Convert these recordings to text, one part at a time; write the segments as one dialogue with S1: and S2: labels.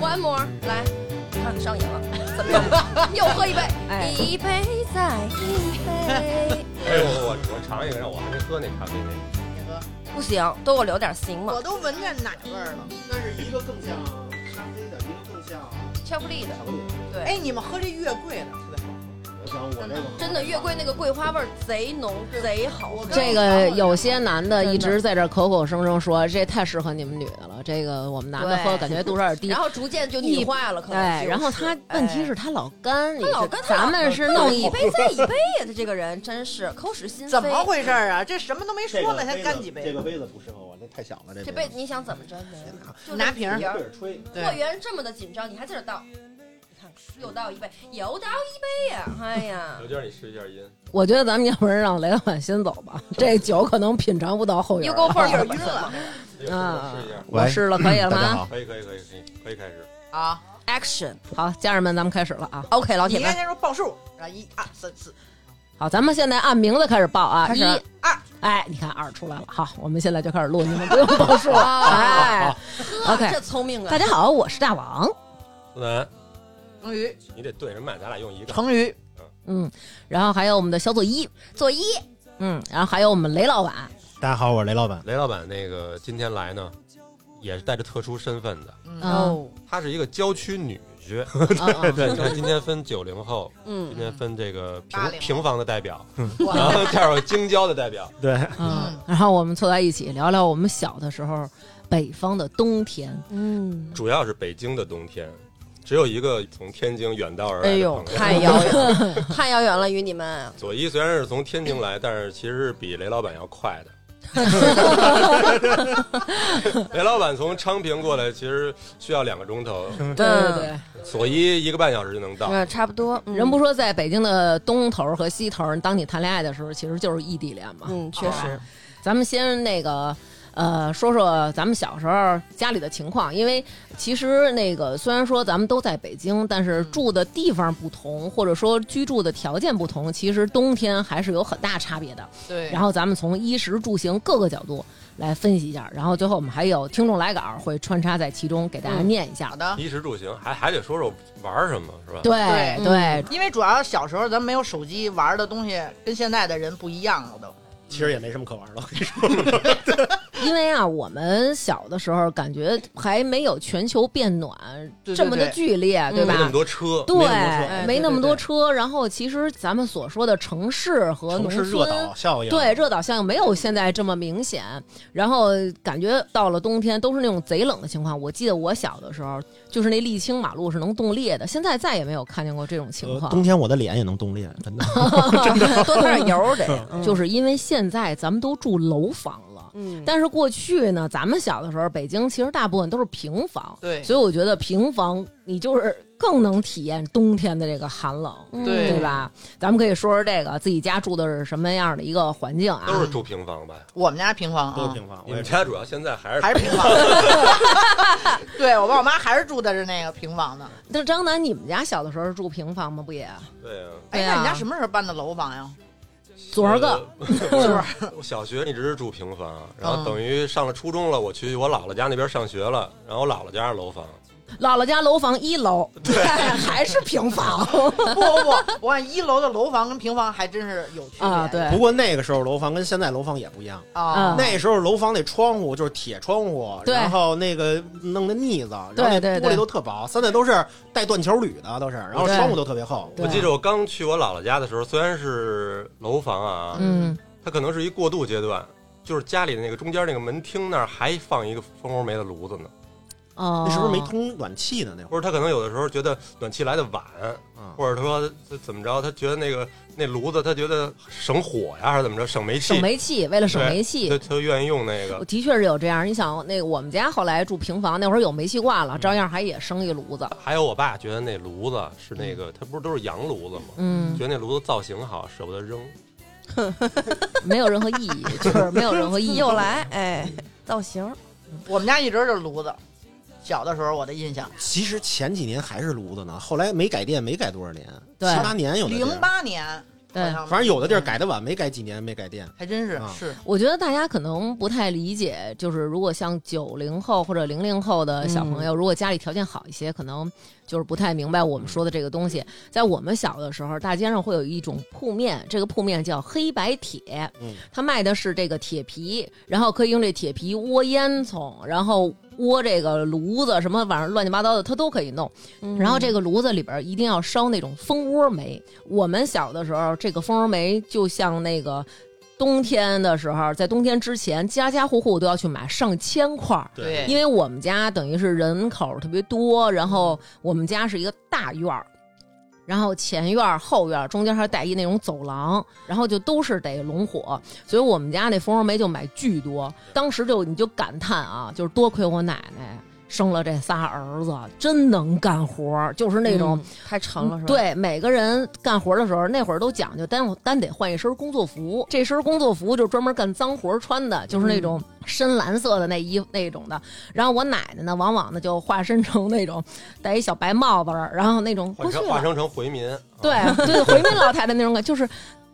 S1: 三模来，你看上瘾了，怎么样？ 又喝一杯，
S2: 哎
S1: 一杯再一 杯，
S3: 哎，我我我尝一个，让我还没喝那咖啡呢。
S1: 不行，都给我留点行吗
S4: 我？都闻见奶味儿了。
S5: 但是一个更像咖啡的，一个更像
S1: 巧克力的，
S5: 糖果。
S1: 对，
S4: 哎，你们喝这月桂的特别好喝。
S5: 我想我这
S1: 真的
S5: 个
S1: 真的月桂那个桂花味儿贼浓，贼好喝。
S2: 这个有些男的一直在这儿口口声声说，这太适合你们女的了。这个我们男的喝
S1: 对
S2: 感觉度数有点低
S1: 然。后逐渐就女化了，可能
S2: 哎，
S1: 就是哎
S2: 然后他问题是，他老干，你
S1: 他老跟他
S2: 咱们是弄
S1: 一
S2: 一
S1: 杯再一杯呀，他这个人真是口是 心非。
S4: 怎么回事儿啊？这什么都没
S5: 这
S4: 说
S5: 个
S4: 呢，
S5: 杯子
S4: 先干几杯。
S5: 这个杯子不适合我，这太小了。
S1: 这
S5: 这
S1: 辈
S5: 杯
S1: 子
S5: 子
S1: 你想怎么着没有？就
S4: 拿
S1: 这
S4: 瓶儿
S1: 儿
S5: 对着吹，
S4: 对
S1: 货源这么的紧张，你还在这儿倒？你看，又倒一杯，又倒一杯 呀！哎呀
S3: 刘，娟，你试一下音。
S2: 我觉得咱们要不然让雷老板先走 吧，这酒可能品尝不到后
S1: 又
S2: 边
S1: 给我
S2: 儿。
S1: 放
S4: 有点晕了。
S3: 这个
S2: 啊
S3: 我试一下，
S2: 我试了，可以了
S6: 大家
S2: 吗？
S6: 好，
S3: 可以可以可以可以可以开始。
S4: 啊！
S1: Action，OK，、
S2: 好，家人们，咱们开始了啊！
S1: OK，老
S4: 你
S1: 铁
S4: 应该
S1: 们，
S4: 先说报数，然后一二三四，
S2: 好，咱们现在按名字开始报啊，
S1: 开
S2: 一
S1: 始
S4: 二，
S2: 哎，你看二出来了，好，我们现在就开始录，你们 不用报数了，哎，
S1: 呵
S2: OK
S1: 这聪明啊！
S2: 大家好，我是大王。
S3: 思南，
S4: 成语，
S3: 你得对着麦，咱俩用一个。
S4: 成语，
S2: 嗯，然后还有我们的小左一，
S1: 左一，
S2: 嗯，然后还有我们雷老板，
S6: 大家好，我是雷老板。
S3: 雷老板那个今天来呢，也是带着特殊身份的，
S2: 嗯，
S3: 她是一个郊区女婿。
S2: 嗯 嗯
S3: 对，你看今天分九零后，今
S1: 嗯，
S3: 天分这个
S4: 八零
S3: 平平房的代表，然后待会儿京郊的代表。
S6: 对，
S2: 嗯，然后我们凑在一起聊聊我们小的时候北方的冬天，嗯，
S3: 主要是北京的冬天，只有一个从天津远道而
S1: 哎
S3: 来的
S1: 呦，
S3: 朋友。
S1: 太遥远， 太遥远了，与你们。
S3: 左一虽然是从天津来，但是其实是比雷老板要快的。 雷老板从昌平过来，其实需要两个钟头，
S7: 嗯
S2: 对对
S3: 左一一个半小时就能到。
S1: 嗯，差不多。嗯
S2: 对，人不说在北京的东头和西头，当你谈恋爱的时候，其实就是异地恋嘛。
S1: 嗯，确实，
S2: 咱们先那个。呃，说说咱们小时候家里的情况，因为其实那个虽然说咱们都在北京，但是住的地方不同，或者说居住的条件不同，其实冬天还是有很大差别的。
S4: 对
S2: 然
S4: 后
S2: 后咱们从衣食住行各个角度来分析一下，然后最后我们还有听众来稿会穿插在其中，给大家念一下。
S4: 好的，
S3: 衣食住行，还还得说说玩什么，是吧？
S2: 对啊
S4: 对嗯因为主要小时候咱没有手机，玩的东西跟现在的人不一样了都。
S6: 其实也没什么 可玩的，我跟你说。
S2: 因为啊，我们小的时候感觉还没有全球变暖
S4: 对对
S2: 这么的剧烈，对
S3: 没那么
S2: 吧？
S3: 多车，
S2: 对
S6: 嗯没那么多车哎，
S2: 没那么
S6: 对对
S2: 多
S6: 对
S2: 车。然后，其实咱们所说的城市和农
S6: 城市
S2: 村，
S6: 热岛啊效应，
S2: 对，热岛效应没有现在这么明显，然后感觉到了冬天都是那种贼冷的情况。我记得我小的时候，就是那沥青马路是能冻裂的，现在再也没有看见过这种情
S6: 呃
S2: 况。
S6: 冬天我的脸也能冻裂，真的。
S1: 多加点油得。嗯
S2: 就是因为现在咱们都住楼房了。
S1: 嗯，
S2: 但是过去呢，咱们小的时候，北京其实大部分都是平房，
S4: 对
S2: 所以我觉得平房你就是更能体验冬天的这个寒冷，
S6: 嗯
S4: 对
S2: 对吧？咱们可以说说这个自己家住的是什么样的一个环境啊？
S3: 都是住平房吧？
S4: 我们家平房
S6: 都是
S4: 啊，
S6: 平房，
S3: 你
S6: 我也
S3: 们
S6: 是
S3: 家主要现在还是
S4: 还是平 房。对我爸我妈还是住的是那个平房的。
S2: 但是张楠，你们家小的时候是住平房吗？不也？
S3: 对啊，
S4: 哎，
S2: 对啊
S4: 那你家什么时候搬的楼房呀？
S2: 昨儿个嗯
S3: 个，我小学一 直是住平房，然后等于上了初中了，我去我姥姥家那边上学了，然后我姥姥家是楼房，
S2: 姥姥家楼房一楼，对，还是平房
S4: 不不不，我看一楼的楼房跟平房还真是有区别
S2: 啊？
S6: 不
S2: 对，
S6: 过那个时候楼房跟现在楼房也不一样，
S4: 啊
S2: 嗯，
S6: 那时候楼房那窗户就是铁窗户，
S2: 对
S6: 然后那个弄的腻子，然后
S2: 对
S6: 那
S2: 对
S6: 玻
S2: 对
S6: 璃都特薄，现在都是带断桥铝的，都是，然后
S2: 对
S6: 窗户都特别厚。
S2: 对
S3: 我记着我刚去我姥姥家的时候，虽然是楼房啊，
S2: 嗯，
S3: 它可能是一过渡阶段，就是家里那个中间那个门厅那儿还放一个蜂窝煤的炉子呢。
S2: 哦，
S6: 那时候没通暖气呢，那会
S3: 或者他可能有的时候觉得暖气来的晚，
S6: 儿啊，
S3: 或者说他怎么着，他觉得那个那炉子他觉得省火呀，还是怎么着，省煤气，
S2: 省煤气，为了省煤气，
S3: 他他愿意用那个
S2: 我。的确是有这样。你想，那个我们家后来住平房，那会儿有煤气罐了，照样还也生一炉子。
S3: 还有我爸觉得那炉子是那个，他不是都是洋炉子吗？
S2: 嗯，
S3: 觉得那炉子造型好，舍不得扔。
S2: 没有任何意义，就是没有任何意 义。
S1: 又来，哎，造型，
S4: 我们家一直就是炉子。小的时候我的印象，
S6: 其实前几年还是炉子呢，后来没改电，没改多少年，
S2: 对
S6: 七八年有的地儿
S4: 零八年
S2: 对
S4: 好像嗯
S6: 反正有的地儿改的晚，没改几年，没改电。
S4: 还真是
S6: 啊
S4: 是
S2: 我觉得大家可能不太理解，就是如果像九零后或者零零后的小朋友，如果家里条件好一些，可能就是不太明白我们说的这个东西。在我们小的时候，大街上会有一种铺面，这个铺面叫黑白铁，
S6: 嗯
S2: 它卖的是这个铁皮，然后可以用这铁皮窝烟囱，然后。窝这个炉子什么玩意儿乱七八糟的，它都可以弄。
S7: 嗯
S1: 嗯
S2: 然后这个炉子里边一定要烧那种蜂窝煤。我们小的时候，这个蜂窝煤就像那个冬天的时候，在冬天之前，家家户户都要去买上千块儿。
S4: 对，
S2: 因为我们家等于是人口特别多，然后我们家是一个大院儿，然后前院儿、后院儿中间还带一那种走廊，然后就都是得拢火，所以我们家那蜂窝煤就买巨多。当时就你就感叹啊，就是多亏我奶奶生了这仨儿子，真能干活儿，就是那
S7: 嗯
S2: 种、
S1: 太长了是吧？，
S2: 嗯对，每个人干活的时候，那会儿都讲究单单得换一身工作服，这身工作服就专门干脏活穿的，就是
S1: 嗯
S2: 那种深蓝色的那衣服那种的。然后我奶奶呢，往往呢就化身成那种戴一小白帽子儿，然后那种
S3: 化
S2: 过去
S3: 成化
S2: 老
S3: 成成回民，啊
S2: 对对回民老太太那种感觉，就是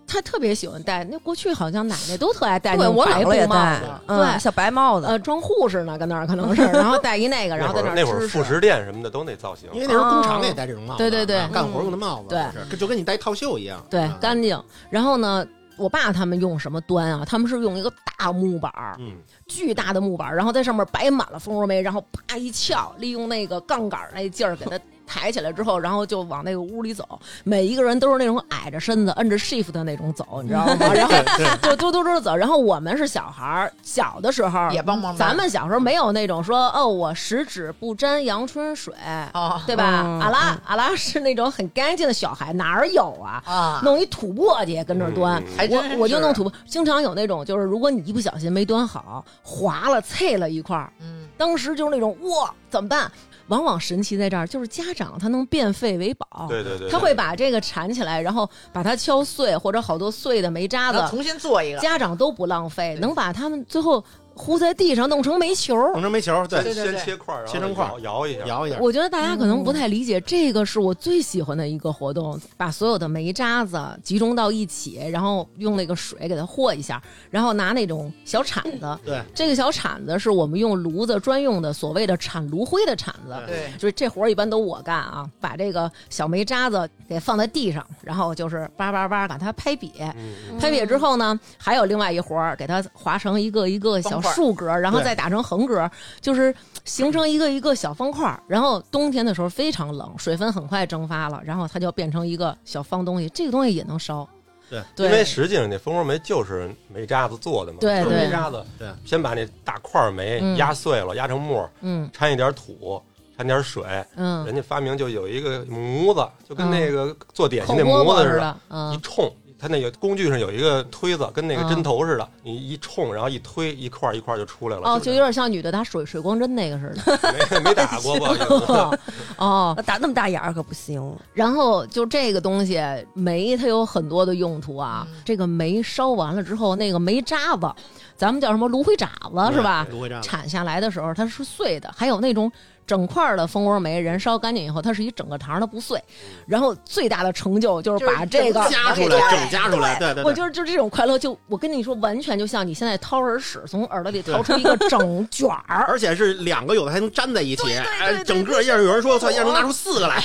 S2: 她特别喜欢戴。那过去好像奶奶都特爱戴那
S1: 对
S2: 种
S1: 我
S2: 白
S1: 姥
S2: 布
S1: 姥也
S2: 帽
S1: 戴
S2: 子，，
S1: 嗯
S2: 对。
S1: 小白帽子，
S2: 呃，装护士呢，跟那儿可能是，然后戴一 那个，
S3: 那
S2: 然后
S3: 会
S2: 在
S3: 儿
S2: 儿
S3: 那会儿
S2: 吃屎
S3: 副食店什么的都那造型
S6: 因，为那时候工厂里也戴这种帽子，
S2: 哦对对对
S6: 啊干活用的帽子，啊
S2: 嗯
S6: 就是就跟你戴套袖一样，
S2: 对
S6: 啊，
S1: 嗯
S2: 干净。然后呢，我爸他们用什么端啊？他们是用一个大木板儿，
S3: 嗯，
S2: 巨大的木板儿，然后在上面摆满了蜂窝煤，然后啪一撬，利用那个杠杆儿那劲儿给它抬起来之后，然后就往那个屋里走。每一个人都是那种矮着身子、摁着 shift 的那种走，你知道吗？ 然后就嘟嘟嘟地走。然后我们是小孩儿，小的时候
S4: 也帮忙
S2: 咱们小时候没有那种说哦，我十指不沾阳春水。
S4: 啊
S2: 对吧？
S1: 嗯
S2: 阿拉阿拉是那种很干净的小孩，哪儿有啊？
S4: 啊，
S2: 弄一土簸箕跟这儿端
S3: 嗯。
S4: 还真
S2: 我我就是弄土簸，经常有那种，就是如果你一不小心没端好，划了、碎了一块儿，
S4: 嗯
S2: 当时就是那种哇，怎么办？往往神奇在这儿，就是家长他能变废为宝，
S3: 嗯对对对，
S2: 他会把这个缠起来，然后把它敲碎，或者好多碎的煤渣
S4: 然后
S2: 子，
S4: 重新做一个，
S2: 家长都不浪费，
S4: 对
S2: 能把他们最后糊在地上弄成煤球儿。
S6: 弄成煤球，
S3: 先
S6: 对，
S4: 对对
S3: 先切块儿，然后
S6: 切成块
S3: 摇
S6: 儿
S3: 摇一下，
S6: 摇一下，
S2: 我觉得大家可能不太理解，这个是我最喜欢的一个活动，把所有的煤渣子集中到一起，然后用那个水给它和一下，然后拿那种小铲子，
S6: 对，
S2: 这个小铲子是我们用炉子专用的，所谓的铲炉灰的铲子。
S4: 对，
S2: 就是这活儿一般都我干啊，把这个小煤渣子给放在地上，然后就是叭叭叭把它拍瘪，
S3: 嗯，
S2: 拍瘪之后呢，还有另外一活儿，给它划成一个一个小
S4: 方块儿
S2: 竖格儿，然后
S6: 对
S2: 再打成横格儿，就是形成一个一个小方块儿。然后冬天的时候非常冷，水分很快蒸发了，然后它就变成一个小方东西。这个东西也能烧，
S6: 对
S2: 对
S3: 因为实际上那蜂窝煤就是煤渣子做的嘛，
S2: 对
S3: 就是
S2: 对
S3: 煤渣子，
S6: 对，
S3: 先把那大块儿煤
S2: 嗯
S3: 压碎了，压成沫儿，
S2: 嗯
S3: 掺一点土，掺点水，
S2: 嗯，
S3: 人家发明就有一个模子，就跟那个做点
S2: 口
S3: 心那
S2: 窝
S3: 模
S2: 窝
S3: 子
S2: 似
S3: 似的，
S2: 的，
S3: 一
S2: 嗯
S3: 冲，它那个工具上有一个推子，跟那个
S2: 嗯
S3: 针头似的，你一冲，然后一推，一块儿一块儿就出来了。
S2: 哦，
S3: 就
S2: 就是有点像女的打水水光针那个似 的。
S3: 没没打 过，不好意思。
S2: 哦，
S1: 打那么大眼儿可不 行。
S2: 然后就这个东西煤，它有很多的用途啊。
S4: 嗯
S2: 这个煤烧完了之后，那个煤渣子，咱们叫什么炉灰渣子是吧？
S6: 芦荟站
S2: 铲下来的时候它是碎的，还有那种整块儿的蜂窝煤，燃烧干净以后，它是一整个糖，它不碎。然后最大的成就嗯就是把这个
S4: 就是。
S6: 夹出来，整夹出来，对对
S2: 我
S6: 对，
S2: 就是就这种快乐，就我跟你说，完全就像你现在掏耳屎，从耳朵里掏出一 个整卷儿，
S6: 而且是两个有的还能粘在一起，
S2: 对
S6: 哎整个要是有人说，操，要是能拿出四个来，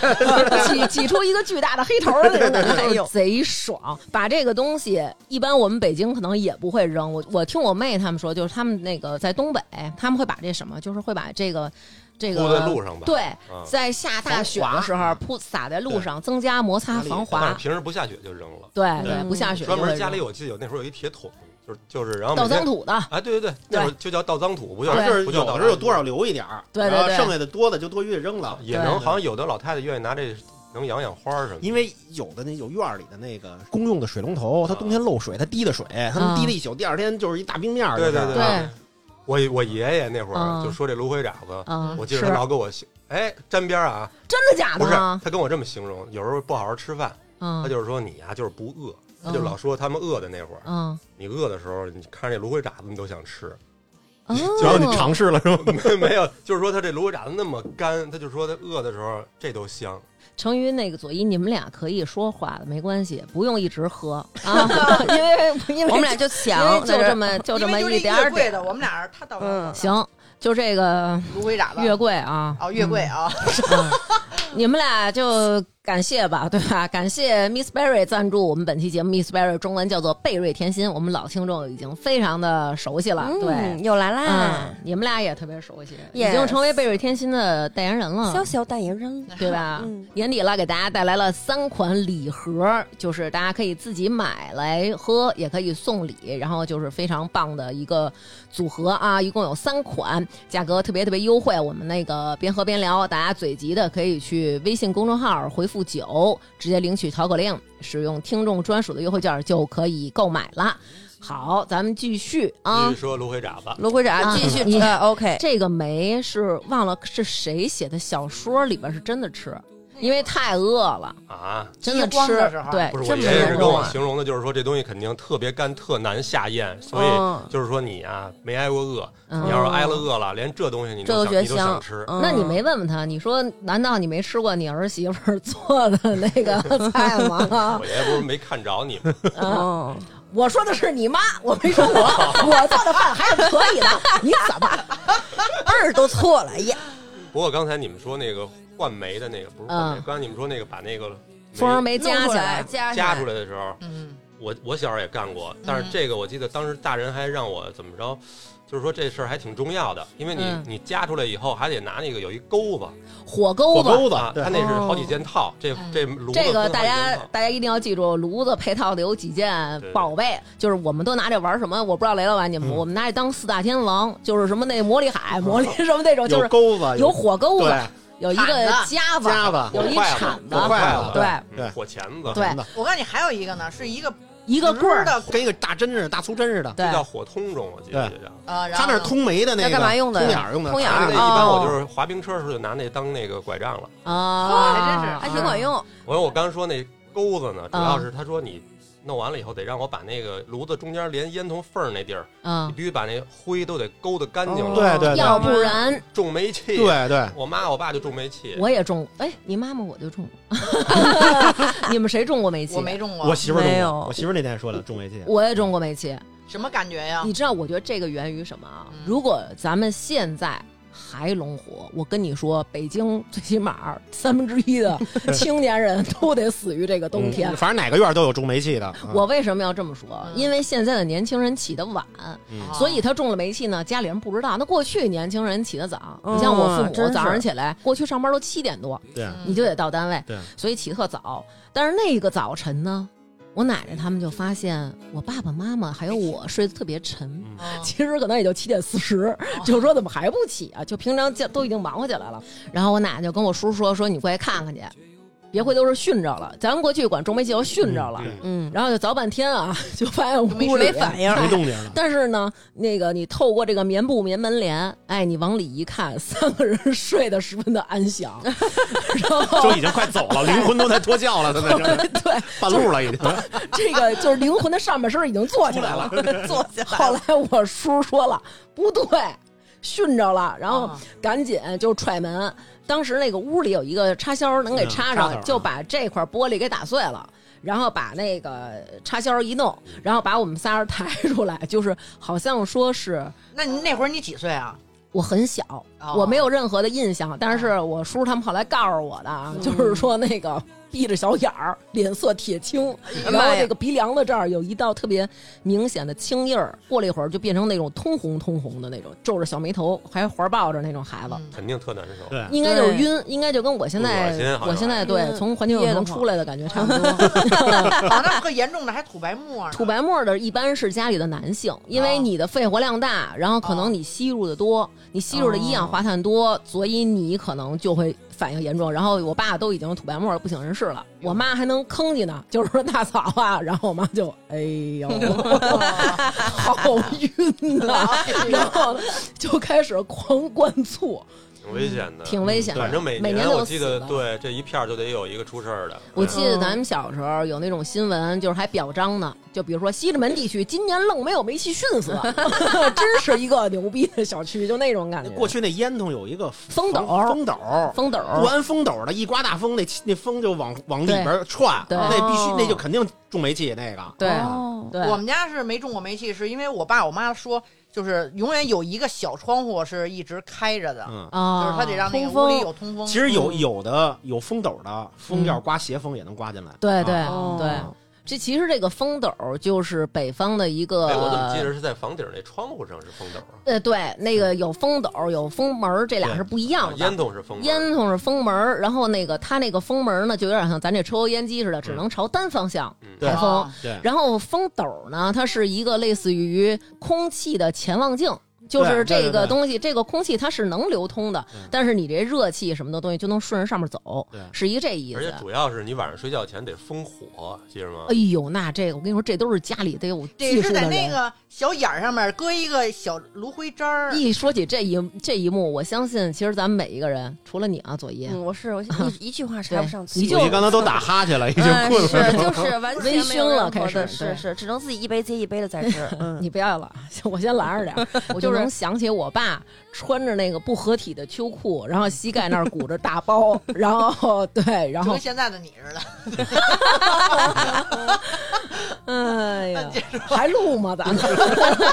S2: 挤挤出一个巨大的黑头儿那种感觉，
S1: 哎呦
S2: 贼爽！把这个东西，一般我们北京可能也不会扔。我我听我妹他们说，就是他们那个在东北，他们会把这什么，就是会把这个这个
S3: 铺在路上吧
S2: 对，
S3: 嗯
S2: 在下大雪的时候
S6: 防滑
S2: 铺撒在路上，增加摩擦防
S3: 但
S2: 滑
S3: 是。平时不下雪就扔了，
S2: 对
S6: 对
S2: 对，不下雪
S3: 嗯专
S2: 就
S3: 门
S2: 会
S3: 家里
S2: 扔
S3: 我记得有那时候有一铁桶，就是就是，然后
S2: 倒
S3: 每天
S2: 脏土的，
S3: 啊，对对对，那会儿就叫倒脏土，不叫
S6: 就是
S3: 不叫
S6: 有的时候有多少留一点儿，
S2: 对对
S6: 然后
S2: 对
S6: 剩下的多的就多余的扔了，
S3: 也能，好像有的老太太愿意拿这能养养花儿什么的。
S6: 因为有的那有院儿里的那个公用的水龙头，它冬天漏水，它滴的水，它能
S2: 嗯
S6: 滴了一宿，第二天就是一大冰面儿。
S3: 对
S6: 就
S3: 对
S6: 是
S3: 对
S2: 对，
S3: 我我爷爷那会
S2: 嗯
S3: 儿就说这芦荟渣子，
S2: 嗯，
S3: 我记
S2: 是
S3: 得他老给我形哎沾边儿啊，
S2: 真的假
S3: 不
S2: 的
S3: 是
S2: 啊？
S3: 他跟我这么形容，有时候不好好吃饭，他
S2: 嗯
S3: 就是说你呀、啊就是不饿，他就
S2: 嗯
S3: 老说他们饿的那会儿，
S2: 嗯，
S3: 你饿的时候，你看这芦荟渣子你都想吃，
S2: 哦，
S6: 然后你尝试了是吗？
S3: 没没有，就是说它这芦荟炸的那么干，它就说它饿的时候这都香。
S2: 成瑜那个左一，你们俩可以说话的，没关系，不用一直喝 啊，因为因为
S1: 我们俩
S2: 就
S1: 就
S2: 因为
S1: 抢，
S2: 就 这么就这
S4: 因
S2: 么
S4: 为就
S2: 一点
S4: 月
S2: 儿
S4: 桂
S2: 点
S4: 的，
S2: 儿。
S4: 我们俩人他倒
S1: 嗯
S2: 行，就这个
S4: 芦荟咋了？
S2: 月桂啊，
S4: 哦，月桂啊，
S2: 嗯你们俩就感谢吧，对吧？感谢 Miss Berry 赞助我们本期节目，Miss Berry 中文叫做贝瑞甜心，我们老听众已经非常的熟悉了，对
S1: 嗯，。又来啦
S2: 嗯，，你们俩也特别熟悉，已
S1: Yes
S2: 经成为贝瑞甜心的代言人了，
S1: 潇潇代言人，
S2: 对吧？
S1: 嗯
S2: 年底了，给大家带来了三款礼盒，就是大家可以自己买来喝，也可以送礼，然后就是非常棒的一个组合啊！一共有三款，价格特别特别优惠。我们那个边喝边聊，大家嘴急的可以去微信公众号回复“九”，直接领取淘口令，使用听众专属的优惠券就可以购买了。好，咱们继续啊。
S3: 继续说芦荟炸吧，
S1: 芦荟
S2: 啊
S1: 长继续
S2: 你
S1: 呃 OK，
S2: 这个梅是忘了是谁写的小说里边是真的吃，因为太饿了，
S3: 啊，
S2: 真的
S4: 饥荒
S2: 吃
S4: 的时候
S2: 对
S3: 不，是我
S2: 真
S3: 爷
S2: 没
S3: 爷是
S2: 人
S3: 跟
S2: 动
S3: 我
S2: 啊。
S3: 形容的，就是说这东西肯定特别干，特难下咽，所
S1: 嗯
S3: 以就是说你啊没挨过饿，
S2: 哦嗯
S3: 你要是挨了饿了，连这东西你
S1: 这
S3: 都
S1: 都觉得
S3: 想你都
S1: 香
S3: 想吃，，
S1: 嗯
S2: 那你没问问他？你说难道你没吃过你儿媳妇儿做的那个菜 吗？
S3: 我爷爷不是没看着你吗？
S7: 嗯
S1: 哦，
S2: 我说的是你妈，我没说我，我做的饭还是可以的。你怎么？
S1: 二都错了呀，
S3: 不过刚才你们说那个换煤的那个不是换
S2: 嗯
S3: 煤，刚才你们说那个把那个
S2: 蜂儿
S3: 煤
S2: 梅加
S1: 弄
S2: 起
S1: 出来
S2: 来，
S1: 哎
S2: 嗯
S1: 加
S3: 夹出
S1: 来，
S3: 来的时候，
S4: 嗯，
S3: 我我小时候也干过，但是这个我记得当时大人还让我怎么着，就是说这事儿还挺重要的，因为你、
S2: 嗯
S3: 你夹出来以后还得拿那个有一钩子，
S2: 火钩子。哦嗯
S6: 钩
S3: 啊，它
S6: 对，
S3: 那是好几件套，这这炉子
S2: 这
S3: 分
S2: 个
S3: 好
S2: 大
S3: 几
S2: 家
S3: 件套
S2: 大家一定要记住，炉子配套的有几件
S3: 对
S2: 宝贝，就是我们都拿这玩什么？我不知道雷老板你们，
S6: 嗯
S2: 我们拿这当四大天王，就是什么那魔力海、魔力什么那种，就
S6: 有
S2: 是
S6: 钩子，
S2: 有火钩子
S6: 对，
S2: 有一个
S4: 铲子
S2: 夹子，
S6: 夹子
S2: 有一
S3: 有筷子
S2: 铲子
S6: 有，筷子，
S2: 对
S3: 嗯
S6: 对
S3: 火钳子，
S2: 对
S6: 什么的
S4: 我告诉你还有一个呢，是一个
S2: 一个棍儿
S4: 直，的
S6: 跟一个大针似的，大粗针似的。
S2: 对
S3: 这，叫火通中，我记得
S6: 对
S3: 这叫。
S4: 啊，然
S6: 他
S4: 后
S6: 那是
S4: 呢
S6: 通煤的那个，
S1: 那干嘛用的呀
S6: 通眼儿用的，
S1: 通眼
S3: 那
S1: 儿
S3: 一
S1: 哦
S3: 般我就是滑冰车的时候就拿那当那个拐杖了。
S2: 啊，
S4: 还真是
S1: 还挺管用，
S3: 我说我刚说那钩子呢，主
S2: 嗯
S3: 要是他说你弄完了以后得让我把那个炉子中间连烟囱缝儿那地儿，你
S2: 嗯，
S3: 必须把那灰都得勾得干净
S1: 哦
S3: 了，
S6: 对对
S2: 要
S6: 对
S2: 不然
S3: 重煤气。
S6: 对对，
S3: 我妈我爸就重煤气，
S2: 我也中。哎，你妈妈我就 中，你们谁中过煤气？
S4: 我没中过，
S6: 我媳妇儿
S1: 没
S6: 中
S1: 有
S6: 过，我媳妇儿那天说的中煤气，嗯
S2: 我也中过煤气。
S4: 什么感觉呀？
S2: 你知道，我觉得这个源于什么啊
S4: 啊嗯？
S2: 如果咱们现在。还龙火，我跟你说，北京最起码三分之 一的青年人都得死于这个冬天
S6: 嗯。反正哪个院儿都有中煤气的。嗯
S2: 我为什么要这么说？
S4: 嗯啊
S2: 因为现在的年轻人起得晚，
S6: 嗯
S4: 哦
S2: 所以他中了煤气呢，家里人不知道。那过去年轻人起得早，
S1: 嗯
S2: 你像我父
S1: 真
S2: 母
S1: 是
S2: 早上起来，过去上班都七点多，
S6: 对
S4: 嗯
S2: 你就得到单位，
S6: 对
S2: 所以起特早。但是那个早晨呢，我奶奶他们就发现我爸爸妈妈还有我睡得特别沉。
S6: 嗯
S4: 啊
S2: 其实可能也就七点四
S1: 哦
S2: 十，就说怎么还不起啊？就平常见都已经忙活起来了。然后我奶奶就跟我叔说：“说你过来看看去，别回头是熏着了。咱们过去管中煤气都熏着了。
S6: 嗯
S1: 嗯，
S2: 然后就凿半天啊， 就发现屋里
S1: 没反应，
S6: 没动静了。
S2: 但是呢，那个你透过这个棉布棉门帘，哎，你往里一看，三个人睡得十分的安 详，然后
S6: 就已经快走了，灵魂都在脱臼了，他在这
S2: 对
S6: 半路了已经。
S2: 这个就是灵魂的上半身已经坐起来了。
S4: 坐下来
S2: 后来我叔说了，不对，训着了，然后
S4: 啊
S2: 赶紧就踹门。当时那个屋里有一个插销能给插
S6: 嗯插头
S2: 上，
S6: 啊
S2: 就把这块玻璃给打碎了。然后把那个插销一弄，然后把我们仨人抬出来，就是好像说是
S4: 那你那会儿你几岁啊？
S2: 我很小，
S4: 哦
S2: 我没有任何的印象，但是
S1: 哦
S2: 我叔他们后来告诉我的，啊，
S1: 嗯
S2: 就是说那个闭着小眼儿，脸色铁青，
S1: 哎呀
S2: 然后那个鼻梁子这儿有一道特别明显的青印儿，过了一会儿就变成那种通红通红的那种，皱着小眉头，还环抱着那种孩子。
S4: 嗯
S3: 肯定特难受。
S6: 对，
S2: 应该就是
S1: 对
S2: 晕，应该就跟我现在
S3: 恶心好像
S2: 我现在对
S1: 嗯
S2: 从环球影城出来的感觉差不多。
S4: 啊，那特严重的还吐白沫呢。
S2: 吐白沫的一般是家里的男性，因
S3: 啊
S2: 为你的肺活量大，然后可能你吸入的多，你吸
S3: 啊
S2: 入的一氧化碳多，所以你可能就会反应严重。然后我爸都已经吐白沫了，不省人事了，我妈还能吭叽呢，就是说大嫂啊，然后我妈就哎 呦，
S3: 哎
S2: 好晕呐、然后就开始狂灌醋。
S3: 挺危险的，
S2: 挺危险的。
S3: 嗯反正每
S2: 每
S3: 年
S2: 都有
S3: 我记得，
S2: 死的。
S3: 对这一片儿就得有一个出事儿的。
S2: 我
S3: 对
S2: 记得咱们小时候有那种新闻，就是还表彰呢，就比如说西直门地区今年愣没有煤气殉死， 真是一个牛逼的小区，就那种感觉。
S6: 过去那烟囱有一个
S2: 风斗
S6: 防风斗，
S2: 风斗
S6: 不安风斗的，一刮大风，那气那风就往往里边窜，
S2: 对
S6: 那必须
S4: 哦
S6: 那就肯定中煤气那个。
S2: 对
S7: 哦
S2: 对，
S4: 我们家是没种过煤气，是因为我爸我妈说，就是永远有一个小窗户是一直开着的，
S6: 嗯，
S2: 啊，
S4: 就是他得让那个
S7: 通风
S4: 屋里有通风。
S6: 其实有
S2: 嗯
S6: 有的有风斗的，风
S2: 嗯
S6: 要刮斜风也能刮进来。
S2: 对对、
S6: 啊
S7: 哦
S2: 对，这其实这个风斗就是北方的一个。
S3: 哎，我怎么记得是在房顶那窗户上是风斗啊？
S2: 呃，对，那个有风斗，有风门儿，这俩
S6: 对
S2: 是不一样
S3: 啊
S2: 的。
S3: 烟囱是风斗，
S2: 烟囱是封门儿，然后那个它那个封门儿呢，就有点像咱这抽油烟机似的，只能朝单方向
S3: 嗯
S6: 对
S2: 排
S4: 哦
S2: 风。
S4: 啊
S6: 对，
S2: 然后风斗儿呢，它是一个类似于空气的潜望镜。就是
S6: 对对
S2: 这个
S6: 对
S2: 东西，这个空气它是能流通的，
S3: 嗯
S2: 但是你这热气什么的东西就能顺着上面走
S6: 对，
S2: 是一个这意
S3: 而且
S2: 思。
S3: 主要是你晚上睡觉前得封火，记着吗
S2: 哎？呦，那这个我跟你说，这都是家里得有
S4: 得
S2: 技术
S4: 是在
S2: 的人。
S4: 那个小眼儿上面搁一个小炉灰渣儿，
S2: 一说起这一这一幕，我相信其实咱们每一个人，除了你啊，左一，
S7: 嗯，我是我一一句话插不上去，
S2: 对你就
S6: 我一刚才都打哈欠了，已经
S7: 嗯
S6: 困
S7: 是
S6: 了。
S7: 就是完
S2: 微
S7: 全没有
S2: 醺了
S7: 任
S2: 开
S7: 何
S2: 始
S7: 的，
S2: 对
S7: 是是，只能自己一杯接一杯的在吃。嗯，
S2: 你不要了， 我先拦着 点儿，我就能想起我爸穿着那个不合体的秋裤，然后膝盖那儿鼓着大包，然后对，然
S4: 就
S2: 后
S4: 跟现在的你似的。
S2: 哎呀，还录吗？咱们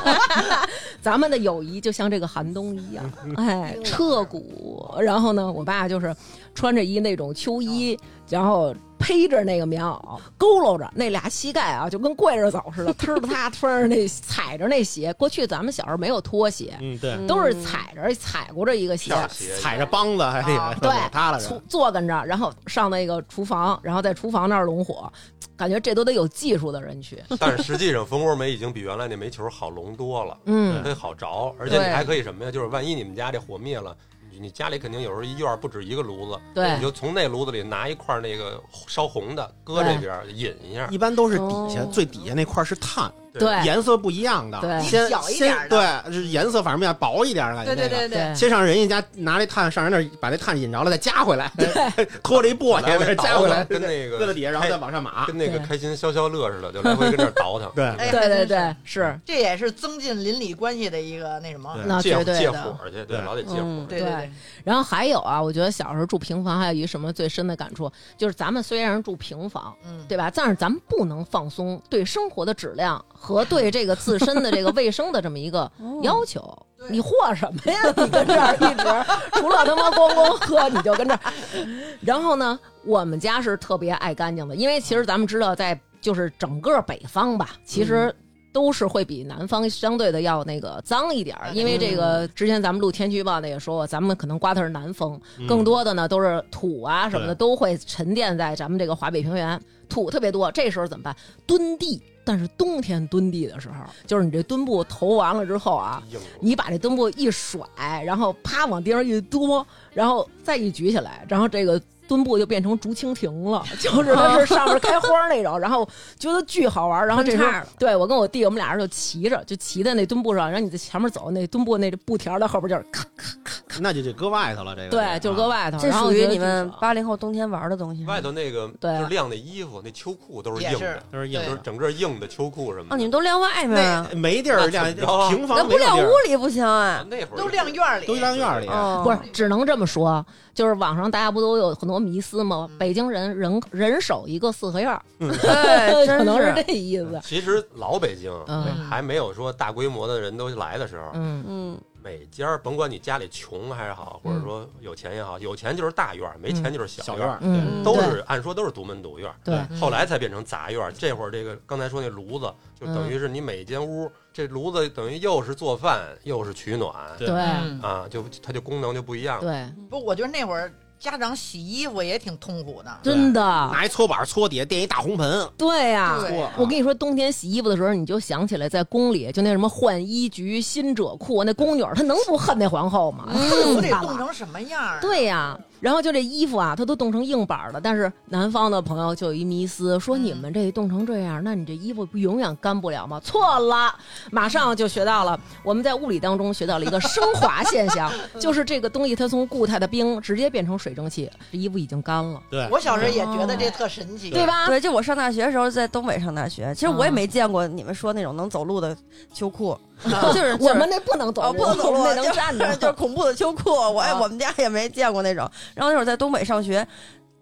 S2: 咱们的友谊就像这个寒冬一样，哎，彻骨。然后呢，我爸就是穿着一那种秋衣，然后披着那个棉袄，佝偻着那俩膝盖啊，就跟跪着走似的，忒儿不塌穿着那踩着那鞋。过去咱们小时候没有拖鞋，
S6: 嗯，对，
S2: 都是踩着踩过这一个鞋
S3: 片。儿鞋
S6: 踩着梆子还哎得
S4: 啊
S2: 对
S6: 塌了
S2: 坐
S6: 人。
S2: 坐跟着，然后上那个厨房，然后在厨房那儿拢火，感觉这都得有技术的人去。
S3: 但是实际上蜂窝煤已经比原来那煤球好笼多了，
S2: 嗯，
S3: 可以好着，而且
S2: 对
S3: 你还可以什么呀？就是万一你们家这火灭了。你你家里肯定有时候一院儿不止一个炉子，
S2: 对
S3: 你就从那炉子里拿一块儿那个烧红的，搁这边儿引一下，
S6: 一般都是底下
S7: 哦
S6: 最底下那块是碳，
S2: 对
S6: 颜色不一样的，
S2: 对
S6: 先
S4: 小一点
S6: 先
S4: 儿
S6: 对，是颜色反正比较薄一点儿的，
S4: 对对对对，
S2: 对
S6: 先上人家家拿这炭上人那儿把这炭引着了，再加回来，拖着一簸箕再加回来，
S3: 跟那个
S6: 搁到底下，然后再
S3: 开
S6: 往上码。。
S3: 跟那个
S2: 对
S3: 开心消消乐似的，就来回跟这儿倒腾
S6: 对，
S4: 哎，
S2: 对
S4: 还真
S2: 对
S4: 是
S2: 对，，是
S4: 这也是增进邻里关系的一个那什么。
S6: 对
S2: 那
S3: 借
S2: 绝对
S3: 借
S2: 的。
S3: 火去，
S6: 对
S3: 对，老得借火。
S7: 嗯，
S4: 对
S2: 对
S4: 对，
S2: 然后还有啊，我觉得小时候住平房还有一什么最深的感触，就是咱们虽然住平房，
S4: 嗯，
S2: 对吧？但是咱们不能放松对生活的质量和对这个自身的这个卫生的这么一个要求。
S4: 对
S2: 你和什么呀？你跟这儿一直除了他妈咣咣喝，你就跟这儿。然后呢，我们家是特别爱干净的，因为其实咱们知道，在就是整个北方吧，其实。都是会比南方相对的要那个脏一点儿，
S4: 嗯
S2: 因为这个之前咱们录天气预报那也说过，咱们可能刮的是南风，
S6: 嗯
S2: 更多的呢都是土啊什么的
S6: 对
S2: 都会沉淀在咱们这个华北平原，土特别多。这时候怎么办？蹲地。但是冬天蹲地的时候，就是你这墩布投完了之后啊，
S3: 硬
S2: 你把这墩布一甩，然后啪往地上一多，然后再一举起来，然后这个墩布就变成竹蜻蜓了， 就是它是上面开花儿那种，然后觉得巨好玩儿。然后这时候
S7: 分叉了，
S2: 对我跟我弟我们俩人就骑着，就骑在那墩布上，然后你在前面走，那墩布那布条在后边就是咔咔咔，
S6: 那就得搁外头了。这个
S2: 对，
S6: 啊
S2: 就搁
S6: 外。
S2: 外头。
S7: 这
S2: 然后
S7: 属
S2: 觉
S7: 于
S2: 得
S7: 你
S2: 巨
S7: 们
S2: 爽
S7: 八零后冬天玩的东西吗。
S3: 外头那个
S2: 对
S3: 就是晾的衣服，那秋裤都是
S4: 也
S3: 硬
S4: 是
S3: 的，
S6: 都是硬
S3: 就是整个硬的秋裤什么的。
S7: 哦，你们都晾外面啊
S6: 那？没地儿晾
S3: 那怎么着，啊
S6: 平
S7: 那
S6: 房
S7: 不
S6: 没有地
S7: 晾屋
S6: 儿，
S7: 里不行啊？
S3: 那会儿
S4: 都晾院里
S6: 都，晾院里。
S7: 哦，
S2: 不是，只能这么说。就是网上大家不都有很多迷思吗？
S4: 嗯
S2: 北京人人人手一个四合院儿，
S7: 对，哎真
S2: 可能
S7: 是
S2: 是这意思。
S3: 其实老北京
S2: 嗯
S3: 还没有说大规模的人都来的时候，
S2: 嗯
S7: 嗯，
S3: 每家儿甭管你家里穷还是好，或者说有钱也好，有钱就是大院儿，没钱就是
S6: 小
S3: 院
S6: 院
S3: 儿
S6: 儿，
S2: 嗯
S3: 都是按说都是独门独院儿，
S2: 对
S4: 嗯
S3: 后来才变成杂院儿。这会儿这个刚才说那炉子，就
S2: 嗯
S3: 等于是你每间屋这炉子等于又是做饭又是取暖
S6: 对
S2: 对
S4: 嗯，
S3: 啊，就它就功能就不一样了。
S2: 对，
S4: 不，我觉得那会儿家长洗衣服也挺痛苦的。
S6: 对
S2: 真的，
S6: 拿一搓板搓底下垫一大红盆，
S2: 对呀。
S4: 对
S6: 搓啊
S2: 我跟你说，冬天洗衣服的时候，你就想起来在宫里，就那什么换衣局、新者库，那宫女儿她能不恨那皇后吗？
S4: 我
S2: 恨
S4: 得
S2: 她
S4: 冻
S2: 了。
S4: 成什么样儿？啊
S2: 对呀，然后就这衣服啊，它都冻成硬板儿了。但是南方的朋友就有一迷思，说
S4: 嗯
S2: 你们这冻成这样，那你这衣服不永远干不了吗？错了，马上就学到了。我们在物理当中学到了一个升华现象， 就是这个东西它从固态的冰直接变成水蒸气，这衣服已经干了，
S6: 对，
S4: 我小时候也觉得这特神奇，
S2: 对 吧？
S7: 对，就我上大学的时候在东北上大学，其实
S2: 啊
S7: 我也没见过你们说那种能走路的秋 裤，就是
S2: 啊我们那不能走
S7: 哦
S2: 路，
S7: 不能走路
S2: 我，们那能 站
S7: 就是
S2: 着。
S7: 就是恐怖的秋裤，我哎
S4: 啊
S7: 我们家也没见过那种。然后那会儿在东北上学，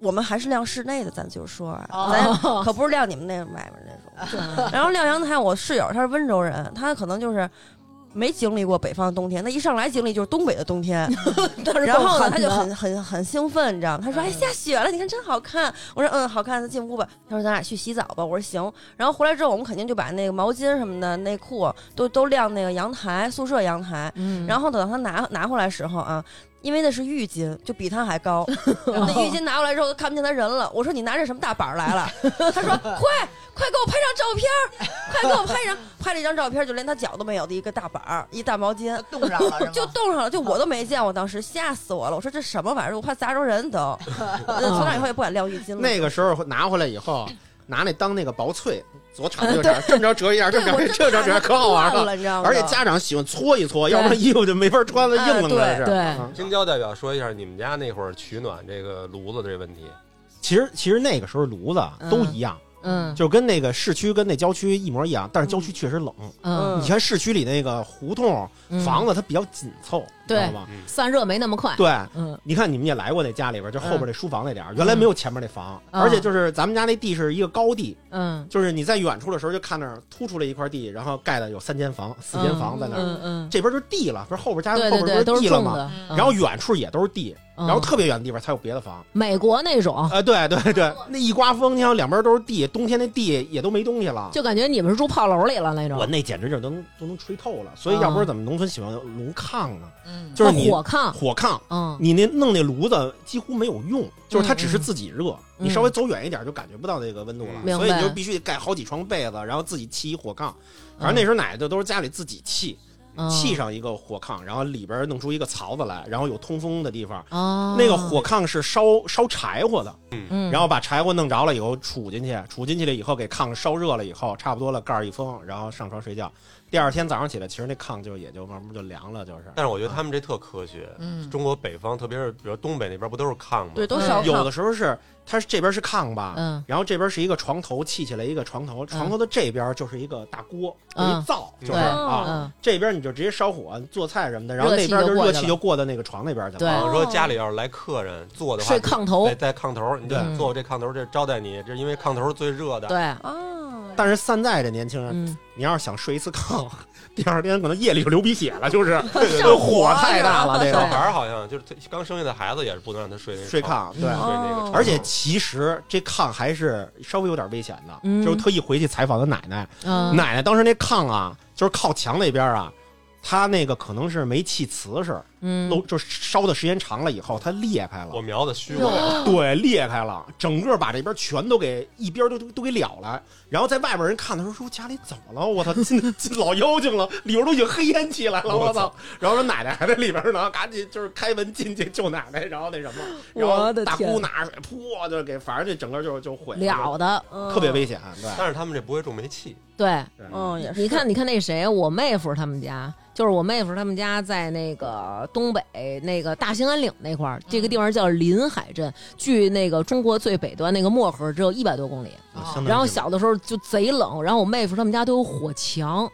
S7: 我们还是晾室内的，咱就说啊，
S4: 哦
S7: 咱 可不是晾你们那外面那种。然后晾阳台，我室友他是温州人，他可能就是。没经历过北方的冬天，他一上来经历就是东北的冬天，然后呢，他就很很很兴奋，你知道吗？他说：“哎，下雪了，你看真好看。”我说：“嗯，好看。”他进屋吧，他说：“咱俩去洗澡吧。”我说：“行。”然后回来之后，我们肯定就把那个毛巾什么的、内裤都都晾那个阳台，宿舍阳台。
S2: 嗯
S7: 然后等到他拿拿回来时候啊，因为那是浴巾，就比他还高。那浴巾拿过来之后都看不见他人了。我说你拿这什么大板儿来了？他说快快给我拍张照片儿，快给我拍一张， 拍了一张照片，就连他脚都没有的一个大板儿，一大毛巾。
S4: 冻上 了是吗？
S7: 就冻上了，就我都没见过，当时吓死我了！ 我说这什么玩意儿，我怕砸着 人都。呃从那以后也不敢晾浴巾了。
S6: 那个时候拿回来以后，拿那当那个薄脆，左铲子右铲，这么着折一下，这
S7: 对
S6: 么着
S7: 我
S6: 折
S7: 真
S6: 一下这么着折一下，可好玩
S7: 怕
S6: 了。
S7: 了， 你知道吗？
S6: 而且家长喜欢搓一搓，
S7: 对
S6: 要不然衣服就没法穿了，
S7: 哎
S6: 硬愣着是。
S2: 对
S6: 嗯
S3: 青椒代表说一下你们家那会儿取暖这个炉子这问题，
S6: 其实其实那个时候炉子都一样，
S2: 嗯
S6: 就跟那个市区跟那郊区一模一样，但是郊区确实冷。
S2: 嗯
S7: 嗯
S6: 你看市区里那个胡同
S2: 嗯，
S6: 房子它比较紧凑，知
S2: 对
S6: 道
S3: 嗯
S6: 吗？
S2: 散热没那么快。
S6: 对，
S2: 嗯
S6: 你看你们也来过那家里边，就后边那书房那点儿，原来没有前面那房，
S2: 嗯
S6: 而且就是咱们家那地是一个高地，
S2: 嗯，
S6: 就是你在远处的时候就看那儿突出了一块地，然后盖的有三间房、四间房在那儿，
S2: 嗯嗯，
S6: 这边就是地了，不是后边家
S2: 对
S6: 后
S2: 对对，
S6: 边不
S2: 都
S6: 是
S2: 是
S6: 地了
S2: 种
S6: 吗？
S2: 的。
S4: 嗯
S6: 然后远处也都是地，
S2: 嗯
S6: 然后特别远的地方才有别的房。
S2: 美国那种，
S6: 啊，对对对，那一刮风，你想两边都是地，冬天那地也都没东西了。
S2: 就感觉你们是住炮楼里了那种
S6: 我，那简直就能都能吹透了，所以
S2: 嗯
S6: 要不然怎么农村喜欢炉炕呢？
S4: 嗯
S6: 就是你
S2: 火炕，
S6: 火炕，
S2: 嗯
S6: 你那弄那炉子几乎没有用，就是它
S2: 嗯
S6: 只是自己热，
S2: 嗯
S6: 你稍微走远一点就感觉不到那个温度了，
S2: 明白
S6: 所以你就必须得盖好几床被子，然后自己砌一火炕。反
S2: 嗯
S6: 正那时候奶奶就都是家里自己砌，砌上一个火炕，然后里边弄出一个槽子来，然后有通风的地方。
S2: 哦，
S6: 那个火炕是烧烧柴火的，
S2: 嗯，
S6: 然后把柴火弄着了以后杵进去，杵进去了以后给炕烧热了以后，差不多了盖儿一封，然后上床睡觉。第二天早上起来，其实那炕就也就慢慢就凉了，就是。
S3: 但是我觉得他们这特科学。
S4: 嗯，
S3: 中国北方，特别是比如东北那边，不都是炕吗？啊
S7: 对都烧
S6: 有
S7: 炕，
S6: 的时候是它是这边是炕吧，
S2: 嗯
S6: 然后这边是一个床头，砌起来一个床头，床头的这边就是一个大锅，有
S2: 嗯
S6: 一灶，就是
S2: 对
S6: 啊，
S2: 嗯
S6: 这边你就直接烧火做菜什么的，然后那边就热气就过到那个床那边去
S2: 对
S3: 啊，说家里要是来客人坐的话，
S2: 睡炕头
S3: 在，在炕头，你就
S2: 对
S3: 坐我这炕头，这招待你，这因为炕头是最热的。
S2: 对，
S7: 啊，
S6: 但是现在这年轻人，
S2: 嗯，
S6: 你要是想睡一次炕， 第二天可能夜里就流鼻血了，就是
S3: 对
S6: 这火太大了，这
S3: 小
S6: 个
S3: 孩儿好像就是他刚生下的孩子也是不能让他睡那
S6: 睡
S3: 炕，
S6: 炕对。
S3: 睡那个
S7: 哦
S3: 床。
S6: 而且其实这炕还是稍微有点危险的，
S2: 嗯
S6: 就是特意回去采访的奶奶，
S2: 嗯
S6: 奶奶当时那炕啊，就是靠墙那边啊，它那个可能是没砌瓷实，
S2: 嗯
S6: 都就是烧的时间长了以后，它裂开
S3: 我
S6: 了，
S3: 苗子虚过来，
S2: 嗯
S6: 对，裂开了，整个把这边全都给一边都都都给了了。然后在外边人看的时候说家里怎么了？我操，进 进老妖精了，里边都已经黑烟起来了，我操！然后说奶奶还在里边呢，赶紧就是开门进去救奶奶，然后那什么，然后
S2: 我的
S6: 大
S2: 天
S6: 姑拿水泼就给，反正这整个就就毁
S2: 了，嗯的，
S6: 就特别危险，对。
S3: 但是他们这不会种煤气，
S2: 对，
S6: 对
S7: 嗯，也是。
S2: 你看，你看那谁，我妹夫他们家，就是我妹夫他们家在那个东北那个大兴安岭那块儿，这个
S7: 嗯
S2: 地方叫临海镇，距那个中国最北端那个漠河只有一百多公里。
S6: 啊相当于
S2: 然后小的时候就贼冷，然后我妹夫他们家都有火墙，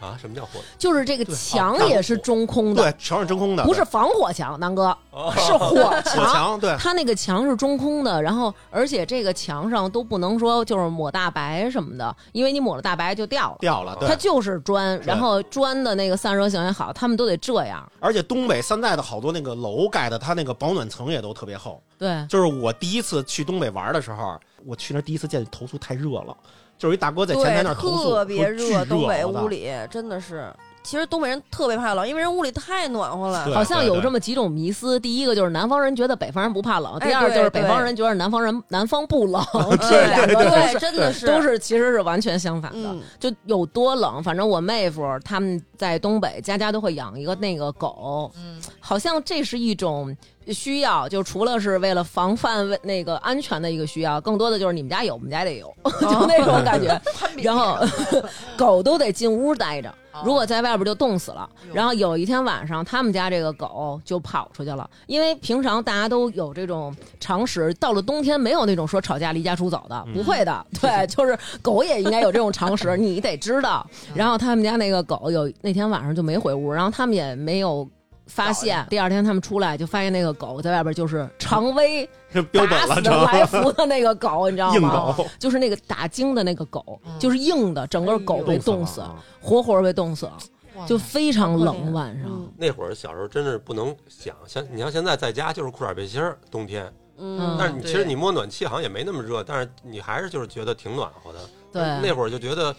S3: 啊，什么叫火？
S2: 就是这个墙也是中空的，
S6: 啊对，全是真空的，
S2: 不是防火墙，南哥
S3: 哦
S2: 是火
S6: 火
S2: 墙。
S6: 墙，对，
S2: 它那个墙是中空的，然后而且这个墙上都不能说就是抹大白什么的，因为你抹了大白就掉了。
S6: 掉了，对
S2: 它。就是砖，
S6: 对
S2: 然后砖的那个散热性也好，他们都得这样。
S6: 而且东北现在的好多那个楼盖的，它那个保暖层也都特别厚。
S2: 对，
S6: 就是我第一次去东北玩的时候，我去那儿第一次见投诉太热了，就是一大哥在前台那儿投诉，
S7: 特别
S6: 说巨
S7: 热，东北
S6: 我操
S7: 屋里真的是其实东北人特别怕冷，因为人屋里太暖和 了
S6: 对。
S2: 好像有这么几种迷思，第一个就是南方人觉得北方人不怕冷，
S7: 哎
S2: 第二就是
S7: 对
S2: 北方人觉得南方人南方不冷，
S7: 嗯
S2: 这两个都是
S7: 真的是
S2: 都是其实是完全相反的
S7: 嗯，
S2: 就有多冷。反正我妹夫他们在东北，家家都会养一个那个狗，
S4: 嗯，
S2: 好像这是一种需要，就除了是为了防范为那个安全的一个需要，更多的就是你们家有，我们家得有， 就那种感觉。
S4: 攀比
S2: 然后 狗都得进屋待着
S4: 哦，
S2: 如果在外边就冻死了。
S4: 哟
S2: 然后有一天晚上，他们家这个狗就跑出去了，因为平常大家都有这种常识，到了冬天没有那种说吵架离家出走的，不会的。对，就是狗也应该有这种常识，你得知道。然后他们家那个狗有那天晚上就没回屋，然后他们也没有。发现第二天他们出来就发现那个狗在外边就是常威
S6: 这 标本
S2: 打
S6: 了
S2: 死的来
S6: 成
S2: 福的那个狗，你知道
S6: 硬
S2: 吗？
S6: 狗，
S2: 就是那个打精的那个狗
S4: 嗯，
S2: 就是硬的，整个狗
S6: 哎
S2: 被冻死，
S6: 了。
S2: 活活被冻死了，
S4: 哦哇
S7: 哦
S2: 就非常冷
S7: 嗯
S2: 晚上。
S7: 嗯
S3: 那会儿小时候真是不能想，像你像现在在家就是裤衩背心儿，冬天。
S2: 嗯
S3: 但是你
S4: 对
S3: 其实你摸暖气好像也没那么热，但是你还是就是觉得挺暖和的。那
S2: 对，
S3: 会儿就觉得，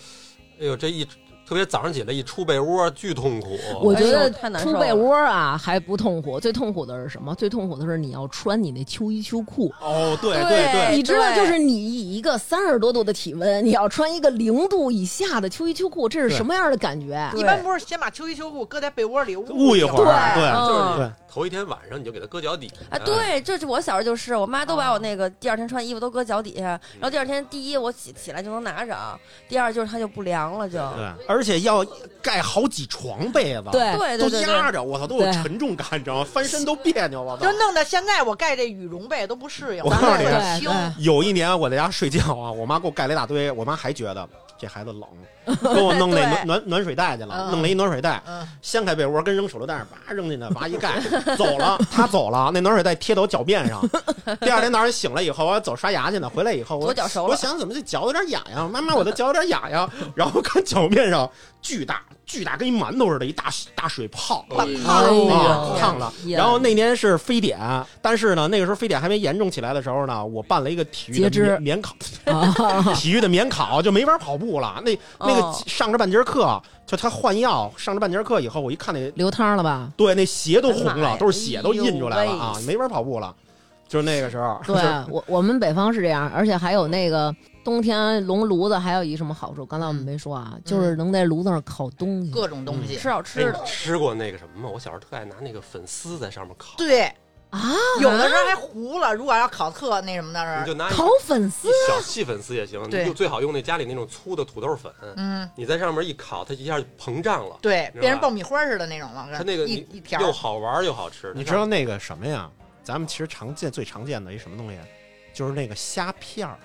S3: 哎呦，这一特别早上起来一出被窝巨痛苦。
S2: 我觉
S7: 哎
S2: 得
S7: 呦太难受
S2: 出
S7: 了
S2: 被窝啊还不痛苦，最痛苦的是什么？最痛苦的是你要穿你那秋衣秋裤。
S6: 哦，对
S7: 对
S6: 对对，
S7: 哎
S2: 你知道，
S7: 对
S2: 就是你以一个三十多度的体温，你要穿一个零度以下的秋衣秋裤，这是
S6: 对
S2: 什么样的感觉？啊
S4: 一般不是先把秋衣秋裤搁在被窝里
S6: 捂一会儿，
S4: 对，
S6: 对
S3: 就是
S7: 嗯
S6: 对，
S3: 头一天晚上你就给它搁脚底下。哎
S7: 啊，对，这是我小时候就是，我妈都把我那个第二天穿衣服都搁脚底下，然后第二天第一我起起来就能拿着，第二就是它就不凉了就，
S6: 对，而且要盖好几床被子，
S2: 对
S7: 对
S6: 都
S7: 对对
S6: 压
S7: 对，
S6: 着，我操，都有
S2: 对
S6: 沉重感，你知道吗？翻身都别扭，我操
S4: 就。弄得现在我盖这羽绒被都不适应，
S6: 我告诉你
S4: 咱们
S2: 对
S4: 轻
S2: 对
S6: 有一年我在家睡觉啊，我妈给我盖了一大堆，我妈还觉得这孩子冷，给我弄那暖暖暖水袋去了，
S4: 嗯
S6: 弄了一暖水袋，
S4: 嗯
S6: 掀开被窝跟扔手榴弹似的，叭扔进去，叭一盖，走了，她走了，那暖水袋贴到我脚面上。第二天早上醒了以后，我走刷牙去呢，回来以后
S7: 左
S6: 我
S7: 脚熟
S6: 我
S7: 了，
S6: 想怎么这脚有点痒痒，妈妈我的脚有点痒痒，然后看脚面上巨大巨大跟一馒头似的，一大大水泡，大
S2: 哎呦
S6: 啊，烫了。
S2: 天
S6: 然后那年是非典，但是呢，那个时候非典还没严重起来的时候呢，我办了一个体育
S2: 截
S6: 的
S2: 肢
S6: 免免考，
S2: 啊
S6: 体育的免考就没法跑步了。那那个
S7: 哦
S6: 上着半节课，就他换药上着半节课以后，我一看那
S2: 流汤了吧？
S6: 对那鞋都红
S7: 哎呀妈
S6: 了，
S7: 呀
S6: 都是血都印出来了
S7: 哎呦
S6: 啊，没法跑步了。就是那个时候，
S2: 对啊我，我们北方是这样，而且还有那个冬天笼炉子还有一什么好处？刚才我们没说啊，
S7: 嗯
S2: 就是能在炉子上烤东西。
S4: 各种东西
S7: 吃。好
S3: 哎，
S7: 吃的，
S3: 你吃过那个什么吗？我小时候特爱拿那个粉丝在上面烤，
S4: 对，
S2: 啊，
S4: 有的时候还糊了。如果要烤特那什么的
S3: 你
S4: 时
S3: 就
S4: 候，
S3: 拿一
S2: 烤粉丝
S3: 一小细粉丝也行，
S4: 对
S3: 你就最好用那家里那种粗的土豆粉，
S4: 嗯，
S3: 你在上面一烤，它一下就膨胀了。
S4: 对，
S3: 明白
S4: 变成爆米花似的那种了。
S3: 它那个
S4: 一一
S3: 你
S4: 条，
S3: 又好玩又好吃，
S6: 你知道那个什么呀？咱们其实常见最常见的一什么东西，啊就是那个虾片儿，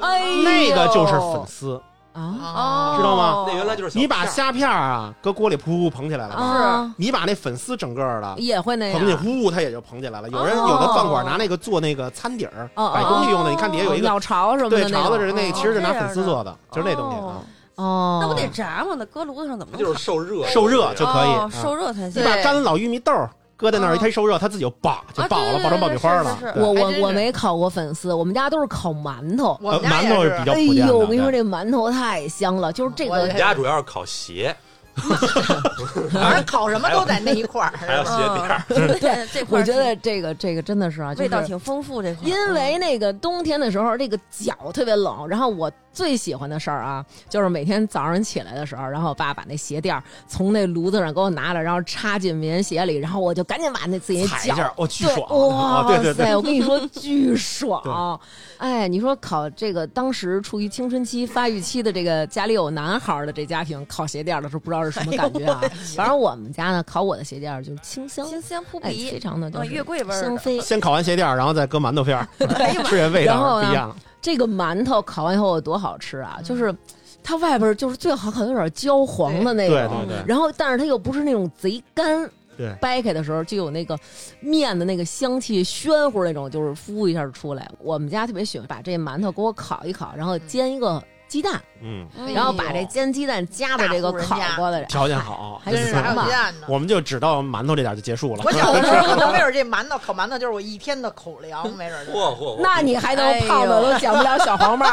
S2: 哎呦，
S6: 那个就是粉丝。
S2: 啊
S4: 哦，
S6: 知道吗
S3: 那原来就是小
S6: 你把
S3: 片儿
S6: 虾片儿啊搁锅里噗噗蓬起来了吧？
S2: 啊，
S6: 你把那粉丝整个儿的
S2: 也会那样
S6: 捧进，呼，它也就捧起来了。有人
S2: 哦
S6: 有的饭馆拿那个做那个餐底儿，
S2: 哦
S6: 摆东西用的。你看底下有一个
S2: 鸟巢什么的
S6: 对
S2: 那种，
S6: 勺子似的，那
S2: 哦
S6: 其实是拿
S7: 这样
S6: 粉丝
S7: 的
S6: 做的，就是那东西啊
S7: 哦。
S2: 哦，
S7: 那不得炸吗？那搁炉子上怎么
S3: 它
S7: 能
S3: 就是受热，
S6: 受热就
S7: 烤
S6: 可以
S7: 哦
S6: 啊
S7: 受热才
S6: 你
S7: 行
S4: 对？
S6: 把干老玉米豆儿搁在那儿，
S7: 哦
S6: 它一受热，它自己就爆就
S7: 啊
S6: 爆
S7: 对
S6: 了，
S7: 对
S6: 爆成爆米花
S7: 对
S6: 了
S7: 是是。是
S2: 我
S6: 对
S2: 我
S4: 还真
S2: 我
S4: 是
S2: 没烤过粉丝，我们家都是烤馒头。
S4: 我们家
S6: 呃馒头
S4: 也
S6: 比
S4: 是。
S6: 较
S2: 哎
S6: 普遍的。
S2: 呦，我跟你说，
S6: 对
S2: 这馒头太香了，就是这
S4: 我
S2: 个
S4: 也
S3: 你家主要是烤鞋，
S4: 反正烤什么都在那一块
S3: 还有
S4: 儿。
S3: 鞋底儿，
S7: 对， 这块
S2: 我
S7: 儿
S2: 觉得这个这个真的是啊，
S7: 挺味道
S6: 嗯
S2: 就是
S7: 挺丰富，这块儿嗯
S2: 因为那个冬天的时候，这个脚特别冷。然后我最喜欢的事儿啊，就是每天早上起来的时候，然后我爸把那鞋垫儿从那炉子上给我拿来，然后插进棉鞋里，然后我就赶紧把那自己的
S6: 踩一
S2: 脚
S6: 下，哦，巨
S2: 对，
S6: 爽
S2: 哇
S6: 啊！对对对，
S2: 塞，我跟你说巨爽。哎，你说考这个当时处于青春期发育期的这个家里有男孩儿的这家庭考鞋垫儿的时候，不知道是什么感觉啊。
S6: 哎
S2: 反正我们家呢，考我的鞋垫儿就是清香，
S7: 清香扑
S2: 哎，非
S7: 鼻，
S2: 常的就
S7: 啊，
S2: 是
S7: 月桂味儿的
S2: 香妃。
S6: 先烤完鞋垫儿，然后再搁馒头片儿， 吃这味
S2: 然
S6: 道
S2: 后
S6: 是
S2: 呢
S6: 不一样的。
S2: 这个馒头烤完以后有多好吃啊！
S7: 嗯
S2: 就是它外边就是最好看有点焦黄的那
S6: 对
S2: 种，
S6: 对对，
S2: 然后但是它又不是那种贼干，
S6: 对
S2: 掰开的时候就有那个面的那个香气暄乎那种，就是呼一下就出来。我们家特别喜欢把这馒头给我烤一烤，然后煎一个。鸡蛋，
S6: 嗯，
S7: 嗯
S2: 然后把这煎鸡蛋夹在这个烤过的，
S6: 条件好，
S2: 还
S4: 真
S2: 真
S4: 是
S2: 是
S4: 哎还
S2: 还
S4: 有
S2: 有
S4: 鸡
S2: 鸡
S4: 蛋呢。
S6: 我们就只到馒头这点就结束了
S4: 我。小的时候，可能没准这馒头烤馒头就是我一天的口粮，没准
S3: 嚯嚯，嚯
S2: 那你还能胖的都减不了小黄帽。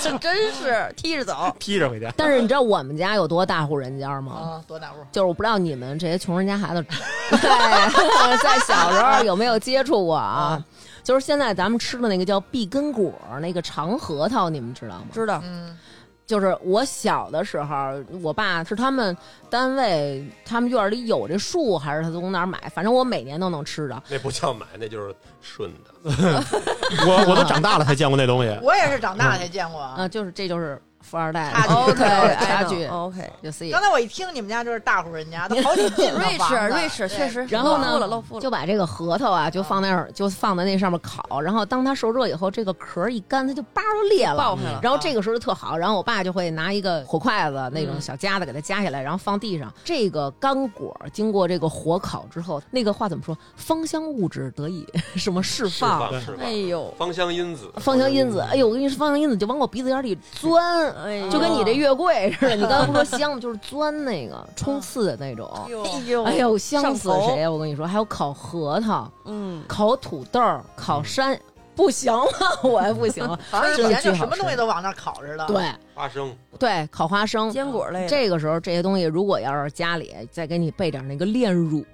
S7: 这真是踢着走。
S6: 披着回家，
S2: 但是你知道我们家有多大户人家
S4: 就
S2: 吗？
S4: 啊，多大户？
S2: 就是我不知道你们这些穷人家孩子， 对，在小时候有没有接触过啊？就是现在咱们吃的那个叫碧根果，那个长核桃，你们知道吗？
S7: 知道，
S4: 嗯，
S2: 就是我小的时候，我爸是他们单位，他们院里有这树，还是他从哪儿买？反正我每年都能吃
S7: 啊
S2: 着。
S3: 那不叫买，那就是顺的。
S6: 我我都长大了才见过那东西。
S4: 我也是长大才见过
S2: 啊、
S4: 啊。
S2: 就是这就是富二代
S4: 差距
S2: OK，
S4: I
S2: 差距
S7: OK。
S2: 就 C
S4: 刚。才我一听你们家就是大户人家，都 好几进的
S7: 瑞士，
S4: 房子
S7: 瑞士确实，
S2: 然后呢
S7: 露了露富了，
S2: 就把这个核桃啊，就放那儿，就放在那上面烤。然后当它受热以后，这个壳儿一干，它就叭就裂了。嗯
S7: 爆开了。
S2: 然后这个时候就特好，然后我爸就会拿一个火筷子那
S7: 嗯
S2: 种小夹子给它夹起来，然后放地上。这个干果经过这个火烤之后，那个话怎么说？芳香物质得以 什么释
S3: 释
S2: 放？
S3: 放释放，
S7: 哎呦，
S3: 芳香因子，
S2: 芳香因子，哎呦，我跟你说，芳香因子就往我鼻子眼里钻，
S7: 哎呦，
S2: 就跟你这月桂似的。你刚才不说香吗？ 就是钻那个冲刺的那种。
S7: 嗯哎呦，
S2: 哎呦，香死
S7: 上头
S2: 谁呀！我跟你说，还有烤核桃、
S7: 嗯，
S2: 烤土豆、烤山，不行了，我还不行 了。
S4: 好像以
S2: 真的
S4: 前就
S2: 巨
S4: 什
S2: 好
S4: 么
S2: 吃
S4: 东西都往那儿烤似的。，
S2: 对
S3: 花生，
S2: 对，烤花生。
S7: 坚果类的，
S2: 这个时候，这些东西如果要是家里再给你备点那个炼乳，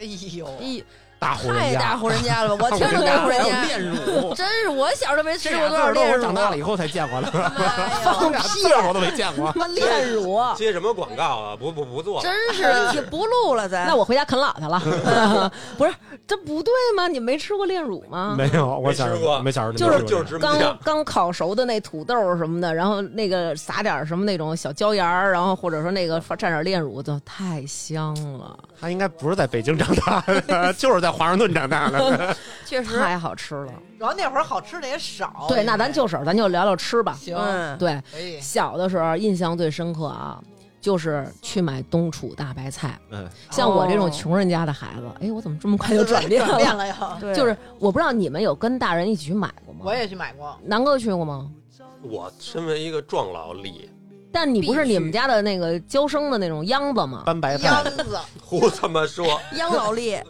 S4: 哎呦，
S7: 哎
S6: 大户人
S7: 太大
S6: 家，
S7: 户人家了 吧？我听
S6: 大户
S7: 着
S6: 人家
S7: 大户人
S6: 还有
S7: 家，
S6: 炼乳，
S7: 真是我小时候没
S6: 这
S7: 吃
S6: 俩
S7: 过
S6: 字
S7: 多
S6: 儿
S7: 少炼
S6: 都是我
S7: 乳，
S6: 长大了以后才见过的，
S7: 哎
S6: 这
S7: 呦
S6: 俩字儿我都没见过
S2: 他。妈炼乳，
S3: 接什么广告啊？不不不做了，
S7: 真是也不录了，咱
S2: 那我回家啃老去 了。 不是，这不对吗？你没吃过炼乳吗？
S6: 没有，我小时
S3: 吃
S6: 候
S3: 过，
S6: 没小时候
S2: 啊就是
S6: 没吃过
S3: 就是芝麻
S2: 刚
S3: 酱，
S2: 刚烤熟的那土豆什么的，然后那个撒点什么那种小椒盐儿，然后或者说那个放蘸点炼乳，就太香了，
S6: 他应该不是在北京长大的， 就是在华盛顿长大的。
S7: 确实，
S2: 太好吃了。
S4: 主要那会儿好吃的也少。哎
S2: 对，那咱就是咱就聊聊吃吧。
S4: 行，哎
S7: 嗯，
S2: 对，
S4: 可以。
S2: 小的时候印象最深刻啊，就是去买冬储大白菜。
S6: 嗯，
S2: 像我这种穷人家的孩子，哎，我怎么这么快就转 变
S4: 转变
S2: 了？
S4: 了又。
S7: 对，
S2: 就是我不知道你们有跟大人一起去买过吗？
S4: 我也去买过，
S2: 南哥去过吗？
S3: 我身为一个壮老李，
S2: 但你不是你们家的那个娇生的那种秧子吗？
S6: 搬白
S4: 秧
S6: 菜，
S4: 子，
S3: 胡他妈 说
S7: 央老力，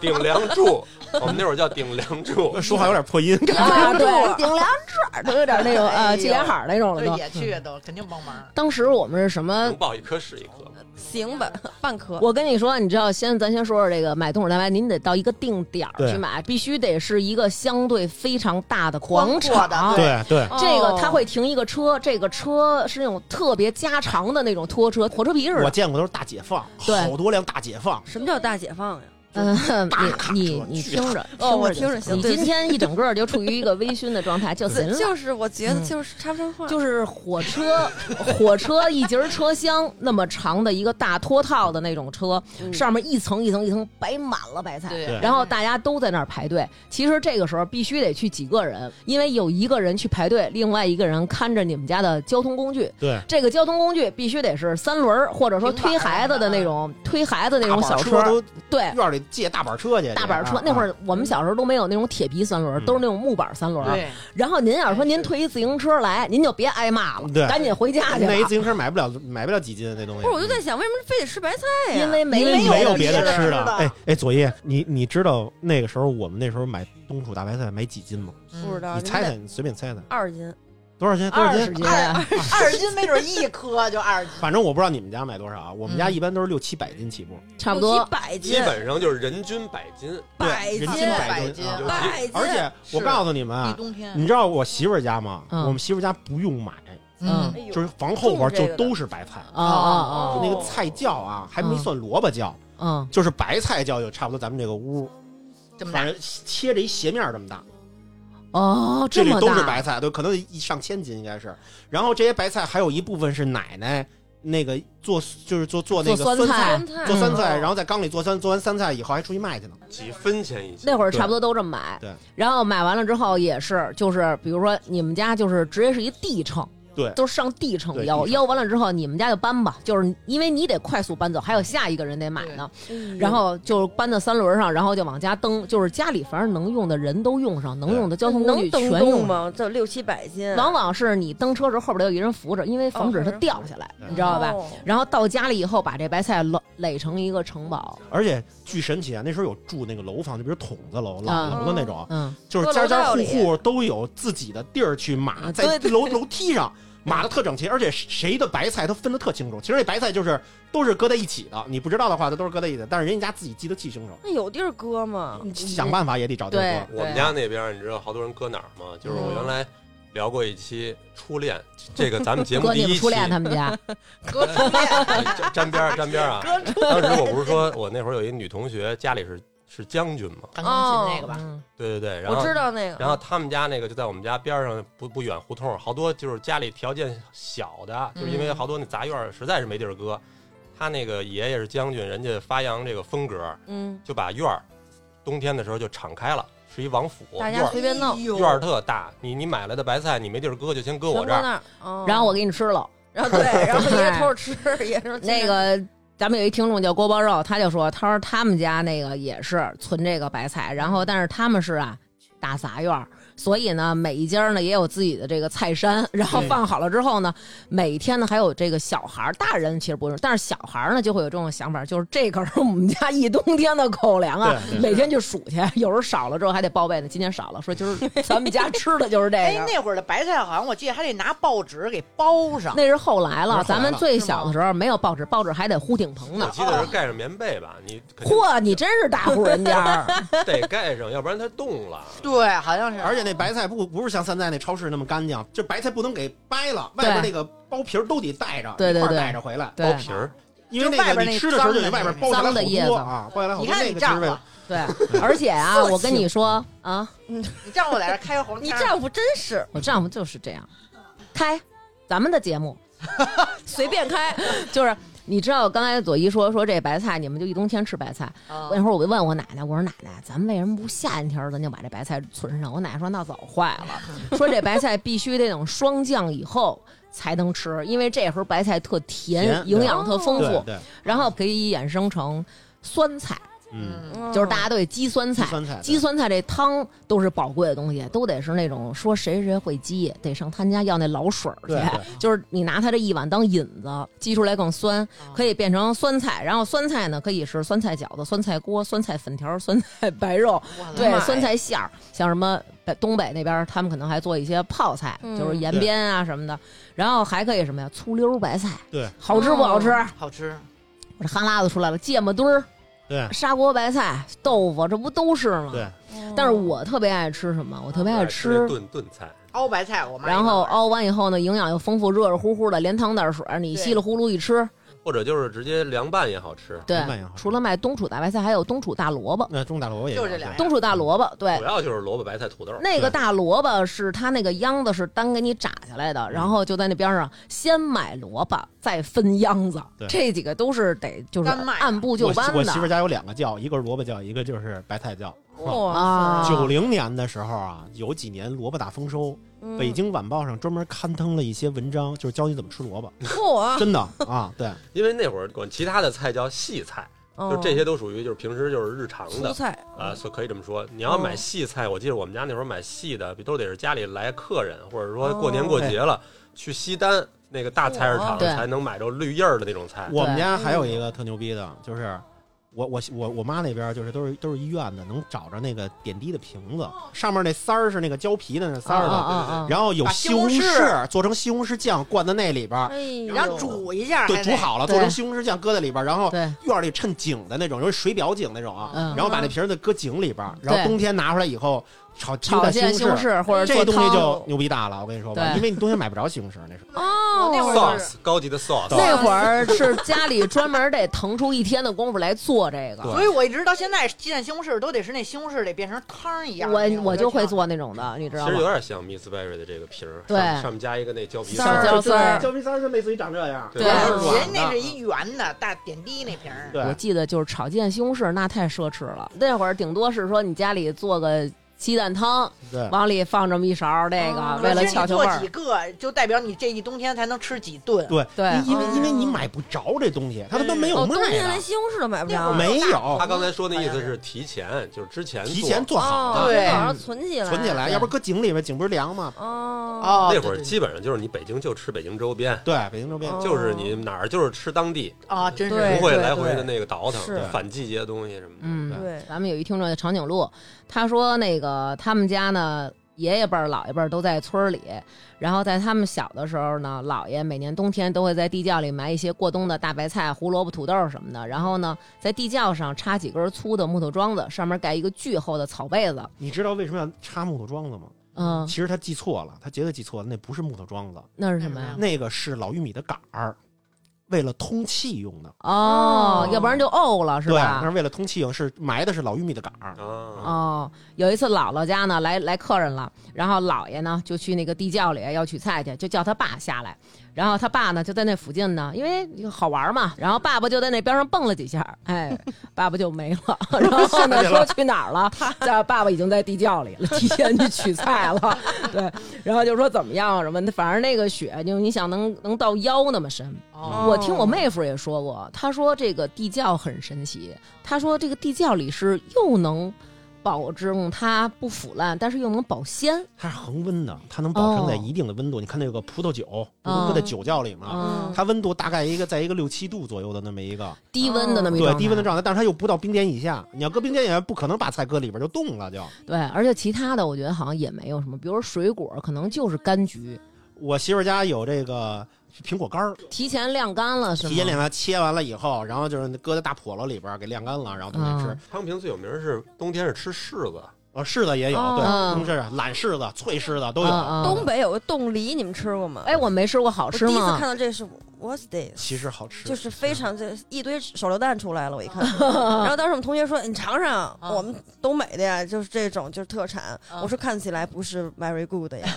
S3: 顶梁柱，我们那会儿叫顶梁柱，
S6: 说话有点破音。
S2: 啊，对，顶梁柱都有点那种
S4: 哎
S2: 呃
S4: 呦
S2: 鸡脸海儿那种了
S4: 这
S2: 都。
S4: 也去都肯定帮忙。
S2: 当时我们是什么
S3: 能？抱一颗是一颗。
S7: 行 吧，半颗，
S2: 我跟你说，你知道，先咱先说说这个买冬储蛋白，您得到一个定点儿
S6: 对
S2: 去买，必须得是一个相对非常大的
S4: 宽阔
S2: 广
S4: 的
S2: 场。
S4: 对
S6: 对对，
S2: 这个
S7: 哦
S2: 它会停一个车，这个车是那种特别加长的那种拖车，火车皮似
S6: 我
S2: 的。
S6: 见过都是大解放，
S2: 对
S6: 好多辆大解放。
S7: 什么叫大解放呀？
S2: 嗯，你你
S6: 车
S2: 你
S6: 巨
S2: 听着，
S7: 哦我
S2: 听
S7: 听着行
S2: 你
S7: 对
S2: 今天一整个就处于一个微醺的状态，就行了。 嗯
S7: 就是我觉得就是插不上 话，
S2: 就是火车，火车一节儿车厢那么长的一个大拖套的那种车，上面一层一层一层摆满了白菜，
S6: 嗯对
S2: 然后大家都在那儿排队。其实这个时候必须得去几个人，因为有一个人去排队，另外一个人看着你们家的交通工具。
S6: 对，
S2: 这个交通工具必须得是三轮儿，或者说
S4: 平板儿
S2: 推孩子的那种推孩子那种
S6: 大
S2: 小
S6: 板车都
S2: 对，
S6: 院里借大板车去，
S2: 大板车
S6: 啊。
S2: 那会儿我们小时候都没有那种铁皮三轮儿，
S6: 嗯
S2: 都是那种木板三轮儿。啊
S4: 对，
S2: 然后您要是说您推一自行车来，您就别挨骂了，
S6: 对
S2: 赶紧回家去吧
S6: 那一自行车买不了，买不了几斤那东西。
S7: 不是，我就在想为什么非得吃白菜呀？
S2: 因为没
S6: 因为
S2: 有
S6: 没有别
S4: 的
S6: 的
S4: 吃
S6: 吃
S4: 的
S6: 哎哎，左叶，你你知道那个时候我们那时候买冬储大白菜买几斤吗？
S4: 嗯
S7: 不知道，
S6: 你猜
S7: 你们
S6: 猜，你随便猜猜，
S7: 啊得二斤，
S6: 多少斤？多少
S2: 二十
S6: 斤？
S2: 斤，
S4: 二十斤没准一颗就二十斤。
S6: 反正我不知道你们家买多少啊，我们家
S4: 嗯
S6: 一般都是六七百斤起步，
S2: 差不
S7: 有
S2: 多
S7: 几。百斤
S3: 基，本上就是人均百斤，
S7: 百
S6: 人
S7: 斤
S6: 均
S4: 百
S6: 百
S4: 斤
S6: 斤啊。
S7: 百斤，
S6: 而且我
S4: 是
S6: 告诉你们啊
S4: 一，冬天，
S6: 你知道我媳妇儿家吗？
S2: 嗯
S6: 我们媳妇儿家不用买，
S2: 嗯
S7: 哎呦
S6: 就是房后边就都是白菜，
S2: 啊啊
S7: 哦
S6: 就那个菜窖啊，还没
S2: 嗯
S6: 算萝卜窖，
S2: 啊啊！
S6: 就是白菜窖就差不多咱们这个屋，
S4: 这哎么
S6: 反
S4: 大，
S6: 正切着一斜面这么大，
S2: 哦，
S6: 这里
S2: 么
S6: 都是
S2: 大
S6: 白菜，都可能一上千斤应该是。然后这些白菜还有一部分是奶奶那个做，就是做做那个
S2: 做酸
S6: 酸
S2: 菜
S7: 酸菜
S6: 做酸菜，
S7: 嗯
S6: 然后在缸里做酸，做完酸菜以后还出去卖去呢。
S3: 几分钱一斤。
S2: 那会儿差不多都这么买，
S6: 对对
S2: 然后买完了之后也是，就是比如说你们家就是直接是一地秤，
S6: 对
S2: 都上地秤
S6: 对
S2: 腰，
S6: 地秤
S2: 腰完了之后你们家就搬吧，就是因为你得快速搬走，还有下一个人得买呢，然
S7: 哎
S2: 后就搬到三轮上，然后就往家蹬，就是家里反正能用的人都用上，能用的交通工具
S7: 能蹬
S2: 全用
S7: 动
S2: 上。
S7: 吗？这六七百哦斤，
S2: 往往是你蹬车时候后边得有一人扶着，因为防止它
S7: 嗯哦
S2: 掉下来，
S6: 人扶着
S2: 你知道吧？
S7: 哦
S2: 然后到家里以后，把这白菜垒垒成一个城堡，
S6: 而且巨神奇啊！那时候有住那个楼房，就比如筒子楼、老
S2: 啊
S6: 楼的那
S7: 哦
S6: 种，
S2: 嗯，
S6: 就是家家户户都有自己的地儿去码，在楼楼梯上码的特整齐，而且谁的白菜它分的特清楚。其实那白菜就是都是搁在一起的，你不知道的话，它都是搁在一起的，但是人家自己记得记清楚，
S7: 那有地儿搁吗？
S6: 想办法也得找地儿
S2: 嗯对
S6: 搁。
S3: 我们家那边儿你知道好多人搁哪儿吗？
S2: 啊
S3: 就是
S2: 嗯
S3: 我原来聊过一期初恋，这个咱们节目
S2: 哥，
S3: 第
S2: 你
S3: 一
S2: 们
S3: 期
S2: 初恋他 们家，
S4: 搁出面，
S3: 哎 沾边儿沾边儿 啊！当时我不是说我那会儿有一女同学家里是是将军嘛？
S4: 弹
S7: 钢琴那个
S4: 哦
S7: 吧
S2: 嗯
S3: 对对对，然
S7: 我
S3: 后
S7: 知道那个，
S3: 然后他们家那个就在我们家边儿上不不远胡同儿，好多就是家里条件小的，就是因为好多那杂院儿实在是没地儿搁。他那个爷爷是将军，人家发扬这个风格，
S7: 嗯，
S3: 就把院儿冬天的时候就敞开了，是一王府
S7: 大
S3: 院
S7: 家
S3: 儿
S7: 随便弄，
S3: 院儿特大。你你买来的白菜，你没地儿搁，就先搁我
S7: 全
S3: 这
S7: 搁
S3: 儿。
S7: 那儿。哦
S2: 然后我给你吃了。
S7: 然 后对，然后一人偷着吃， 也是
S2: 那个咱们有一听众叫锅包肉，他就说，他说他们家那个也是存这个白菜，然后但是他们是啊大杂院儿。所以呢，每一家呢也有自己的这个菜山，然后放好了之后呢，每天呢还有这个小孩儿，大人其实不用，但是小孩儿呢就会有这种想法，就是这可是我们家一冬天的口粮啊，
S6: 对
S2: 每天就数去，有时候少了之后还得报备呢，今天少了，说今 儿咱们家吃的就是这
S4: 哎
S2: 个。，
S4: 那会儿的白菜好像我记得还得拿报纸给包上，
S2: 那是后来了，
S6: 那是后来
S2: 咱们
S6: 了
S2: 最小的时候没有报纸，报纸还得呼顶棚呢
S3: 我。记得是盖上棉被吧，你 肯定
S2: 嚯，你真是大户人家儿！
S3: 得盖上，要不然它冻了。
S4: 对，好像是，
S6: 而且那白菜不不是像现在那超市那么干净，就白菜不能给掰了，外边那个包皮儿都得带着，
S2: 对对
S6: 一块儿
S2: 对
S6: 带着回来，
S2: 对
S3: 包皮儿，
S6: 因为
S4: 就外
S6: 那个
S4: 边那
S6: 你吃的时候就得
S4: 脏的
S6: 外边
S4: 那
S6: 包下来
S2: 脏的叶
S6: 好
S2: 子
S6: 多啊，包下来好多
S4: 你看
S6: 那
S4: 你
S6: 个就是
S4: 丈
S6: 为了
S4: 夫，
S2: 对，而且 啊，
S7: 色
S2: 我跟你说啊，
S4: 你丈夫在这儿开个黄
S7: 你
S4: 腔儿，
S7: 丈夫真是
S2: 我丈夫就是这样，开咱们的节 目
S7: 随便开，
S2: 就是。你知道刚才左一说说这白菜，你们就一冬天吃白菜。
S4: 啊
S2: 我那会儿我就问我奶奶，我说奶奶，咱们为什么不夏天儿咱就把这白菜存上？我奶奶说那早坏了， 说这白菜必须得等霜降以后才能吃，因为这时候白菜特甜，
S6: 甜
S2: 营养特丰
S6: 对
S2: 富，
S6: 对，
S2: 然后可以衍生成酸菜，
S6: 嗯，
S2: 就是大家都得鸡酸
S6: 鸡
S2: 菜。
S6: 酸菜，啊
S2: 鸡酸菜这汤都是宝贵的东西，都得是那种说谁谁会鸡，得上他家要那老水儿去
S6: 对对。
S2: 就是你拿它这一碗当引子，鸡出来更酸，
S4: 嗯
S6: 啊
S2: 可以变成酸菜。然后酸菜呢，可以是酸菜饺子、酸菜锅、酸菜粉条、酸菜白
S6: 啊
S4: 嗯
S2: 肉，
S7: 妈
S2: 对
S7: 呀，
S2: 酸菜馅儿。像什么北东北那边儿，他们可能还做一些泡菜，
S7: 嗯
S2: 就是延边啊什么的。然后还可以什么呀？醋溜白菜，
S6: 对，哦
S2: 好吃不好吃？
S4: 好吃，
S2: 我这哈喇子出来了，芥末墩儿、
S6: 对
S2: 砂锅白菜、豆腐，这不都是吗？
S6: 对。
S7: 哦嗯
S2: 但是我特别爱吃什么？我特别爱
S3: 那
S2: 吃，
S3: 炖炖菜，
S4: 熬白菜，我妈
S2: 然后
S4: 也
S2: 熬完以后呢，营养又丰富，热热乎乎的，连汤带水儿，你
S4: 对
S2: 稀里呼噜一吃。
S3: 或者就是直接凉拌也好吃。
S2: 对
S6: 凉拌也好，吃
S2: 除了卖冬储大白菜，还有冬储大萝卜。
S6: 那中大萝卜也
S4: 就是
S6: 有
S4: 这俩
S6: 对
S2: 冬储大萝卜，对
S3: 主，要就是萝卜、白菜、土豆。
S2: 那个
S6: 对
S2: 大萝卜是它那个秧子是单给你炸下来的，然后就在那边上先买萝卜，再分秧子，
S6: 对
S2: 这几个都是得就是
S4: 单卖的
S2: 按部就班
S6: 我我
S2: 的
S6: 媳妇儿家有两个窖，一个是萝卜窖，一个就是白菜窖。
S2: 啊。
S6: 九零年的时候啊，有几年萝卜大丰收，
S7: 嗯
S6: 北京晚报上专门刊登了一些文章，就是教你怎么吃萝卜，
S7: 嚯，
S6: 真的啊，对，
S3: 因为那会儿管其他的菜叫细菜，就这些都属于就是平时就是日常
S7: 哦蔬
S3: 的
S7: 菜
S3: 啊，，所以可以这么说。你要买细菜，我记得我们家那会儿买细的，都得是家里来客人，或者说过年过节了去西单那个大菜市
S7: 哦
S3: 场
S2: 对
S3: 才能买着绿叶儿的那种菜。
S6: 我们家还有一个特牛逼的，就是我我我我妈那边就是都是都是医院的，能找着那个点滴的瓶子，上面那塞儿是那个胶皮的那塞
S2: 啊
S6: 儿
S2: 啊
S6: 的，
S2: 啊啊！
S6: 然后有
S4: 把
S6: 西
S4: 西红
S6: 红
S4: 柿
S6: 柿做成西红柿酱灌在那里边儿，
S7: 哎呦，
S4: 然后煮一下，
S6: 对，煮，好了做
S2: 对
S6: 成西红柿酱搁在里边儿，然后
S2: 对，
S6: 院儿里衬井的那种，就是水表井那种啊，
S2: 嗯
S6: 然后把那瓶子搁井里边儿，然后
S2: 对
S6: 冬天拿出来以后炒
S2: 炒
S6: 鸡
S2: 些
S6: 蛋
S2: 西
S6: 西
S2: 红
S6: 红柿，
S2: 柿或者
S6: 这
S2: 做
S6: 东西
S2: 汤
S6: 就牛逼大了，我跟你说吧，
S2: 对
S6: 因为你冬天买不着西红柿， 那是
S7: 哦，
S4: 那会儿就是
S3: sauce 高级的 sauce，
S2: 那会儿是家里专门得腾出一天的功夫来做这个。
S4: 所以我一直到现在鸡蛋西红柿都得是那西红柿得变成汤儿一样的那
S2: 我
S4: 种，
S2: 我就
S4: 就
S2: 会
S4: 挺
S2: 做那种的，你知
S3: 其
S2: 道
S3: 实有
S2: 吗？
S3: 点像 Miss Berry 的这个皮儿，
S2: 对
S3: 上上面加一个那胶皮
S7: 丝
S3: 丝
S7: 儿
S2: 胶丝儿
S6: 皮丝儿就类似于长这样
S3: 对
S2: 对
S6: 然后
S4: 好。
S6: 是
S4: 人
S6: 软
S4: 那是
S6: 的，
S4: 一圆的大点滴那瓶儿，
S2: 我
S6: 对，
S2: 记得就是炒鸡蛋西红柿，那太奢侈了。那会儿顶多是说你家里做个鸡蛋汤，
S6: 对，
S2: 往里放这么一勺这个，
S7: 哦
S2: 为了
S4: 其实
S2: 翘
S4: 你
S2: 翘味
S4: 做
S2: 儿
S4: 几。个，就代表你这一冬天才能吃几顿。
S6: 对
S2: 对嗯
S6: 因因为因为你
S7: 哦
S6: 买不着这东西，它他妈没有
S7: 哦，
S6: 卖
S7: 冬天连
S6: 的，
S7: 西红柿都买不着，
S6: 没有
S3: 他刚才说那意思
S4: 哎
S3: 是提前，就是之前
S6: 提前
S3: 做啊
S6: 做好
S7: 哦
S6: 的，
S4: 对
S7: 先早上存起来，
S6: 存起来，要不然搁井里面，井不是凉吗？
S7: 哦
S4: 哦，
S3: 那会儿
S4: 对对
S3: 基本上就是你北京就吃北京周边，
S6: 对，北京周边
S7: 哦
S3: 就是你哪儿就是吃当地，
S4: 对啊，真
S7: 对
S4: 是
S3: 不会来回的那个倒腾
S7: 是，
S3: 反季节的东西什么的。
S2: 嗯，
S7: 对
S2: 咱们有一听众叫长颈鹿，他说那个他们家呢，爷爷辈儿、姥爷辈儿都在村儿里，然后在他们小的时候呢，姥爷每年冬天都会在地窖里埋一些过冬的大白菜、胡萝卜、土豆什么的，然后呢，在地窖上插几根粗的木头桩子，上面盖一个巨厚的草被子。
S6: 你知道为什么要插木头桩子吗？
S2: 嗯
S6: 其，实他记错了，他绝对记错了，那不是木头桩子，
S2: 那是什么呀？
S6: 那个是老玉米的杆儿，为了通气用的，
S2: 哦，
S7: 哦
S2: 要不然就沤了是
S6: 对，
S2: 吧？
S6: 那是为了通气用，是埋的是老玉米的杆儿。
S3: 啊，
S2: 哦，有一次姥姥家呢来来客人了，然后姥爷呢就去那个地窖里要取菜去，就叫他爸下来，然后他爸呢就在那附近呢，因为好玩嘛，然后爸爸就在那边上蹦了几下，哎，爸爸就没了，然后呢说去哪儿了？ 叫爸爸已经在地窖里了，提前去取菜了，对，然后就说怎么样什么的，反正那个雪就你想能能到腰那么深，
S4: 哦
S2: 我听我妹夫也说过，他说这个地窖很神奇。他说这个地窖里是又能保证它不腐烂，但是又能保鲜。
S6: 它是恒温的，它能保证在
S2: 哦
S6: 一定的温度。你看那有个葡萄酒，不是搁在酒窖里吗？
S2: 嗯，
S6: 它温度大概一个在一个六七度左右的那么一个，
S2: 低温的那么一
S6: 对
S2: 种
S6: 低温的状态，但是它又不到冰点以下。你要搁冰点以下，不可能把菜搁里边就冻了就。
S2: 对，而且其他的我觉得好像也没有什么，比如说水果可能就是柑橘，
S6: 我媳妇儿家有这个苹果干儿，
S2: 提前晾干了是吗？
S6: 提前晾干，切完了以后，然后就是搁在大笸箩里边儿给晾干了，然后冬天吃
S2: 嗯。
S3: 昌平最有名是冬天是吃柿子，
S6: 呃，柿子也有，对，
S2: 哦
S6: 冬柿、啊懒柿子、脆柿子都
S2: 嗯
S6: 有。
S2: 嗯
S7: 东北有个冻梨，你们吃过吗？
S2: 哎，我没吃过，好
S7: 我
S2: 吃
S7: 第一次
S2: 吗
S7: 看？到这是 What's this？
S6: 其实好吃，
S7: 就是非常这一堆手榴弹出来了，我一 看，然后当时我们同学说你尝尝，
S2: 嗯
S4: 啊
S7: 我们东北的呀，就是这种就是特产。我说看起来不是 very good 呀，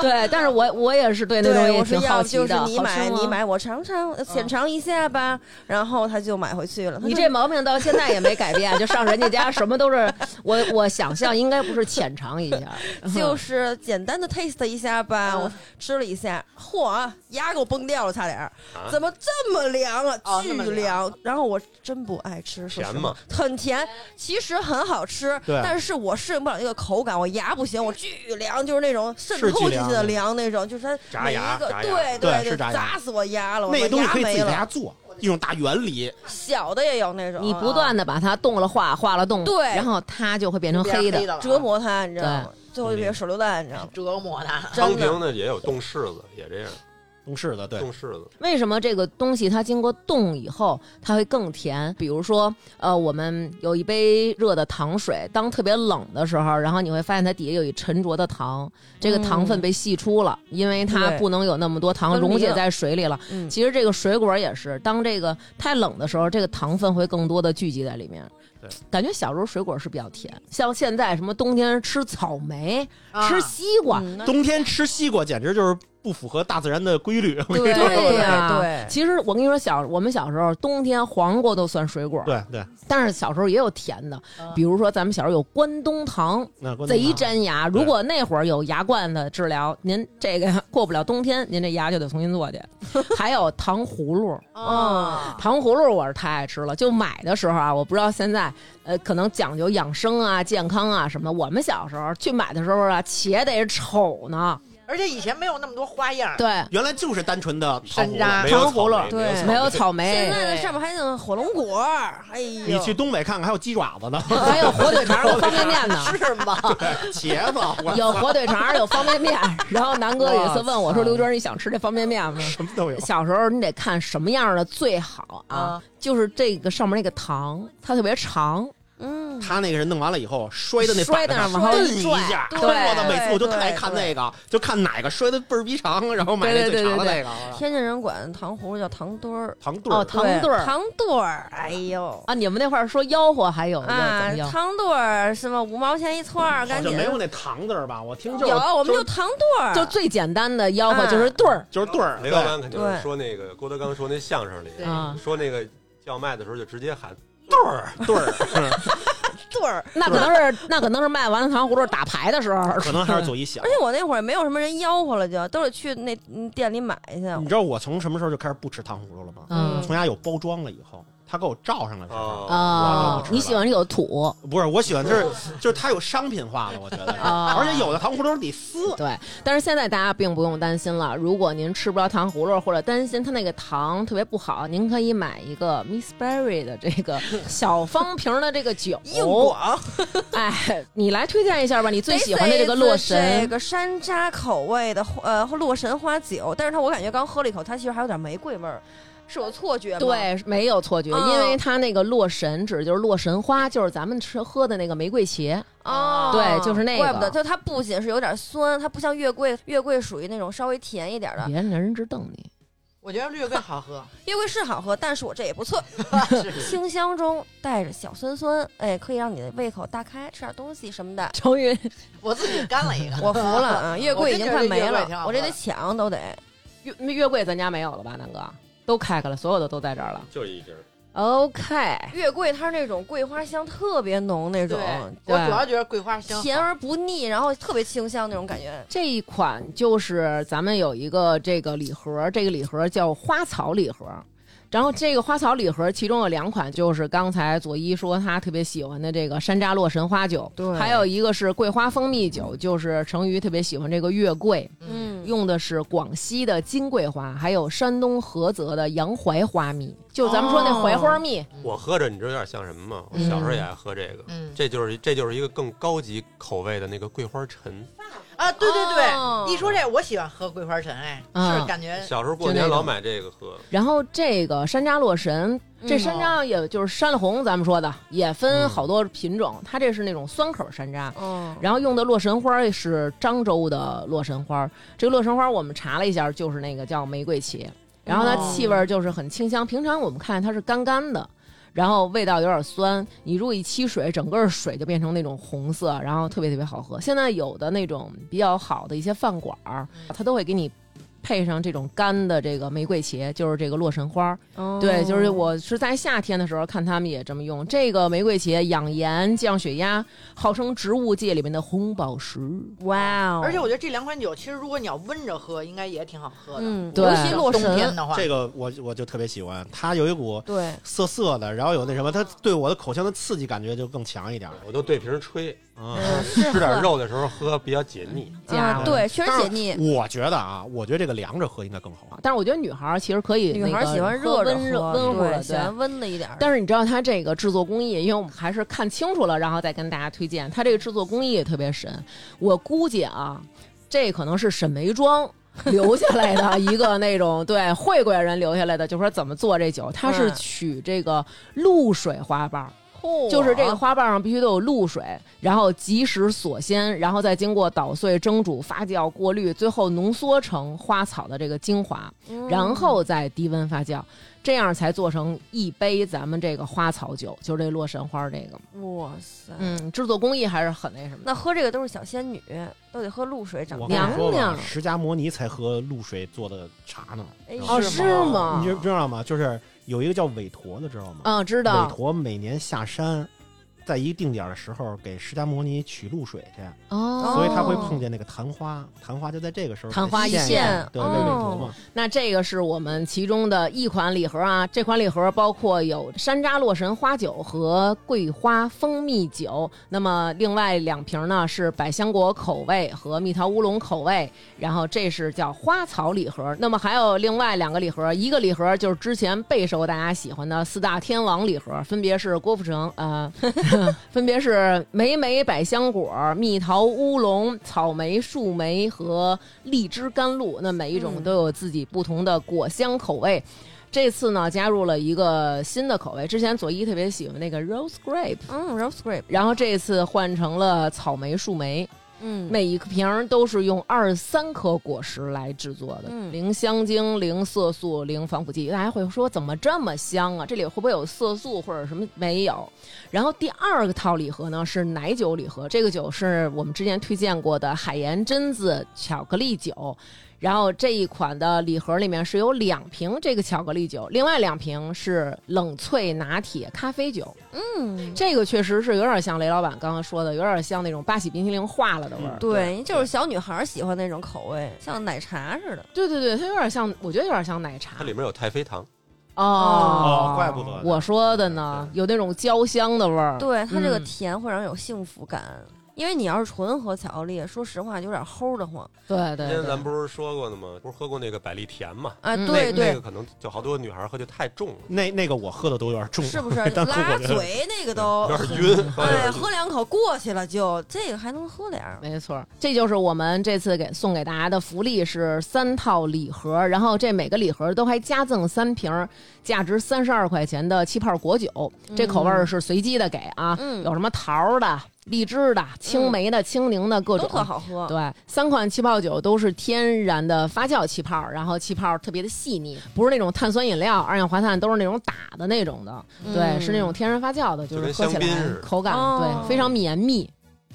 S2: 对，但是我我也是对 那东西
S7: 对，我
S2: 也
S7: 说
S2: 挺
S7: 要
S2: 好
S7: 不
S2: 奇
S7: 就
S2: 的。
S7: 是你
S2: 好
S7: 买
S2: 吃吗嗯
S7: 你，买我尝尝，呃浅尝一下吧。然后他就买回去了。他
S2: 你
S7: 说
S2: 这毛病到现在也没改变，就上人家家什么都是我我想象应该不是浅尝一下，
S6: 嗯
S7: 就是简单的 taste 一下吧，
S4: 嗯
S7: 我吃了一下，嚯，牙给我崩掉了，差点儿
S3: 啊，
S7: 怎么这么凉啊？
S4: 哦
S7: 巨
S4: 那么
S7: 凉！然后我真不爱吃，说
S3: 甜
S7: 实话
S3: 吗？
S7: 很甜，其实很好吃，
S6: 嗯对
S7: 但是我适应不了那个口感，我牙不行，我巨凉，就是那种渗透进去的
S6: 是巨
S7: 凉那种，就是它
S3: 炸
S7: 每一
S3: 牙
S7: 个
S3: 炸牙
S7: 对
S6: 对
S7: 对，
S6: 是炸牙
S7: 砸死我牙了，我
S6: 那个东西
S7: 牙
S6: 可以自
S7: 没
S6: 己在
S7: 了。
S6: 家做，一种大原理。
S7: 小的也有那种，啊
S2: 你不
S6: 啊
S2: 断的把它冻了化，化了冻，
S7: 对
S2: 然后它就会变成
S4: 变黑
S2: 黑的。
S4: 的了啊嗯
S7: 折磨它，你知道吗？最后就变成手榴弹，你知道吗？
S4: 折磨他。
S3: 昌
S7: 真的
S3: 平呢也有冻柿子，也这样
S6: 冻柿子，对，
S3: 冻柿子。
S2: 为什么这个东西它经过冻以后它会更甜？比如说，呃，我们有一杯热的糖水，当特别冷的时候，然后你会发现它底下有一沉着的糖，这个糖分被析出了，因为它
S7: 对
S2: 不能有那么多糖
S7: 分离
S2: 溶解
S7: 了
S2: 在水里了。
S7: 嗯
S2: 其实这个水果也是，当这个太冷的时候，这个糖分会更多的聚集在里面。
S6: 对，
S2: 感觉小时候水果是比较甜，像现在什么冬天吃草莓、
S4: 啊
S2: 吃西瓜，
S7: 嗯那
S6: 冬天吃西瓜简直就是不符合大自然的规律。我跟你
S7: 对
S6: 说
S2: 对呀、
S7: 对
S2: 其实我跟你说小，我们小时候冬天黄瓜都算水果，
S6: 对对，
S2: 但是小时候也有甜的，
S4: 嗯
S2: 比如说咱们小时候有关东糖，
S6: 那关键
S2: 贼
S6: 啊
S2: 粘牙。
S6: 对
S2: 如果那会儿有牙冠的治疗，您这个过不了冬天，您这牙就得重新做 去。还有糖葫芦，
S4: 啊，
S2: 糖葫芦我是太爱吃了，就买的时候啊，我不知道现在，呃，可能讲究养生啊、健康啊什么的。我们小时候去买的时候啊，且得瞅呢，
S4: 而且以前没有那么多花样，
S2: 对，
S6: 原来就是单纯的糖
S4: 山楂
S6: 啊葫芦
S3: 没有
S2: 糖葫
S3: 草
S2: 芦
S3: 莓，
S7: 对
S2: 没
S3: 没
S2: 有
S3: 有
S2: 草莓
S7: 现，在的上面还有火龙果儿，哎呦，
S6: 你去东北看看，还有鸡爪 子呢，
S2: 还有火腿肠、有方便面呢。
S4: 是吗？
S6: 茄 子，我
S2: 有火腿肠，有方便面。然后南哥有一次问我说：“刘娟，你想吃这方便面吗？”
S6: 什么都有。
S2: 小时候你得看什么样的最好啊
S4: 啊，
S2: 就是这个上面那个糖，它特别长，
S7: 嗯，
S6: 他那个人弄完了以后摔的那
S2: 摔
S6: 板
S2: 那儿
S6: 上
S2: 往后
S6: 蹬
S2: 一
S6: 一
S2: 拽
S6: 下，
S2: 对
S6: 我操！每次我就
S7: 对
S6: 特爱看那个，就看哪个摔的倍儿逼长，然后买那
S2: 对对
S6: 最
S2: 对
S6: 长的
S2: 对
S6: 那个我操
S7: 天津人管糖葫芦叫糖墩儿，
S6: 糖墩
S2: 哦，
S6: 儿。
S2: 糖对儿
S7: 糖墩儿，哎呦
S2: 啊。你们那块儿说吆喝还有要怎
S7: 啊
S2: 么，吆？
S7: 糖墩儿什么五毛钱一串儿，
S6: 好
S7: 赶
S6: 像
S7: 紧
S6: 没有那糖字儿吧？我听就
S7: 有
S6: 是，
S7: 我们
S6: 就
S7: 就是糖墩儿，
S2: 就最简单的吆喝就是对儿
S6: 就是对儿，
S3: 雷老
S6: 对，
S3: 板肯定是说那个郭德纲说那相声里
S2: 啊
S3: 说那个叫卖的时候就直接喊
S6: 对儿对儿，
S7: 对儿，
S2: 那可能是那可能是卖丸子糖葫芦打牌的时候，
S6: 可能还是左一想
S7: 而。且我那会儿也没有什么人吆喝了就，都是去那嗯店里买去。
S6: 你知道我从什么时候就开始不吃糖葫芦了吗？
S2: 嗯
S6: 从家有包装了以后，他给我罩上了之后，
S3: 哦，
S6: 我
S2: 啊
S6: 就不吃，了
S2: 你喜欢有土。
S6: 不是我喜欢，就是就是它有商品化了，我觉得，
S2: 啊
S6: 而且有的糖葫芦得 撕，
S2: 对，但是现在大家并不用担心了。如果您吃不着糖葫芦，或者担心它那个糖特别不好，您可以买一个 Miss Berry 的这 个小方瓶的这个酒。
S7: 硬广，
S2: 哎，你来推荐一下吧，你最喜欢的这个
S7: This is
S2: 洛神
S7: 这。个山楂口味的呃洛神花酒，但是它我感觉刚喝了一口，它其实还有点玫瑰味儿，是我错觉吗？，
S2: 对，没有错觉，
S7: 嗯
S2: 因为它那个洛神指的就是洛神花，就是咱们吃喝的那个玫瑰茄。
S7: 哦，
S2: 对就是那个
S7: 怪不得，就它不仅是有点酸，它不像月桂，月桂属于那种稍微甜一点的，
S2: 别人人直瞪你，
S4: 我觉得略桂好喝，
S7: 月桂是好喝，但是我这也不错，清香中带着小酸酸，哎，可以让你的胃口大开，吃点东西什么 的。
S2: 终 于
S4: 我自己干了一个，
S7: 我服了啊，月桂已经快没
S4: 我真觉得月桂挺好
S7: 了，
S4: 喝
S7: 我这得抢都得。
S2: 月月桂咱家没有了吧，南哥？都开开了，所有的都在这儿了。
S3: 就一瓶儿。
S2: OK，
S7: 月桂它是那种桂花香特别浓那种，
S4: 我主要觉得桂花香好，
S7: 甜而不腻，然后特别清香那种感觉。
S2: 这一款就是咱们有一个这个礼盒，这个礼盒叫花草礼盒。然后这个花草礼盒其中有两款，就是刚才佐伊说他特别喜欢的这个山楂洛神花酒，
S7: 对
S2: 还有一个是桂花蜂蜜酒，就是成瑜特别喜欢这个月桂，
S7: 嗯，
S2: 用的是广西的金桂花，还有山东菏泽的洋槐花蜜，就咱们说那槐
S7: 哦
S2: 花
S7: 嗯
S2: 蜜，
S3: 我喝着，你知道有点像什么吗？我小时候也爱喝这个，
S4: 嗯
S3: 这就是这就是一个更高级口味的那个桂花陈。
S4: 啊，对对
S2: 哦
S4: 对，一说这我喜欢喝桂花陈，哎，
S2: 嗯
S4: 是感觉
S3: 小时候过
S2: 就那
S3: 年
S2: 种
S3: 老买这个喝，
S2: 然后这个山楂洛神，这
S7: 嗯
S2: 山楂也就是山里红，咱们说的也分好多品种，它这是那种酸口山楂。
S7: 嗯，
S2: 然后用的洛神花是漳州的洛神花，这个洛神花我们查了一下，就是那个叫玫瑰茄，然后它
S7: 哦
S2: 气味就是很清香。平常我们看它是干干的，然后味道有点酸，你如果一沏水，整个水就变成那种红色，然后特别特别好喝。现在有的那种比较好的一些饭馆儿，它都会给你配上这种干的这个玫瑰茄，就是这个洛神花。
S7: 哦
S2: 对，就是我是在夏天的时候看他们也这么用。这个玫瑰茄养颜降血压，号称植物界里面的红宝石。
S7: 哇哦，
S4: 而且我觉得这两款酒，其实如果你要温着喝，应该也挺好喝的。
S7: 嗯，
S2: 对
S7: 尤其洛
S4: 冬天
S7: 神，
S4: 的话，
S6: 这个我我就特别喜欢，它有一股
S7: 对，
S6: 涩涩的，然后有那什么，它对我的口腔的刺激感觉就更强一点儿。
S3: 我都对瓶儿吹，
S6: 嗯，
S7: 嗯
S3: 吃点肉的时候喝啊比较解腻。
S2: 家
S7: 啊，
S2: 伙
S7: 对，确实解腻。
S6: 我觉得啊，我觉得这个凉着喝应该更好喝。
S2: 但是我觉得女孩儿其实可以那个
S7: 女
S2: 喝，
S7: 孩喜欢热着
S2: 温热温乎
S7: 对
S2: 的，
S7: 喜
S2: 对。
S7: 欢温的一点儿。
S2: 但是你知道它这个制作工艺，因为我们还是看清楚了，然后再跟大家推荐。它这个制作工艺也特别神，我估计啊，这可能是沈 眉庄留下来的一个那种对惠贵人留下来的，就说怎么做这酒，它是
S7: 嗯
S2: 取这个露水花瓣儿。就是这个花瓣上必须都有露水，然后及时锁鲜，然后再经过捣碎、蒸煮、发酵、过滤，最后浓缩成花草的这个精华，
S7: 嗯，
S2: 然后再低温发酵，这样才做成一杯咱们这个花草酒，就是这洛神花这个。
S7: 哇塞，
S2: 嗯，制作工艺还是很那什么的。
S7: 那喝这个都是小仙女，都得喝露水长
S6: 我
S7: 大。
S6: 跟你说
S2: 娘
S6: 吧，
S2: 娘
S6: 释迦摩尼才喝露水做的茶呢，
S7: 哎
S2: 哦，
S7: 是
S2: 是吗？
S6: 你知知道吗？就是有一个叫韦陀的，知道吗？
S2: 嗯，知
S6: 韦
S2: 道
S6: 陀每年下山，在一定点儿的时候给释迦摩尼取露水去，
S2: 哦
S6: 所以他会碰见那个昙花，昙花就在这个时候
S2: 昙花
S6: 给
S2: 一
S6: 现
S2: 现
S6: 上对，
S7: 哦
S6: 为韦陀嘛。
S2: 那这个是我们其中的一款礼盒啊，这款礼盒包括有山楂洛神花酒和桂花蜂蜜酒，那么另外两瓶呢是百香果口味和蜜桃乌龙口味，然后这是叫花草礼盒，那么还有另外两个礼盒，一个礼盒就是之前备受大家喜欢的四大天王礼盒，分别是郭富城啊、呃 分别是莓莓百香果、蜜桃乌龙、草莓、树莓和荔枝甘露，那每一种
S7: 嗯
S2: 都有自己不同的果香口味。这次呢，加入了一个新的口味，之前佐伊特别喜欢那个 rose grape，
S7: 嗯，rose grape，
S2: 然后这次换成了草莓、树莓，
S7: 嗯，
S2: 每一瓶儿都是用二十三颗果实来制作的，
S7: 嗯
S2: 零香精、零色素、零防腐剂。大家会说怎么这么香啊？这里会不会有色素或者什么？没有。然后第二个套礼盒呢是奶酒礼盒，这个酒是我们之前推荐过的海盐榛子巧克力酒。然后这一款的礼盒里面是有两瓶这个巧克力酒，另外两瓶是冷萃拿铁咖啡酒。
S7: 嗯，
S2: 这个确实是有点像雷老板刚刚说的，有点像那种八喜冰淇淋化了的味儿。
S7: 对，就是小女孩喜欢那种口味，像奶茶似的。
S2: 对对对，它有点像，我觉得有点像奶茶。
S3: 它里面有太妃糖，
S2: 哦
S6: 哦怪不得
S2: 我说的呢，有那种焦香的味儿。
S7: 对，它这个
S2: 嗯
S7: 甜会让人有幸福感，因为你要是纯喝巧克力，说实话有点齁的慌。
S2: 对
S3: 之
S2: 对
S3: 前咱
S2: 对，
S3: 不是说过的吗？不是喝过那个百利甜嘛？
S7: 啊，
S2: 嗯
S7: 对
S3: 那
S7: 对
S3: 那个，可能就好多女孩喝就太重了，
S6: 那那个我喝的都有点重，啊
S7: 是不是
S6: 但喝
S7: 拉
S6: 我觉得
S7: 嘴那个都
S3: 有？点晕，喝
S7: 哎，
S3: 点
S7: 喝两口过去了就，这个还能喝点儿。
S2: 没错，这就是我们这次给送给大家的福利是三套礼盒，然后这每个礼盒都还加赠三瓶儿价值三十二块钱的气泡果酒，这口味儿是随机的给啊，
S7: 嗯
S2: 有什么桃儿的、荔枝的、青梅的、青柠的各
S7: 都
S2: 种，
S7: 特好喝。
S2: 对，三款气泡酒都是天然的发酵气泡，然后气泡特别的细腻，不是那种碳酸饮料、二氧化碳，都是那种打的那种的，
S7: 嗯
S2: 对，是那种天然发酵的，
S3: 就是跟
S2: 喝起
S3: 香槟
S2: 来
S3: 似的
S2: 口感、
S7: 哦
S2: 对非常绵密，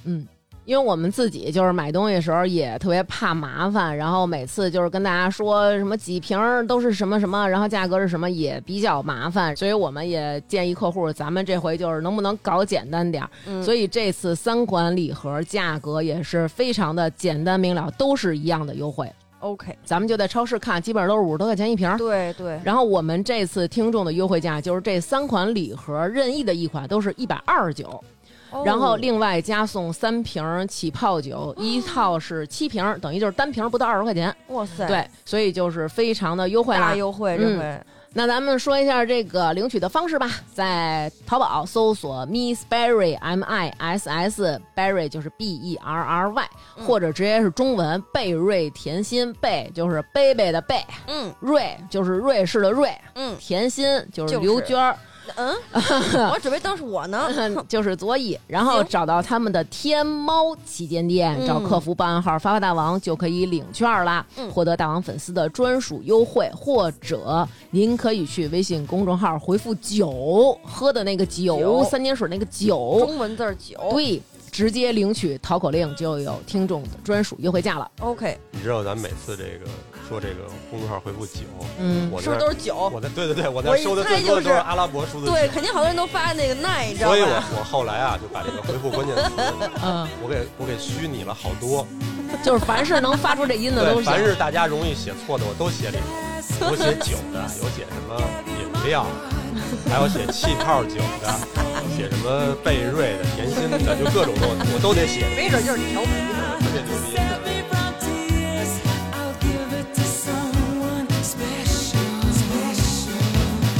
S2: 嗯。因为我们自己就是买东西的时候也特别怕麻烦，然后每次就是跟大家说什么几瓶儿都是什么什么，然后价格是什么也比较麻烦，所以我们也建议客户，咱们这回就是能不能搞简单点儿，
S7: 嗯
S2: 所以这次三款礼盒价格也是非常的简单明了，都是一样的优惠。
S7: OK，
S2: 咱们就在超市看，基本上都是五十多块钱一瓶儿。
S7: 对对，
S2: 然后我们这次听众的优惠价就是这三款礼盒任意的一款都是一百二十九，
S7: 哦
S2: 然后另外加送三瓶起泡酒，一套是七瓶，等于就是单瓶不到二十块钱。
S7: 哦哇塞，，
S2: 对，所以就是非常的优惠啦
S7: 大。优惠这
S2: 嗯
S7: 回。
S2: 那咱们说一下这个领取的方式吧，在淘宝搜索 Miss Berry M I S S Berry 就是 B E R R Y，、
S7: 嗯
S2: 或者直接是中文贝瑞甜心，贝就是贝贝的贝，
S7: 嗯
S2: 瑞就是瑞士的瑞，
S7: 嗯
S2: 甜心就是
S7: 就是
S2: 刘娟儿。
S7: 嗯， 我准备当是我呢。
S2: 嗯就是佐伊，然后
S7: 行
S2: 找到他们的天猫旗舰店，
S7: 嗯
S2: 找客服报暗号“发发大王”就可以领券啦，
S7: 嗯
S2: 获得大王粉丝的专属优惠，或者您可以去微信公众号回复“酒”，喝的那个酒
S7: 酒，
S2: 三点水那个酒，
S7: 中文字儿酒
S2: 哦对，直接领取淘口令就有听众的专属优惠价了。
S7: ，OK，
S3: 你知道咱每次这个说这个公众号回复酒，
S2: 嗯，
S3: 我
S7: 是不是
S3: 那
S7: 都是酒？
S3: 我那对对对，我
S7: 我
S3: 那
S7: 一
S3: 收的
S7: 猜
S3: 最多
S7: 就
S3: 的
S7: 是
S3: 都是阿拉伯数字
S7: 对，
S3: 九
S7: 肯定好多人都发那个奈，你知道
S3: 所以我
S7: 吧？
S3: 我后来啊就把这个回复关键词，
S2: 嗯，
S3: 我给我给虚拟了好多，
S2: 就是凡是能发出这音的都
S3: 对，
S2: 行
S3: 凡。是大家容易写错的我都写里头，有写酒的，有写什么饮料，还有写气泡酒的，写什么贝瑞的、甜心的，就各种的我我都得写，
S4: 没准就是调皮呢。
S3: 特别牛逼。
S8: Save me from tears. I'll give it to someone special.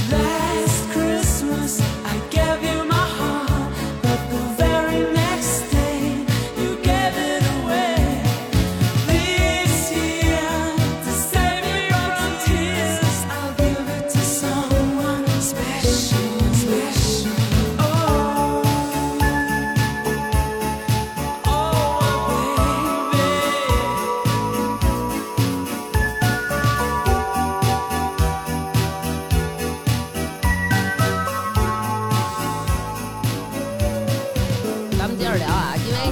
S8: Last Christmas I gave you my heart, but the very next day you gave it away. This year to save me from tears, I'll give it to someone special. Special. Oh. Oh, baby.
S2: 咱们接着聊啊，因为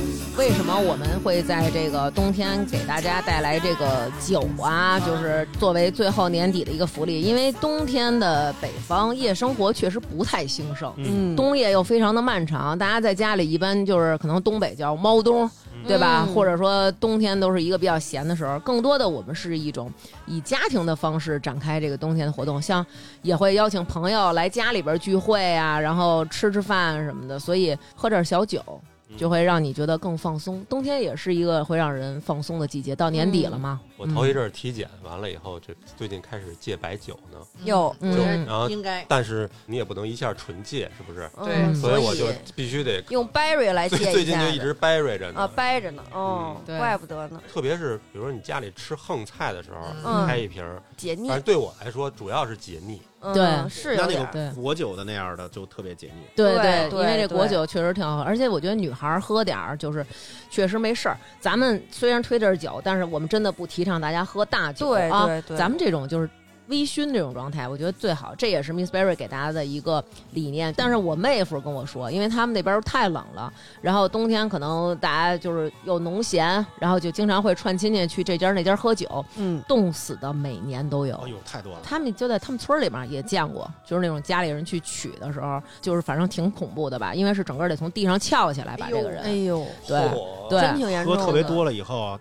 S2: 为什么我们会在这个冬天给大家带来这个酒啊，就是作为最后年底的一个福利？因为冬天的北方夜生活确实不太兴盛，
S7: 嗯
S2: 冬夜又非常的漫长，大家在家里一般就是可能东北叫猫冬，对吧？
S7: 嗯
S2: 或者说冬天都是一个比较闲的时候，更多的我们是一种以家庭的方式展开这个冬天的活动，像也会邀请朋友来家里边聚会啊，然后吃吃饭什么的，所以喝点小酒。
S7: 嗯
S2: 就会让你觉得更放松。冬天也是一个会让人放松的季节，到年底了嘛。
S7: 嗯
S3: 我头一阵儿体检完了以后，这最近开始戒白酒呢，
S7: 有，
S4: 我觉
S2: 嗯
S4: 得
S3: 然后
S4: 应该
S3: 但是你也不能一下纯戒，是不是？
S7: 嗯
S2: 对
S3: 所以我就必须得
S7: 用 Berry 来
S3: 最
S7: 借
S3: 最
S7: 一
S3: 近
S7: 下
S3: 就一直掰锐着
S7: 啊
S3: 呢。
S7: 掰着呢，哦，
S2: 嗯对
S7: 怪不得呢，
S3: 特别是比如说你家里吃横菜的时候，
S7: 嗯
S3: 开一瓶儿，
S7: 解腻
S3: 反，正对我来说主要是解腻。
S7: 嗯
S2: 对
S7: 是
S6: 那
S7: 有
S6: 那
S7: 点
S6: 种
S7: 儿，
S2: 对
S6: 果酒的那样的就特别解腻。
S2: 对
S7: 对
S2: 因为
S7: 对
S2: 这果酒确实挺好喝，而且我觉得女孩儿喝点儿就是确实没事儿。咱们虽然推这是酒，但是我们真的不提倡大家喝大酒
S7: 对
S2: 啊。
S7: 对对
S2: 咱们这种就是微醺这种状态，我觉得最好。这也是 Miss Berry 给大家的一个理念。但是我妹夫跟我说，因为他们那边太冷了，然后冬天可能大家就是又农闲，然后就经常会串亲戚去这家那家喝酒，
S7: 嗯，
S2: 冻死的每年都有。
S6: 哎呦，太多了。
S2: 他们就在他们村儿里面也见过，就是那种家里人去取的时候，就是反正挺恐怖的吧，因为是整个得从地上翘起来把这个人，
S7: 哎呦，
S2: 对
S3: 嚯
S2: 对
S7: 真挺严重
S6: 喝
S7: 的，
S6: 特别多了以后，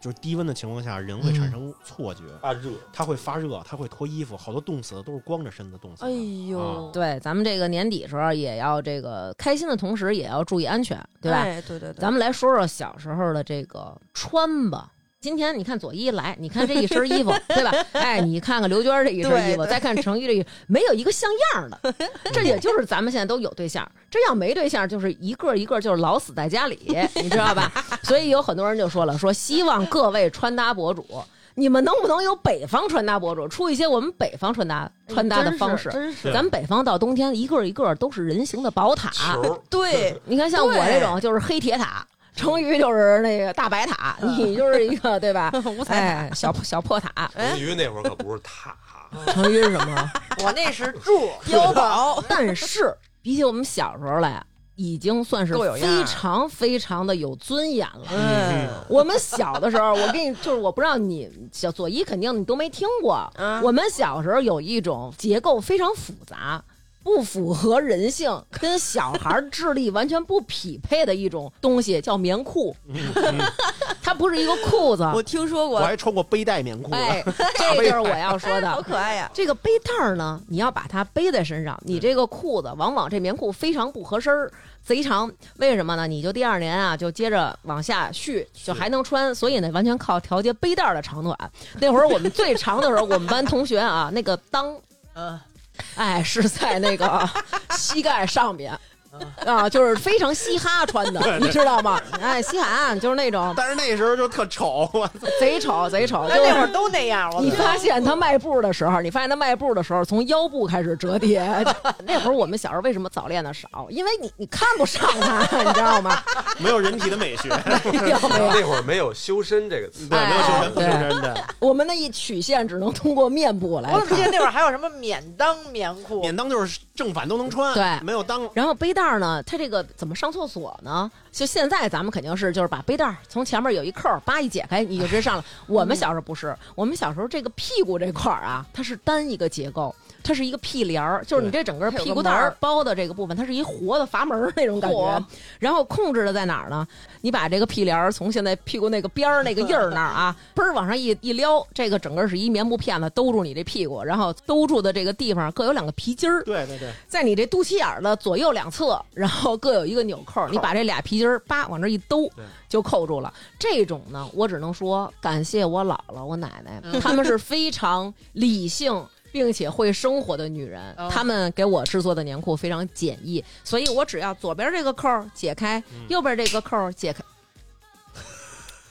S6: 就是低温的情况下，人会产生错觉，
S3: 发热，
S6: 它会发热，它会脱衣服，好多冻死的都是光着身子冻死的。
S7: 哎呦，
S2: 对，咱们这个年底时候也要这个开心的同时，也要注意安全，对吧？
S7: 哎对对对，
S2: 咱们来说说小时候的这个穿吧。今天你看左一来，你看这一身衣服，对吧？哎，你看看刘娟这一身衣服，
S7: 对对
S2: 再看程昱这一，没有一个像样儿的。这也就是咱们现在都有对象，这要没对象，就是一个一个就是老死在家里，你知道吧？所以有很多人就说了，说希望各位穿搭博主，你们能不能有北方穿搭博主出一些我们北方穿搭穿搭的方式？
S7: 哎真是
S3: 对
S2: 咱们北方到冬天，一个一个都是人形的宝塔，
S6: 啊
S3: 球
S7: 对，
S2: 你看，像我
S7: 对
S2: 这种就是黑铁塔，成瑜就是那个大白塔，
S7: 嗯
S2: 你就是一个对 吧？
S7: 五彩
S2: 哎，小破小破 塔，
S7: 哎
S6: 嗯
S3: 成瑜那会儿可不是塔，
S2: 成瑜是什么？
S4: 我那是柱，
S7: 碉堡，
S2: 但是比起我们小时候来，已经算是
S7: 都有样儿
S2: 非常非常的有尊严了。
S7: 嗯，
S2: 我们小的时候，我跟你就是我不知道你小左一肯定你都没听过。
S7: 嗯
S2: 我们小时候有一种结构非常复杂、不符合人性、跟小孩儿智力完全不匹配的一种东西，叫棉裤。 它不是一个裤子，
S7: 我听说
S6: 我
S7: 过，
S6: 还穿过背带棉裤呢。
S2: 哎，这就是我要说
S7: 好
S2: 的。
S7: 可爱呀，
S2: 这个背带儿呢，你要把它背在身上。你这个裤子，往往这棉裤非常不合身儿，贼长。为什么呢？你就第二年啊，就接着往下续，就还能穿。所以呢，完全靠调节背带儿的长短。那会儿我们最长的时候，我们班同学啊，那个裆，
S4: 嗯，
S2: 哎，是在 那个膝盖上边。啊，就是非常嘻哈穿的，你知道吗？哎，西海岸就是那种
S6: 但是那时候就特丑， 我操
S2: 贼丑贼丑，
S4: 那
S2: 就是
S4: 那会儿都那样，我
S2: 你
S4: 觉得
S2: 发现他迈步的时候， 你发现他迈步的时候，从腰部开始 折叠。那会儿我们小时候为什么早恋的少？因为你你看不上他，你知 道吗？
S6: 没有人体的美学，
S2: 没有没有，
S3: 那会儿没有修身这个词，
S6: 对，没有修身不修
S2: 对
S6: 身的。
S2: 我们那一曲线只能通过面部来
S4: 我怎么记
S2: 看。
S4: 得那会儿还有什么免裆棉裤？
S6: 免裆就是正反都能穿，
S2: 对
S6: 没有裆
S2: 然后背带儿呢，它这个怎么上厕所呢？就现在咱们肯定是就是把背带儿从前面有一扣儿，叭一解开你就直接上了。我
S7: 嗯
S2: 们小时候不是，我们小时候这个屁股这块儿啊，它是单一个结构，它是一个屁帘儿，就是你这整个
S7: 它有个
S2: 屁股蛋
S7: 门
S2: 儿
S7: 儿
S2: 包的这个部分，它是一活的阀门儿那种感觉
S7: 嚯。
S2: 然后控制的在哪儿呢？你把这个屁帘儿从现在屁股那个边儿那个印儿那儿啊， 嘣儿往上一一撩，这个整个是一棉布片子兜住你这屁股，然后兜住的这个地方各有两个皮筋儿。
S6: 对对对，
S2: 在你这肚脐眼儿的左右两侧，然后各有一个纽扣，你把这俩皮筋儿叭往这一兜
S6: 对，
S2: 就扣住了。这种呢，我只能说感谢我姥姥、我奶奶，她们是非常理性。并且会生活的女人，
S4: 哦
S2: 她们给我制作的棉裤非常简易，所以我只要左边这个扣儿解开，右边这个扣儿解开，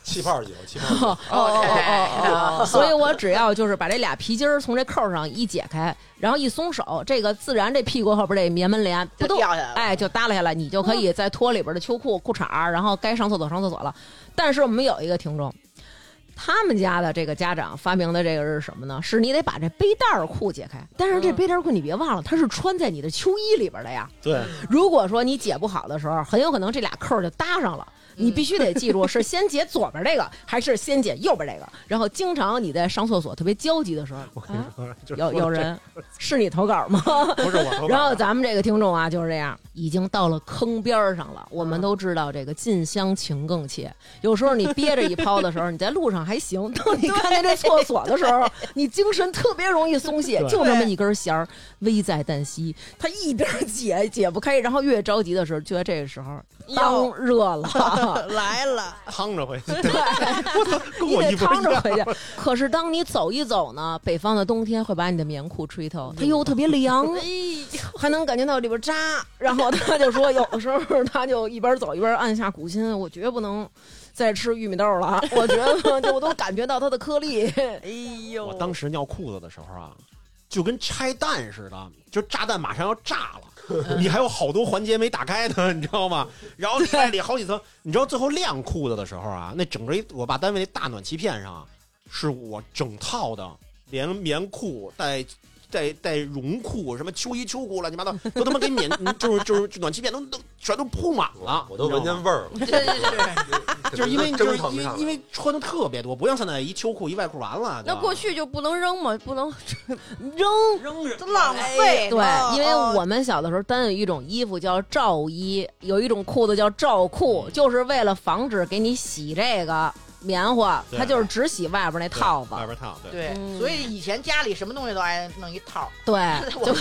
S3: 气泡酒，气泡酒，
S2: 哦
S4: 啊
S2: 哦哦！所以我只要就是把这俩皮筋儿从这扣儿上一解开，然后一松手，这个自然这屁股后边这棉门帘不
S4: 就
S2: 动，
S4: 掉下来了
S2: 哎，就耷拉下来，你就可以再脱里边的秋裤、裤衩儿，然后该上厕所上厕所了。但是我们有一个听众，他们家的这个家长发明的这个是什么呢？是你得把这背带儿裤解开，但是这背带儿裤你别忘了，它是穿在你的秋衣里边的呀。
S6: 对，
S2: 如果说你解不好的时候，很有可能这俩扣儿就搭上了。你必须得记住，是先解左边这个，还是先解右边这个。然后经常你在上厕所特别焦急的时候，啊、
S6: 就是
S2: 有有人是你投稿吗？
S6: 不是我头发，
S2: 然后咱们这个听众啊，就是这样，已经到了坑边儿上了。我
S6: 嗯
S2: 们都知道这个近乡情更怯，有时候你憋着一泡的时候，你在路上还行，等你看见这厕所的时候，你精神特别容易松懈，
S6: 对
S2: 就那么一根弦儿，危在旦夕。他一边儿解解不开，然后越着急的时候，就在这个时候，当
S7: 哟
S2: 热了。
S7: 来了，
S6: 趟着回去，跟
S2: 你
S6: 我
S2: 得
S6: 一模
S2: 趟
S6: 一
S2: 着
S6: 样。
S2: 回去。可是当你走一走呢，北方的冬天会把你的棉裤吹透，它又特别凉，还能感觉到里边扎。然后他就说，有的时候他就一边走一边按下鼓心，我绝不能再吃玉米豆了，我觉得就我都感觉到它的颗粒。
S7: 哎呦，
S6: 我当时尿裤子的时候啊，就跟拆弹似的，就炸弹马上要炸了，
S7: 嗯
S6: 你还有好多环节没打开呢， 你知道吗？然后里外里好几层，你知道最后晾裤子的时候啊，那整个一我把单位那大暖气片上啊，是我整套的连棉裤带。带带绒裤，什么秋衣秋裤，乱七八糟，都他妈给棉， 就是就是暖气片都都全都铺满了，
S3: 我都闻
S6: 你知道吗
S3: 见味儿了，
S6: 对对对对， 就是因为就
S3: 蒸
S6: 是
S3: 腾
S6: 因
S3: 上
S6: 为
S3: 了
S6: 因为穿的特别多，不像现在一秋裤一外裤完了。对
S7: 那
S6: 吧
S7: 过去就不能扔嘛，不能
S2: 扔。
S7: 扔着
S4: 都浪费。
S2: 对，因为
S4: 哦
S2: 我们小的时候单有一种衣服叫罩衣，有一种裤子叫罩裤，就是为了防止给你洗这个棉花，
S6: 对
S2: 它就是只洗外边那
S6: 对
S2: 套子
S6: 外。边套，对，
S4: 对
S7: 嗯，
S4: 所以以前家里什么东西都爱弄一套。
S2: 对，
S4: 我
S2: 就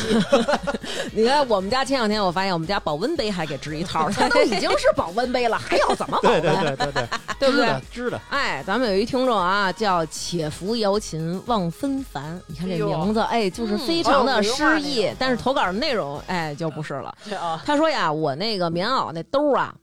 S2: 你看我们家前两天我发现我们家保温杯还给织一套，它 都已经是保温杯了，还要怎么保
S6: 对
S2: 温？
S6: 对对对对，
S2: 对不
S6: 知
S2: 对
S6: 道知道，
S2: 哎，咱们有一听众啊，叫且扶瑶琴望纷繁，你看这
S4: 哎呦
S2: 名字，哎，就是非常的诗意，但是投稿内容，哎，就不是了。
S4: 对啊，
S2: 他说呀，我那个棉袄那兜啊，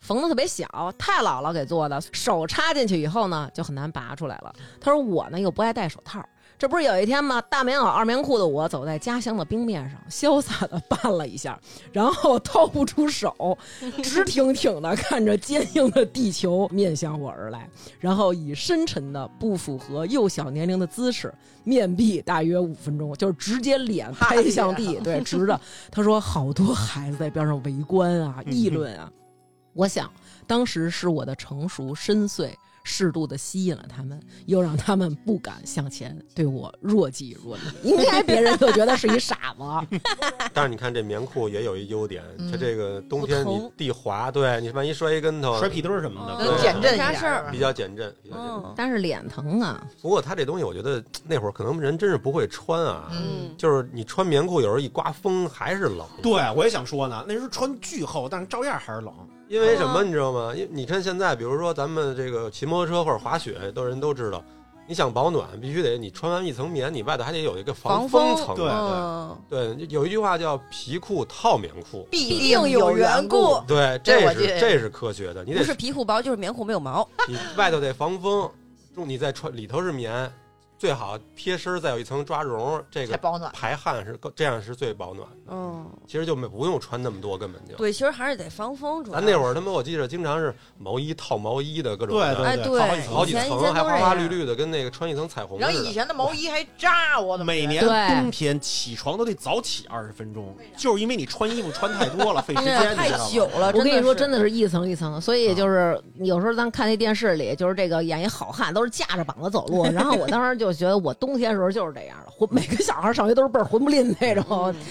S2: 缝的特别小，太姥姥给做的，手插进去以后呢，就很难拔出来了。他说我呢又不爱戴手套。这不是有一天吗？大棉袄二棉裤的我走在家乡的冰面上，潇洒的绊了一下，然后掏不出手，直挺挺的看着坚硬的地球面向我而来，然后以深沉的不符合幼小年龄的姿势面壁大约五分钟，就是直接脸拍向地，对，直着。他说好多孩子在边上围观啊、议论啊。我想，当时是我的成熟深邃。适度的吸引了他们，又让他们不敢向前，对我若即若离。 应该别人就觉得是一傻子，
S3: 但是你看这棉裤也有一优点，
S4: 嗯
S3: 它这个冬天
S7: 不
S3: 你
S7: 疼
S3: 地滑，对你万一摔一跟头，
S6: 摔屁墩儿什么的，
S7: 嗯
S6: 对
S4: 能减震一
S7: 啥
S4: 下
S7: 事儿
S4: 是吧
S3: 比较减震，比较减
S6: 哦
S3: 震。
S7: 嗯
S2: 但是脸疼啊。
S3: 不过它这东西，我觉得那会儿可能人真是不会穿啊，
S4: 嗯，
S3: 就是你穿棉裤有时候一刮风还是冷，
S6: 对，我也想说呢，那时候穿巨厚，但是照样还是冷。
S3: 因为什么你知道吗？因为哦你看现在，比如说咱们这个骑摩托车或者滑雪，都人都知道，你想保暖必须得你穿完一层棉，你外头还得有一个
S7: 防
S3: 风
S7: 风
S3: 层。
S6: 对
S7: 嗯，
S3: 对有一句话叫皮裤套棉 裤，
S4: 必
S7: 定有
S4: 有
S7: 缘故
S4: 故。
S3: 对，
S4: 这
S3: 这
S4: 我
S3: 是
S4: 记得
S3: 这是科学的，你
S7: 不
S3: 得
S7: 是皮裤薄就是棉裤没有毛，
S3: 你外头得防风，中你再穿里头是棉，最好贴身儿再有一层抓绒，这
S4: 才
S3: 个
S4: 保暖。
S3: 排汗是更这样是最保暖的。
S7: 嗯，
S3: 其实就没不用穿那么多，根本就。
S7: 对，其实还是得防风。主要
S3: 咱那会儿他妈我记着经常是毛衣套毛衣的各种
S6: 对
S3: 的，
S6: 对
S7: 哎
S6: 好几
S7: 对，
S3: 好
S7: 以前
S3: 几层
S7: 以前
S3: 还
S7: 都这
S3: 花花
S7: 样
S3: 绿绿的，跟那个穿一层彩虹
S4: 然后
S3: 似
S4: 以
S3: 的。
S4: 前的毛衣还扎，我怎么
S6: 每
S4: 觉得
S6: 年
S2: 对
S6: 冬天起床都得早起二十分钟，就是因为你穿衣服穿太多了，费时
S7: 对
S6: 间，
S7: 哎太
S6: 你知道吗
S7: 久了，
S2: 我跟你说，
S7: 是
S2: 真的是啊一层一层，所以就是有时候咱看那电视里，就是这个演一好汉都是架着膀子走路，然后我当时就觉得我冬天时候就是这样的， 浑每个小孩上学都是倍儿混不吝那种，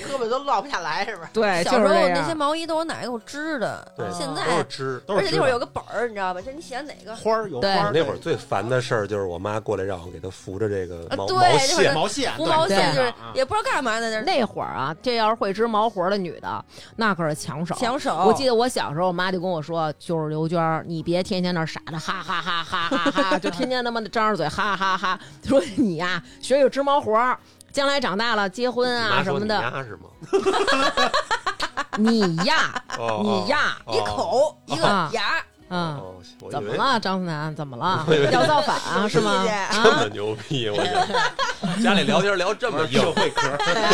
S4: 胳膊都落不下来， 是不是？
S2: 嗯对，就
S7: 小时
S2: 是
S7: 候
S2: 这
S7: 那些
S2: 样。
S7: 毛衣都是我奶奶给我织的，
S3: 对，
S7: 现
S3: 都是
S7: 在
S3: 织。
S6: 都
S7: 而
S6: 是啊
S7: 且那会儿有个本儿，你知道吧？就是你写哪个
S6: 花儿有花
S2: 对
S6: 儿，
S3: 那会儿最烦的事儿就是我妈过来让我给她扶着这个
S7: 啊
S3: 毛
S7: 对
S3: 毛
S7: 那会
S6: 对
S7: 儿
S3: 线，
S6: 毛线，
S7: 胡
S6: 对
S7: 毛
S2: 对啊
S7: 线，就
S6: 对
S7: 是也不知道干嘛的，那
S2: 那会儿啊，这要是会织毛活的女的，那可是抢手。
S7: 抢手。
S2: 我记得我小时候，我妈就跟我说：“就是刘娟儿，你别天天那儿傻着哈哈哈哈哈哈，就天天他妈的张着嘴哈哈哈。”她说你呀、学学织毛活儿，将来长大了结婚
S3: 你
S2: 啊
S3: 妈
S2: 什
S3: 说
S2: 么
S3: 你
S2: 的，
S3: 丫是吗？
S2: 你呀，
S3: 哦
S2: 你呀，
S3: 哦
S7: 一口一个
S2: 啊
S7: 牙，
S2: 嗯。
S3: 哦，我以
S2: 怎么
S3: 为
S2: 了，张思楠？怎么了
S3: 我以为？
S2: 要造反啊？是吗？
S3: 这
S2: 啊，
S3: 么牛逼，我觉得家里聊天聊这么硬，
S6: 社会科，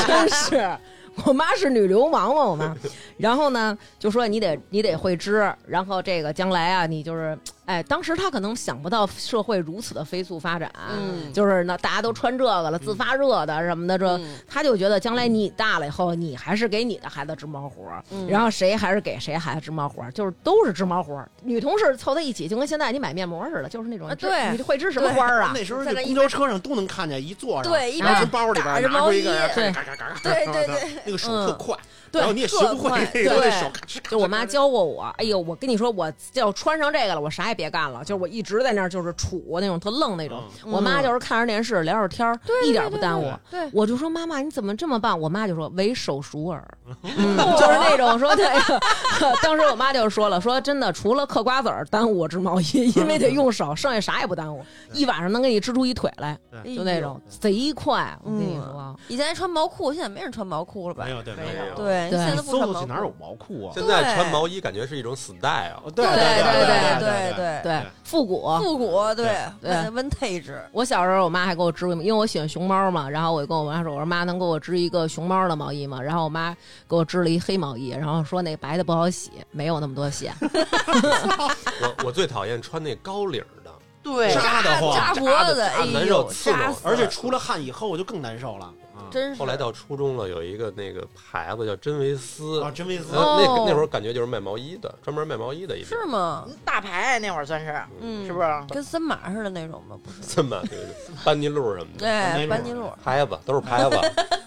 S2: 真是。我妈是女流氓嘛，我妈。然后呢，就说你得你得会织，然后这个将来啊，你就是，哎，当时她可能想不到社会如此的飞速发展，
S7: 嗯
S2: 就是呢，大家都穿这个了，自发热的什么的，这、
S7: 嗯
S2: 她就觉得将来你大了以后，你还是给你的孩子织毛活儿，
S7: 嗯
S2: 然后谁还是给谁孩子织毛活儿，就是都是织毛活儿。女同事凑在一起，就跟现在你买面膜似的，就是那种
S7: 啊
S2: 织
S7: 对
S2: 你会织什么花儿啊？
S6: 那时候在公交车上都能看见，一坐上，
S7: 对一
S6: 然后
S7: 边
S6: 从包里
S7: 打
S6: 边
S7: 着
S6: 拿出一个，
S7: 毛衣
S6: 然后
S2: 对
S6: 嘎嘎嘎嘎，
S7: 对对对，
S6: 那个手特
S2: 嗯
S6: 快，
S7: 对
S6: 然后你也学不会
S7: 特快
S6: 那个
S7: 对
S6: 那手，咔哧
S2: 就我妈教过我，哎呦，我跟你说，我要穿上这个了，我啥也别干了，就是我一直在那儿就是杵那种特愣那种。我妈就是看着电视聊会儿天儿，一点不耽误。
S7: 嗯对对
S2: 我就说妈妈你怎么这么棒？我妈就说为手熟耳，嗯，就是那种说那个。当时我妈就说了，说真的，除了嗑瓜子儿耽误我织毛衣，因为得用手，剩下啥也不耽误，一晚上能给你织出一腿来，
S7: 哎
S2: 就那种贼快。我跟你
S7: 嗯
S2: 说，
S7: 以前还穿毛裤，现在没人穿毛裤了吧
S6: 没？有对
S4: 没有
S7: 对，
S2: 对
S7: 现在都不
S6: 搜
S7: 穿
S6: 搜
S7: 毛
S6: 去
S7: 裤
S6: 哪儿有毛裤啊？
S3: 现在穿毛衣感觉是一种啊 style，
S6: 哦对
S7: 对对
S6: 对对
S2: 对，复古，
S7: 复古，对
S2: 对
S7: vintage，
S2: 我小时候，我妈还给我织过，因为我喜欢熊猫嘛。然后我就跟我妈说：“我说妈，能给我织一个熊猫的毛衣吗？”然后我妈给我织了一黑毛衣，然后说那白的不好洗，没有那么多线。
S3: 我我最讨厌穿那高领儿的，
S4: 对
S6: 扎得慌，
S7: 扎脖子，
S3: 扎
S7: 哎
S3: 难受
S7: 呦，
S3: 刺
S7: 扎
S3: 挠
S7: 死了，
S6: 而且出了汗以后我就更难受了啊
S7: 真是
S3: 后来到初中了，有一个那个牌子叫真维斯，
S6: 啊！真维斯
S3: 呃那
S7: 哦
S3: 个那会儿感觉就是卖毛衣的，专门卖毛衣的一店
S7: 是？吗？
S4: 大牌那会儿算是，
S7: 嗯，
S4: 是不？是？
S7: 跟森马似的那种吗？不是，
S3: 这么对对，班尼路什么的，
S7: 哎，
S6: 那种
S7: 班尼路，
S3: 牌子都是牌子。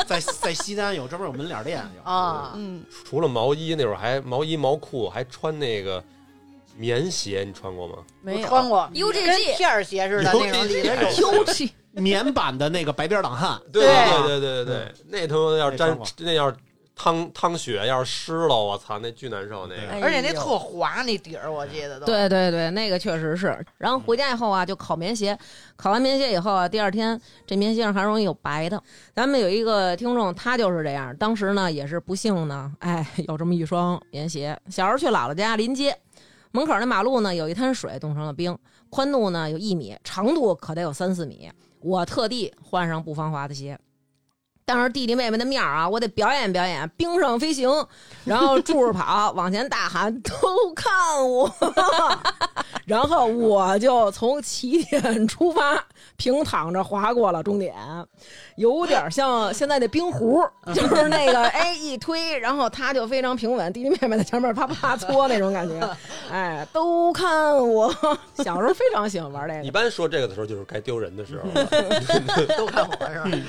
S6: 在在西单有专门有门脸店
S2: 哦
S6: 有
S4: 啊，
S7: 嗯，
S3: 除了毛衣，那会儿还毛衣毛裤，还穿那个棉鞋，你穿过吗？
S7: 没
S4: 我
S7: 有
S4: 穿过
S1: UGG
S4: 跟片儿鞋似的那种，里头有
S2: 丢弃。
S6: 棉版的那个白边儿挡汗，
S3: 对
S2: 啊
S4: 对
S3: 对对对对，那他妈要是
S6: 那
S3: 沾
S6: 穿过
S3: 那要是汤汤血要是湿了，我操，那巨难受那个。
S7: 哎呦
S4: 而且那特滑，那底儿我记得都。，
S2: 对对对，那个确实是。然后回家以后啊，就烤棉鞋，烤完棉鞋以后啊，第二天这棉鞋上还容易有白的。咱们有一个听众，他就是这样，当时呢也是不幸呢，哎，有这么一双棉鞋。小时候去姥姥家临街，门口那马路呢有一滩水冻成了冰，宽度呢有一米，长度可得有三四米。我特地换上不防滑的鞋。当着弟弟妹妹的面儿啊，我得表演表演冰上飞行，然后助着跑，往前大喊“都看我”， 然后我就从起点出发，平躺着滑过了终点，有点像现在那冰壶，就是那个哎一推，然后它就非常平稳，弟弟妹妹在前面啪啪搓那种感觉，哎，都看我， 小时候非常喜欢玩这
S3: 一
S2: 个。
S3: 般说这个的时候，就是该丢人的时候了。
S4: 都看我是吧？
S6: 嗯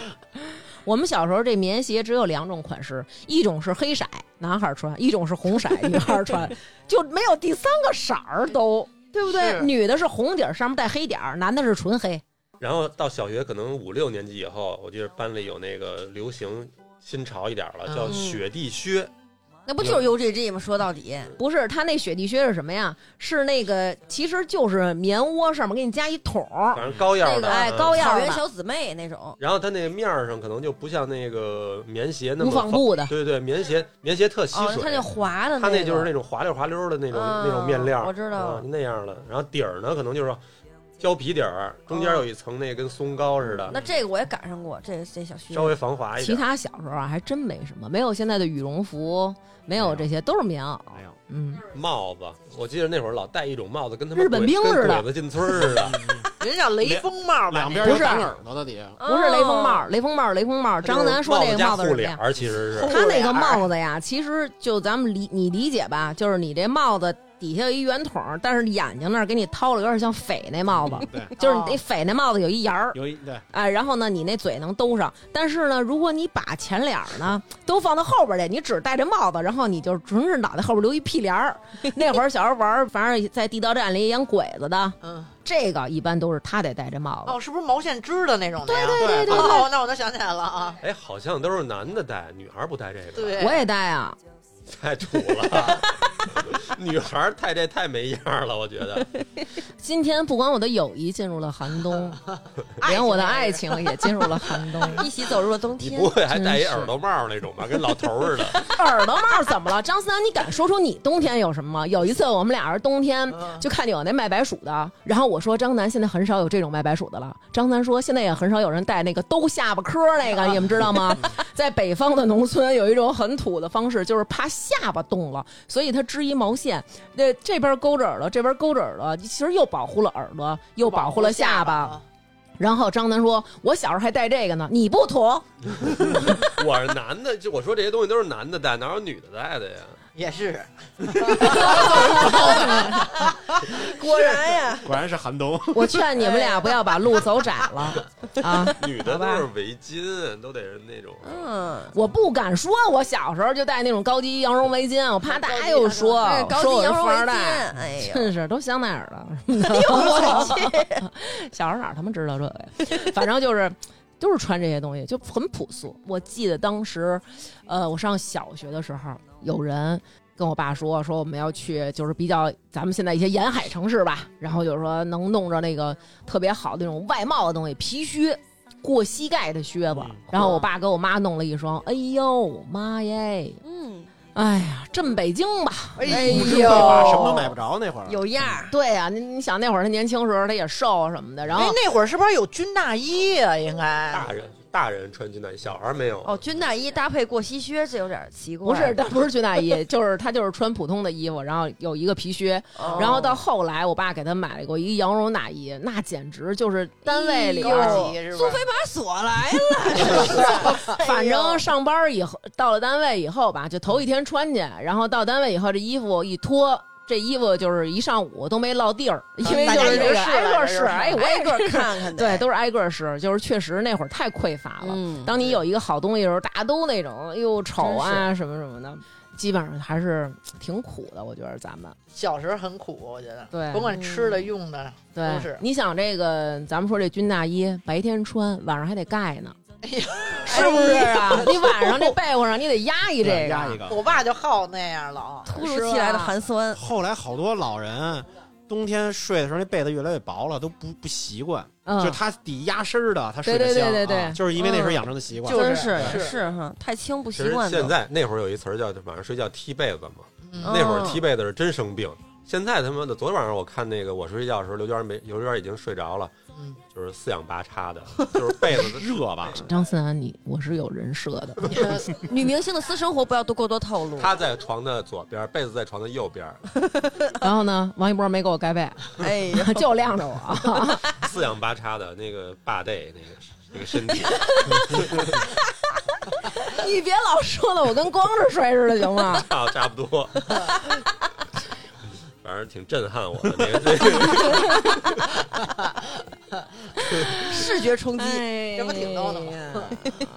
S2: 我们小时候这棉鞋只有两种款式，一种是黑色，男孩儿穿；一种是红色，女孩儿穿，就没有第三个色儿都。对不对？
S4: 是
S2: 女的是红底儿，上面带黑点儿；男的是纯黑。
S3: 然后到小学可能五六年级以后，我记得班里有那个流行新潮一点了，叫
S2: 嗯
S3: 雪地靴，
S7: 那不就是 UGG 吗？说到底，
S2: 不是，它那雪地靴是什么呀？是那个，其实就是棉窝上面给你加一筒儿，
S3: 反正高腰
S2: 那
S3: 的，
S2: 个哎
S3: 嗯
S2: 高腰
S7: 草原小姊妹那种，
S3: 然后它那个面儿上可能就不像那个棉鞋那
S2: 无
S3: 么
S2: 纺
S3: 方，
S2: 布的。
S3: 对对，棉鞋棉鞋特吸
S7: 哦，
S3: 水，
S7: 它那滑的，
S3: 它
S7: 那
S3: 那就是那
S7: 种
S3: 种滑溜滑溜的那种、
S7: 啊
S2: 嗯
S3: 那种面料，
S7: 我知道
S3: 啊那样的。然后底儿呢，可能就是胶皮底儿，中
S2: 哦
S3: 间有一层那跟松糕似的，
S7: 那这个我也赶上过，这这小靴
S3: 稍微防滑一
S2: 其
S3: 点。
S2: 他小时候啊，还真没什么，没有现在的羽绒服，没有这些，都是棉袄。
S6: 没有
S2: 嗯，
S3: 帽子，我记得那会儿老戴一种帽子，跟他们
S2: 日本
S3: 鬼
S2: 兵
S3: 跟
S2: 似的
S3: 鬼子进村儿似的。
S4: 人叫雷锋帽吧？
S6: 两边
S4: 那个
S2: 不
S6: 有
S2: 是
S6: 挡耳朵的 底下。
S7: 哦
S2: 不是雷锋帽，雷锋帽，雷锋帽。 张楠说那个帽
S3: 加
S2: 子
S3: 护
S2: 是什么
S3: 脸
S2: 呀？
S3: 儿，其实 是
S2: 他那个
S4: 啊
S2: 帽子呀，其实就咱们理你理解吧，就是你这帽子底下有一圆筒，但是眼睛那儿给你掏了，有点像匪那帽 子，
S6: 嗯对，
S2: 就是你那匪那帽子有一沿儿，
S6: 有一对
S2: 哎，然后呢，你那嘴能兜上，但是呢，如果你把前脸儿呢都放到后边儿去，你只戴着帽子，然后你就纯是脑袋后边留一屁 帘儿。那会儿小时候玩儿，反正在地道战里演鬼子的，
S4: 嗯，
S2: 这个一般都是他得戴着帽子。
S4: 哦，是不是毛线织的那种的呀？
S2: 对对对
S4: 哦，那我都想起来了啊。
S3: 哎，好像都是男的戴，女孩儿不戴这个。，
S4: 对，哦
S2: 我也戴啊，
S3: 太土了。 女孩儿戴这太没样儿了，我觉 得。
S2: 今天不管我的友谊进入了寒冬， 连我的爱情也进入了寒冬。
S7: 一起走入了冬
S3: 你
S7: 天
S3: 不。会还戴一耳朵帽儿那种吧？跟老头儿似的。
S2: 耳朵帽怎么了？张思楠，你敢说出你冬天有什么吗？有一次我们俩人冬天
S4: 嗯
S2: 就看见有那卖白薯的，然后我说张楠现在很少有这种卖白薯的了。张楠说现在也很少有人戴那个兜下巴颏儿那 个，你们知道吗？在北方的农村有一种很土的方式，就是怕下巴冻了，所以他织一毛线，那这边勾着耳朵，这边勾着耳朵，其实又保护了耳朵，又保护了下巴。
S4: 啊。
S2: 然后张楠说：“我小时候还戴这个呢，你不妥。”
S3: 我是男的，就我说这些东西都是男的戴，哪有女的戴的呀？
S4: 啊也是，
S7: 果然哎呀，
S6: 果然是寒 冬。
S2: 我劝你们俩不要把路走窄了啊！
S3: 女的都是围巾，都得是那种。
S7: 嗯，
S2: 我不敢说，我小时候就戴那种高级羊绒围巾，我怕大家又说
S7: 哎高
S2: 哦说
S7: 级
S2: 我是
S7: 羊绒
S2: 富
S7: 围
S2: 二
S7: 巾，
S2: 代，
S7: 哎呦，
S2: 真是都香奈儿了。 哎我去，小时候哪儿他妈知道这个呀？反正就是。就是穿这些东西，就很朴素。我记得当时，呃，我上小学的时候，有人跟我爸说，说我们要去，就是比较咱们现在一些沿海城市吧，然后就是说能弄着那个特别好的那种外贸的东西，皮靴。过膝盖的靴子，然后我爸给我妈弄了一双，哎呦妈耶！
S7: 嗯，
S2: 哎呀，震北京吧，
S4: 哎
S6: 不是吧？什么都买不着那会儿。
S7: 有样儿。
S2: 对呀、你你想那会儿他年轻时候他也瘦什么的，然
S4: 哎
S2: 后，
S4: 那会儿是不是有军大衣啊？应该
S3: 大人大人穿军大衣，小孩儿没有。
S7: 哦，军大衣搭配过膝靴，这有点奇怪。
S2: 不是，但不是军大衣，就是他就是穿普通的衣服，然后有一个皮靴，
S7: 哦，
S2: 然后到后来我爸给他买了过一羊绒大衣，那简直就是单位里边
S4: 高
S2: 儿，
S4: 级是
S7: 苏
S4: 吧？
S7: 菲把锁来了。
S6: 啊
S4: 哎
S2: 反正上班以后到了单位以后吧，就头一天穿去，然后到单位以后这衣服一脱。这衣服就是一上午都没落地儿，因为
S4: 大
S2: 就
S4: 家
S2: 是
S4: 一
S2: 这
S4: 直
S2: 个
S4: 试
S2: 挨
S4: 了
S2: 个
S4: 这就
S2: 试，
S4: 是
S2: 哎，我
S7: 挨
S2: 也
S7: 个
S2: 是
S7: 看看 得
S2: 对，都是挨个儿试，就是确实那会儿太匮乏了。
S7: 嗯
S2: 当你有一个好东西的时候，大家都那种哎呦丑啊什么什么的，基本上还是挺苦的。我觉得咱们
S4: 小时候很苦，我觉得，
S2: 对
S4: 甭管吃的用的，都
S2: 对
S4: 是，
S2: 你想这个，咱们说这军大衣，白天穿，晚上还得盖呢，
S4: 哎呀
S2: 是不是啊？你晚上这被窝上你得 压一这个，
S6: 压一个。
S4: 我爸就好那样啊老。
S7: 突如其来的寒酸，
S6: 后来好多老人冬天睡的时候，那被子越来越薄了，都不不习惯，就是
S2: 嗯，
S6: 他底压身儿的，他睡得
S2: 对对
S6: 香
S2: 对对嗯
S6: 啊
S2: 对
S6: 就是因为那时候养成的习惯。
S4: 就是
S7: 真是
S4: 是
S7: 是哈，太轻不
S3: 其
S7: 习
S3: 实
S7: 惯
S3: 现
S7: 的。
S3: 在那会儿有一词儿叫晚上睡觉踢被子嘛，
S4: 嗯，
S3: 那会儿
S7: 嗯
S3: 踢被子是真生病。现在他妈的，昨天晚上我看那个我睡觉的时候，刘娟没刘娟已经睡着了，
S4: 嗯
S3: 就是四仰八叉的，就是被子
S6: 热吧，
S2: 张思楠，你我是有人设 的，
S7: 女明星的私生活不要多过多透露。
S3: 她在床的左边，被子在床的右边，
S2: 然后呢，王一博没给我盖被，
S7: 哎呀，
S2: 就晾 着我，
S3: 四仰八叉的那个霸 day 那个那个身体，
S2: 你别老说的我跟光着睡似的行吗？
S3: 差啊差不多。 反正挺震撼我的那个 那个，
S7: 视觉冲击。
S4: 哎这不挺高的吗嗯
S2: 哎呀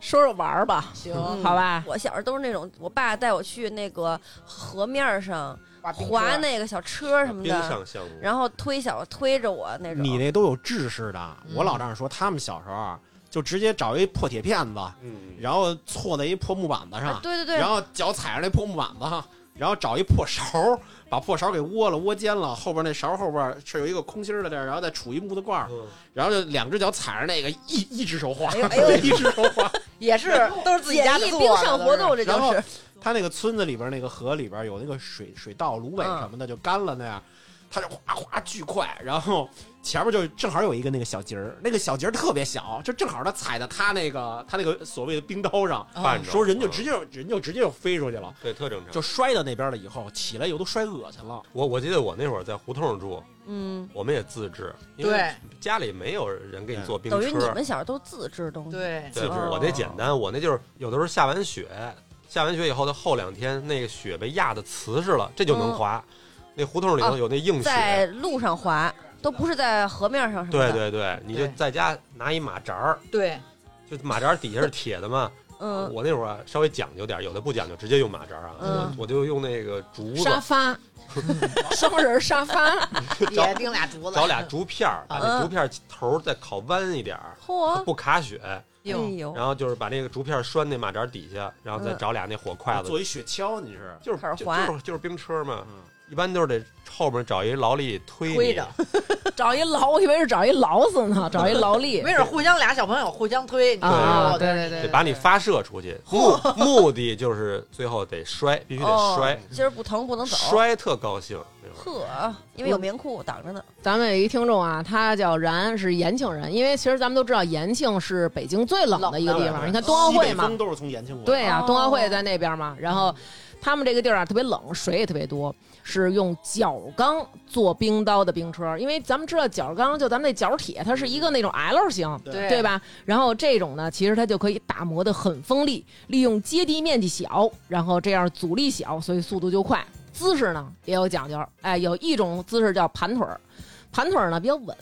S2: 说说玩儿吧，
S4: 行，
S2: 好吧，
S7: 我小时候都是那种，我爸带我去那个河面儿上
S4: 把冰
S7: 划
S4: 车
S7: 那个小车什么
S3: 啊 冰
S7: 的，
S3: 上项目。
S7: 然后推小推着我那种。
S6: 你那都有制式的。
S4: 嗯
S6: 我老丈人说，他们小时候啊就直接找一破铁片子，
S3: 嗯，
S6: 然后错在一破木板子上
S7: 啊，对对对，
S6: 然后脚踩着那破木板子上，然后找一破勺儿，把破勺儿给窝了窝尖了，后边那勺儿后边是有一个空心儿的地儿，然后再杵一木头罐儿，
S3: 嗯
S7: 哦
S6: 然后就两只脚踩着那个，一一只手画，
S4: 哎呦哎呦
S6: 一只手画。
S4: 也是都是自己家做的
S7: 冰
S2: 啊
S7: 上活动，
S4: 都是
S7: 这就
S6: 然后
S7: 是
S6: 他那个村子里边那个河里边有那个水水稻、芦苇
S2: 嗯
S6: 什么的，就干了那样，他就哗哗巨快，然后前面就正好有一个那个小节儿，那个小节儿特别小，就正好他踩在他那个他那个所谓的冰刀上，
S3: 绊着
S6: 说人就直
S3: 接
S6: 接人就直接就飞出去了。
S3: 对特正常。
S6: 就摔到那边了，以后起来以后都摔恶心了。
S3: 我我记得我那会儿在胡同儿住，
S7: 嗯，
S3: 我们也自制，因为
S4: 对
S3: 家里没有人给你做冰
S7: 等于你
S3: 车
S7: 们。小时候都自制东西。，
S4: 对，
S3: 自制
S7: 哦
S3: 我那简单，我那就是有的时候下完雪，下完雪以后的后两天，那个雪被压的瓷实了，这就能滑。那胡同里头有那硬
S7: 嗯哦
S3: 雪，
S7: 在路上滑，都不是在河面上什么
S3: 对
S7: 的。，
S3: 对对，你就
S4: 对
S3: 在家拿一马扎儿，
S4: 对，
S3: 就马扎儿底下是铁的嘛。
S7: 嗯，
S3: 我那会儿啊稍微讲究点儿，有的不讲究，直接用马扎儿啊，
S7: 嗯
S3: 我我就用那个竹子
S2: 沙 发，双人沙发，
S4: 也钉俩竹子，
S3: 找俩竹片儿，把那
S7: 嗯
S3: 竹片儿头儿再烤弯一点儿，
S2: 哦
S7: 嚯，
S3: 不卡血。
S7: 哎
S4: 哟
S7: 呦，
S3: 然后就是把那个竹片拴那马扎底下，然后
S2: 嗯
S3: 再找俩那火筷子，
S6: 哦做一雪橇，你是？
S3: 就是
S7: 开始
S3: 就
S7: 滑
S3: 就是就是冰车嘛，
S6: 嗯，
S3: 一般都是得后面找一劳力推你
S4: 推着，
S2: 找一劳，我以为是找一劳死 呢，找一劳力
S4: 没准互相俩小朋友互相推，你知哦道
S2: 啊，
S4: 吗？
S2: 对对对
S3: 得把你发射出 去，目目的就是最后得摔，必须得摔
S7: 哦，，今儿不疼不能走。
S3: 摔特高兴那会儿，
S7: 呵，因为有棉裤挡 着呢。
S2: 咱们有一听众啊，他叫然，是延庆人。因为其实咱们都知道，延庆是北京最冷的一个地
S6: 冷
S2: 方。
S6: 的
S2: 你看冬奥会
S6: 西北
S2: 嘛
S6: 风，都是从延庆过来。
S2: 对啊
S7: 哦，
S2: 冬奥会在那边嘛。然后他们这个地儿啊特别冷，水也特别多，是用角钢做冰刀的冰车。因为咱们知道角钢就咱们那角铁，它是一个那种 L 型，
S4: 对
S2: 对吧？然后这种呢，其实它就可以打磨得很锋利，利用接地面积小，然后这样阻力小，所以速度就快。姿势呢也有讲究，哎，有一种姿势叫盘腿儿，盘腿儿呢比较稳，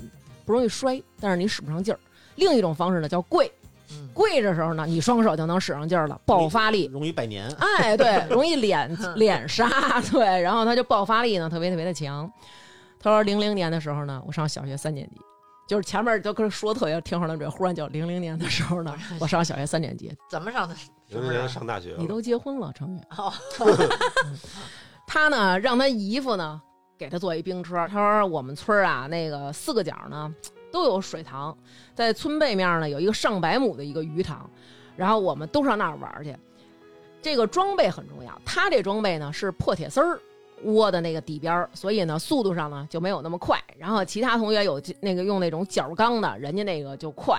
S2: 不容易摔，但是你使不上劲儿。另一种方式呢叫跪
S4: 嗯，
S2: 跪着时候呢，你双手就能使上劲儿了，爆发力。
S6: 容易拜年。
S2: 哎，对，容易脸脸杀，对，然后他就爆发力呢特别特别的强。他说零零年的时候呢，我上小学三年级，就是前面都跟说特别天花乱坠，忽然就零零年的时候呢，我上小学三年级，
S4: 怎么上的？
S3: 零零年上大学了
S2: 你都结婚了，程宇。
S4: 哦
S2: 嗯 他呢，让他姨夫呢给他做一冰车。他说我们村儿啊，那个四个角呢都有水塘，在村背面呢有一个上百亩的一个鱼塘，然后我们都上那儿玩儿去。这个装备很重要，他这装备呢是破铁丝儿。窝的那个底边儿，所以呢，速度上呢就没有那么快。然后其他同学有这那个用那种角钢的，人家那个就快。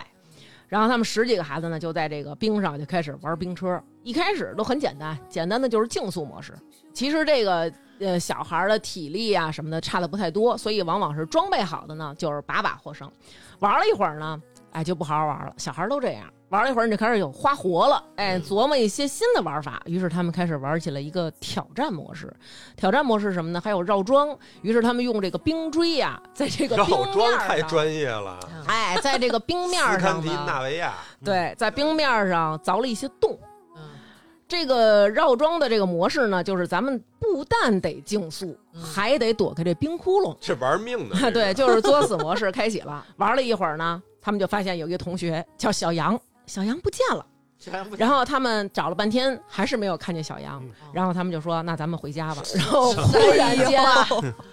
S2: 然后他们十几个孩子呢，就在这个冰上就开始玩冰车。一开始都很简单，简单的就是竞速模式。其实这个呃小孩儿的体力啊什么的差的不太多，所以往往是装备好的呢，就是把把获胜。玩了一会儿呢，哎，就不好好玩了。小孩儿都这样，玩了一会儿你就开始有花活了，
S3: 嗯
S2: 哎，琢磨一些新的玩法。于是他们开始玩起了一个挑战模式。挑战模式是什么呢？还有绕桩。于是他们用这个冰锥呀、在这个
S3: 绕
S2: 冰面
S3: 桩
S2: 儿
S3: 太
S2: 上
S3: 专业了，
S2: 哎，在这个冰面
S3: 斯堪
S2: 上
S3: 的纳
S2: 呢，
S3: 维亚
S2: 对，在冰面上凿了一些洞。
S4: 嗯
S2: 这个绕桩的这个模式呢，就是咱们不但得竞速，还得躲开这冰窟窿。，
S3: 是玩命的
S2: 对，就是作死模式开启 了。玩了一会儿呢，他们就发现有一个同学叫小杨，小杨不见了。嗯然后他们找了半天，还是没有看见小杨。然后他们就说：“那咱们回家 吧。”然后忽然间，啊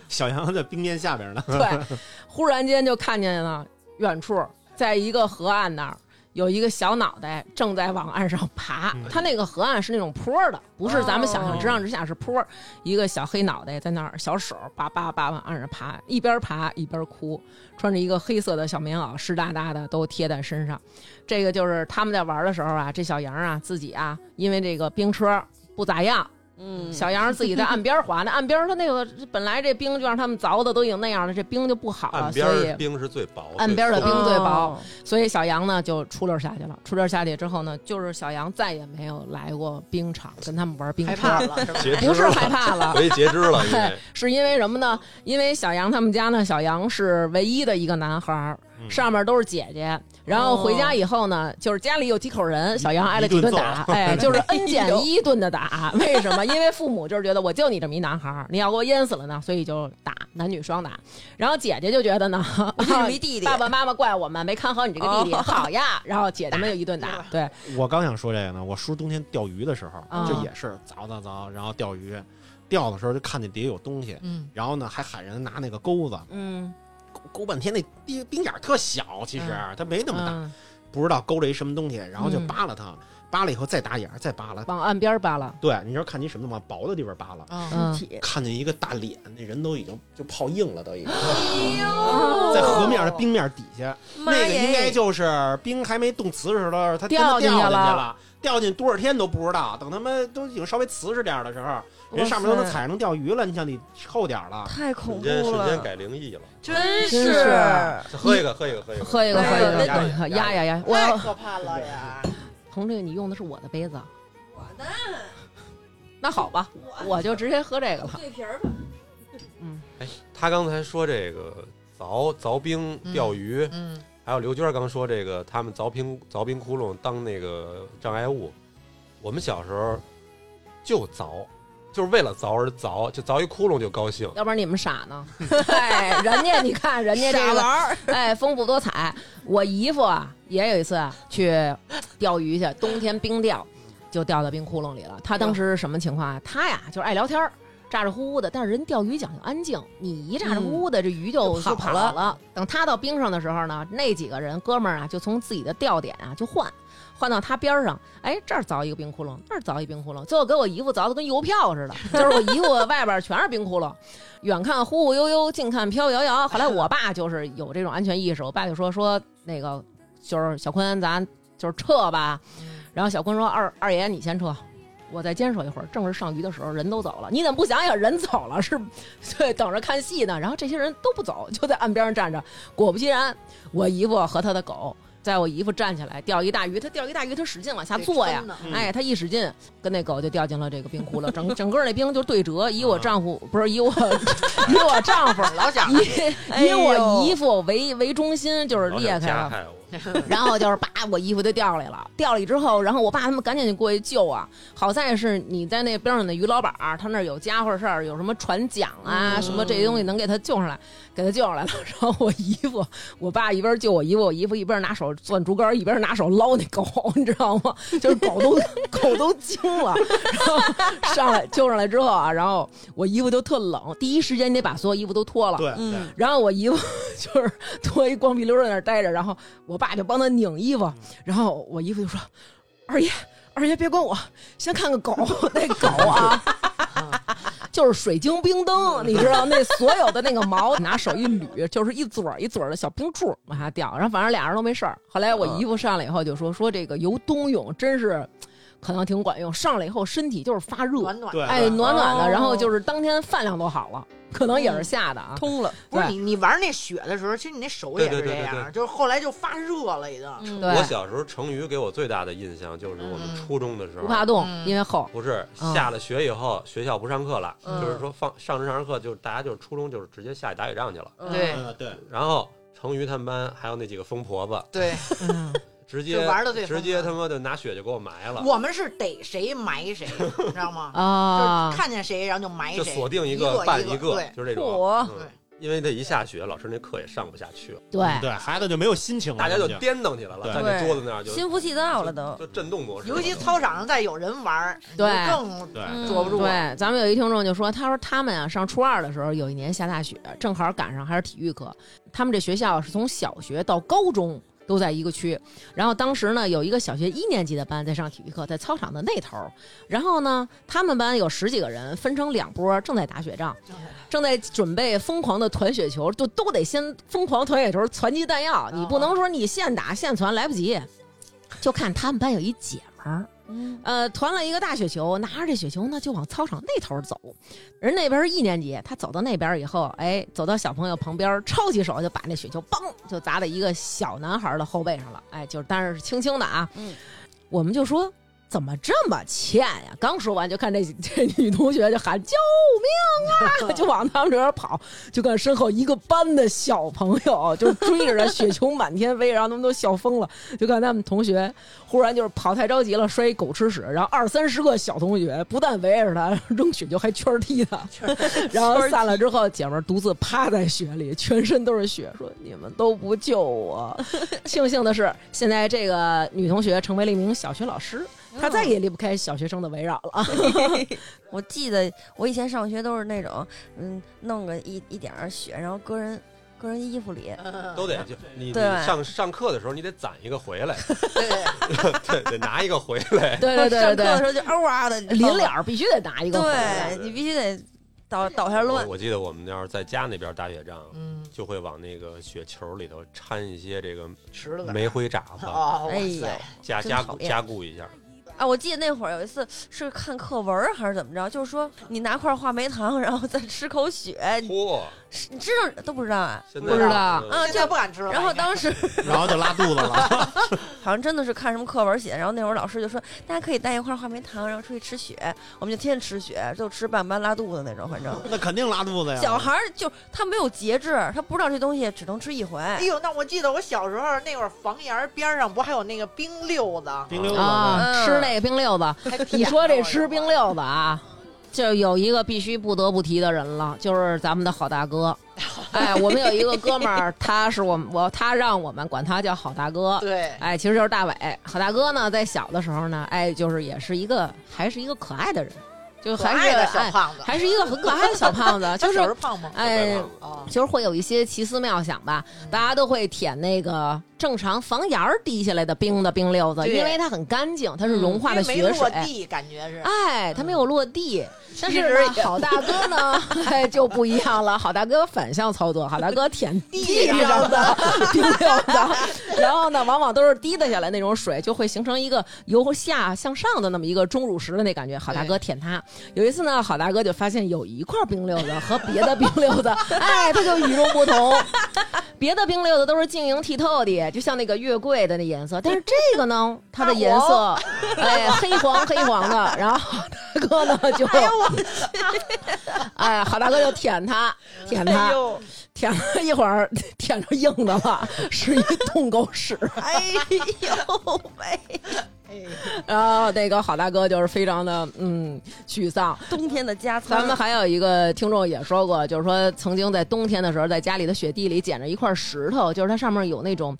S6: 小杨在冰面下边 呢，
S2: 对，忽然间就看见了远处，在一个河岸那儿有一个小脑袋正在往岸上爬。它那个河岸是那种坡儿的，不是咱们想象之上之下是坡儿。一个小黑脑袋在那儿，小手叭叭叭往岸上爬，一边爬一边哭，穿着一个黑色的小棉袄，湿哒哒的都贴在身上。这个就是他们在玩的时候啊，这小杨啊自己啊，因为这个冰车不咋样，
S7: 嗯，
S2: 小杨儿自己在岸边儿滑，那岸边儿它那个本来这冰就让他们凿的都已经那样了，这冰就不好了，
S3: 岸
S2: 所
S3: 边
S2: 以
S3: 儿冰是最薄，
S2: 岸边儿的
S3: 最松
S2: 冰最薄，
S7: 哦
S2: 所以小杨呢就出溜下去了。出溜下去之后呢，就是小杨再也没有来过冰场跟他们玩冰
S4: 嗯害
S2: 车
S4: 怕，了是吧？
S3: 截肢
S2: 不是
S3: 了
S2: 害怕了，
S3: 回去截肢了，因
S2: 对
S3: 为，
S2: 是因为什么呢？因为小杨他们家呢，小杨是唯一的一个男孩儿，上面都是姐姐。然后回家以后呢，就是家里有几口人，小杨挨了几顿打，哎，就是 n 减一顿的打。为什么？因为父母就是觉得我就你这么一男孩儿，你要给我淹死了呢，所以就打，男女双打。然后姐姐就觉得呢，
S7: 就是一弟弟
S2: 爸爸妈妈怪我们没看好你这个弟弟，好呀。然后姐姐们又一顿打，对，
S6: 我刚想说这个呢，我叔冬天钓鱼的时候，
S2: 啊
S6: 这也是凿凿凿，然后钓鱼，钓的时候就看见底下有东西，
S4: 嗯
S6: 然后呢还喊人拿那个钩子
S2: 嗯，
S6: 勾勾半天，那冰冰眼儿特小，其实、它没那么大，
S2: 嗯
S6: 不知道勾了一什么东西，然后就
S2: 嗯
S6: 扒拉它，扒拉以后再打眼儿，再扒拉，
S2: 往岸边儿扒拉，
S6: 对，你知道看你什么吗？薄的地方扒拉。
S4: 嗯，
S2: 嗯，
S7: 体
S6: 看见一个大脸，那人都已经就泡硬了，都已经
S2: 哦
S6: 在河面的冰面底下，
S7: 妈
S6: 那个应该
S7: 耶！
S6: 就是冰还没冻瓷实的时候，它真的
S2: 掉进去
S6: 掉进去
S2: 了
S6: 了，掉进多少天都不知道。等他们都已经稍微瓷实点儿的时候，人上面都能踩能钓鱼了。你像你厚点儿了，
S7: 太恐
S3: 瞬
S7: 怖
S3: 间瞬间
S7: 了，
S3: 改灵异了。
S7: 真
S2: 真
S7: 是
S2: 是
S3: 喝一个，喝一个，喝一个，
S2: 嗯喝一个，喝
S3: 压
S2: 一个，
S3: 一
S2: 压
S3: 压
S2: 一
S3: 一
S2: 压呀呀！我
S4: 太
S2: 要
S4: 可怕了呀！
S2: 红这个，你用的是我的杯子，啊
S1: 我的，
S2: 那好吧，
S1: 我
S2: 我就直接喝这个了。
S1: 对皮儿吧，
S3: 哎，他刚才说这个凿凿冰、钓鱼，
S4: 嗯，
S3: 还有刘娟刚说这个他们凿冰凿冰窟窿当那个障碍物，我们小时候就凿，就是为了凿而凿，就凿一窟窿就高兴。
S2: 要不然你们傻 呢？哎，人家你看，人家这
S7: 傻
S2: 个
S7: 玩儿，
S2: 哎丰富多彩。我姨夫啊，也有一次啊去钓鱼去，冬天冰钓，就掉到冰窟窿里了。他当时是什么情况啊？他呀就是爱聊天儿，咋咋呼呼的，但是人钓鱼讲究安静，你一咋咋呼呼的，这鱼就
S7: 就跑
S2: 就跑
S7: 了
S2: 了。等他到冰上的时候呢，那几个人哥们儿啊，就从自己的钓点啊就换。换到他边儿上，哎，这儿凿一个冰窟窿，那儿凿一冰窟窿，最后给我姨夫凿的跟邮票似的，就是我姨夫外边全是冰窟窿，远看忽忽悠悠，近看飘摇摇。后来我爸就是有这种安全意识，我爸就说说那个就是小坤，咱就是撤吧。
S4: 嗯
S2: 然后小坤说二二爷你先撤，我再坚守一会儿。正是上鱼的时候，人都走了，你怎么不想想人走了是？对，等着看戏呢。然后这些人都不走，就在岸边上站着。果不其然，我姨夫和他的狗。在我姨夫站起来钓一大鱼，他钓一大鱼，他使劲往下坐呀
S4: 得撑呢，
S3: 嗯
S2: 哎，他一使劲，跟那狗就掉进了这个冰窟了，整整个那冰就对折，以我丈夫不是以我 以我丈夫
S4: 老蒋，
S2: 以
S7: 哎
S2: 以
S7: 呦
S2: 我姨夫为为中心，就是
S4: 啊
S2: 裂开
S3: 加
S2: 了，
S3: 害我，
S2: 然后就是叭，我衣服就掉来了。掉来之后，然后我爸他们赶紧就过去救啊。好在是你在那边上的于老板儿，他那儿有家伙事儿，有什么船桨啊、什么这些东西能给他救上来，给他救上来了。 然后我姨夫，我爸一边救我姨夫，我姨夫一边拿手攥竹竿，一边拿手捞那狗，你知道吗？就是狗都狗都惊了。然后上来救上来之后啊，然后我姨夫就特冷，第一时间你得把所有衣服都脱了。
S6: 对，对
S7: 嗯，
S2: 然后我姨夫 就是脱一光屁溜儿在那儿待着，然后我爸就帮他拧衣服，然后我姨夫就说：“二爷，二爷别管我，先看个狗，那狗啊。” 就是水晶冰灯，你知道那所有的那个毛，拿手一捋，就是一撮儿一撮儿的小冰柱往下掉，然后反正俩人都没事儿。后来我姨夫上来以后就说说这个游冬泳真是可能挺管用，上来以后身体就是发热，
S4: 暖暖。
S6: 对，
S2: 哎，暖暖的，
S7: 哦
S2: 然后就是当天饭量都好了，可能也是吓的啊。
S7: 通了，
S4: 不是
S2: 对
S4: 你，你玩那雪的时候，其实你那手
S3: 对
S4: 也
S3: 对
S4: 是这
S3: 对对
S4: 样，
S3: 对
S4: 就是后来就发热了，已经。
S2: 嗯对
S3: 我小时候成语给我最大的印象就是我们
S4: 嗯
S3: 初中的时候
S2: 不，怕冻，
S4: 嗯
S2: 因为厚。
S3: 不是
S2: 嗯
S3: 下了学以后学校不上课了，
S4: 嗯
S3: 就是说放上着上着课就大家就是初中就是直接下去打雪仗去了。
S4: 对
S6: 嗯对，
S3: 然后成瑜他们班还有那几个疯婆子，
S4: 对，
S3: 直接
S4: 就玩得最疯
S3: 直接
S4: 了
S3: 他妈的拿雪就给我埋了，
S4: 我们是逮谁埋谁，你知道吗？就
S2: 啊
S4: 是，看见谁然后就埋
S3: 就
S4: 谁，
S3: 锁定
S4: 一
S3: 一个办
S4: 一
S3: 个，
S4: 对，
S3: 就是这种
S7: 嚯。
S3: 嗯
S4: 对
S3: 因为这一下雪，老师那课也上不下去了，
S2: 对，
S6: 嗯
S4: 啊
S6: 对，孩子就没有心情了，
S3: 大家就
S6: 已经
S3: 颠腾起来了，
S6: 嗯对
S3: 在那桌子那儿就
S7: 心浮气躁了都。
S3: 就震动模式了，
S4: 尤其操场上再有人玩儿，你就
S2: 对
S4: 更
S6: 对
S7: 嗯
S4: 捉不住了。
S2: 对，咱们有一听众就说，他说他们啊上初二的时候，有一年下大雪，正好赶上还是体育课。他们这学校是从小学到高中都在一个区，然后当时呢有一个小学一年级的班在上体育课，在操场的那头儿。然后呢，他们班有十几个人，分成两波，正在打雪仗，正在准备疯狂的团雪球，就都得先疯狂团雪球，攒击弹药，你不能说你现打现团来不及。就看他们班有一姐们儿。呃，团了一个大雪球，拿着这雪球呢就往操场那头走。人那边是一年级，他走到那边以后，哎，走到小朋友旁边，抄起手就把那雪球嘣就砸在一个小男孩的后背上了。哎，就是但是是轻轻的啊。
S7: 嗯，
S2: 我们就说。怎么这么欠呀、刚说完，就看这这女同学就喊救命 啊，就往他们这边跑，就看身后一个班的小朋友就追着她，雪球满天飞，然后他们都笑疯了。就看他们同学忽然就是跑太着急了，摔一狗吃屎，然后二三十个小同学不但围着他扔雪球，还 圈儿踢他，然后散了之后，姐们儿独自趴在雪里，全身都是雪，说你们都不救 我。庆幸的是，现在这个女同学成为了一名小学老师，她再也离不开小学生的围绕 了。
S7: 我记得我以前上学都是那种，嗯，弄个一一点儿雪，然后搁人搁人衣服里，
S4: 嗯
S3: 都得就你你
S7: 对吧
S3: 上上课的时候，你得攒一个回来，
S4: 对，
S3: 对，得拿一个回 来。
S2: 对对对对
S7: 上
S2: 对，
S7: 课的时候就嗷啊的
S2: 临了，儿必须得拿一个回来。
S7: 对你必须得倒倒下
S3: 我
S7: 乱，
S3: 我记得我们要是在家那边打雪仗，
S4: 嗯，
S3: 就会往那个雪球里头掺一些这个
S4: 吃了呗。
S3: 煤灰渣 子，
S4: 哦，哇
S7: 哎呦
S4: 塞，
S3: 加
S7: 真
S3: 加
S7: 讨
S3: 固
S7: 厌
S3: 加固一下。
S7: 啊！我记得那会儿有一次是看课文儿还是怎么着，就是说你拿块话梅糖，然后再吃口雪，你
S3: 嚯，
S7: 你知道都不知道啊？
S3: 现在
S2: 不知道
S3: 嗯
S7: 啊，
S4: 现
S7: 就
S4: 在不敢吃了。
S7: 然后当时
S6: 然后就拉肚子了。
S7: 好像真的是看什么课文写的，然后那会儿老师就说大家可以带一块话梅糖，然后出去吃雪，我们就天天吃雪，就吃半班拉肚子那种，反正。
S6: 那肯定拉
S3: 啊
S6: 肚子呀。
S7: 小孩儿就他没有节制，他不知道这东西只能吃一回。
S4: 哎呦，那我记得我小时候那会儿房檐边上不还有那个冰溜子，
S6: 冰溜子呢，
S2: 啊，
S7: 嗯
S2: 吃那个冰 溜子。
S4: 还
S2: 你
S4: 舔
S2: 说这
S4: 我
S2: 吃冰溜子啊，就有一个必须不得不提的人了，就是咱们的好 大哥。哎，我们有一个哥们儿，他是我们我他让我们管他叫好大哥。
S4: 对，
S2: 哎，其实就是大伟。好大哥呢，在小的时候呢，哎，就是也是一个还是一个可爱的人，就
S4: 可
S2: 还是
S4: 爱的小
S2: 哎，
S4: 胖子，
S2: 还是一个很可爱的小胖子，
S4: 他
S2: 就
S4: 小时
S2: 是
S4: 候胖吗？
S2: 哎
S3: 小白。胖子
S4: 哦，
S2: 就是会有一些奇思妙想吧，
S4: 嗯
S2: 大家都会舔那个正常房檐儿滴下来的冰的冰溜子，
S4: 对嗯
S2: 因为它很干净，它是融化的
S4: 因为没
S2: 雪
S4: 落
S2: 水。
S4: 地，感觉是。
S2: 哎，他没有落地，但是
S4: 一
S2: 呢
S4: 直也
S2: 好大哥 呢，哎就不一样了。好大哥反向操作，好大哥舔地上的冰溜子， 然后呢，往往都是滴答下来那种水，就会形成一个由下向上的那么一个钟乳石的那感觉。好大哥舔它。有一次呢，好大哥就发现有一块冰溜子和别的冰溜 子，哎，它就与众不同。别的冰溜子都是晶莹剔透的，就像那个月桂的那颜色，但是这个 呢，它的颜色，哎，黑黄黑黄 的。然后好大哥呢就，哎 好大哥就舔它，舔它，
S4: 哎
S2: 舔了一会儿，舔成硬的了， 是一冻狗屎。
S7: 哎呦喂，
S2: 然后那个好大哥就是非常的嗯沮丧，
S7: 冬天的加餐，
S2: 咱们还有一个听众也说过，就是说曾经在冬天的时候，在家里的雪地里捡着一块石头，就是它上面有那种。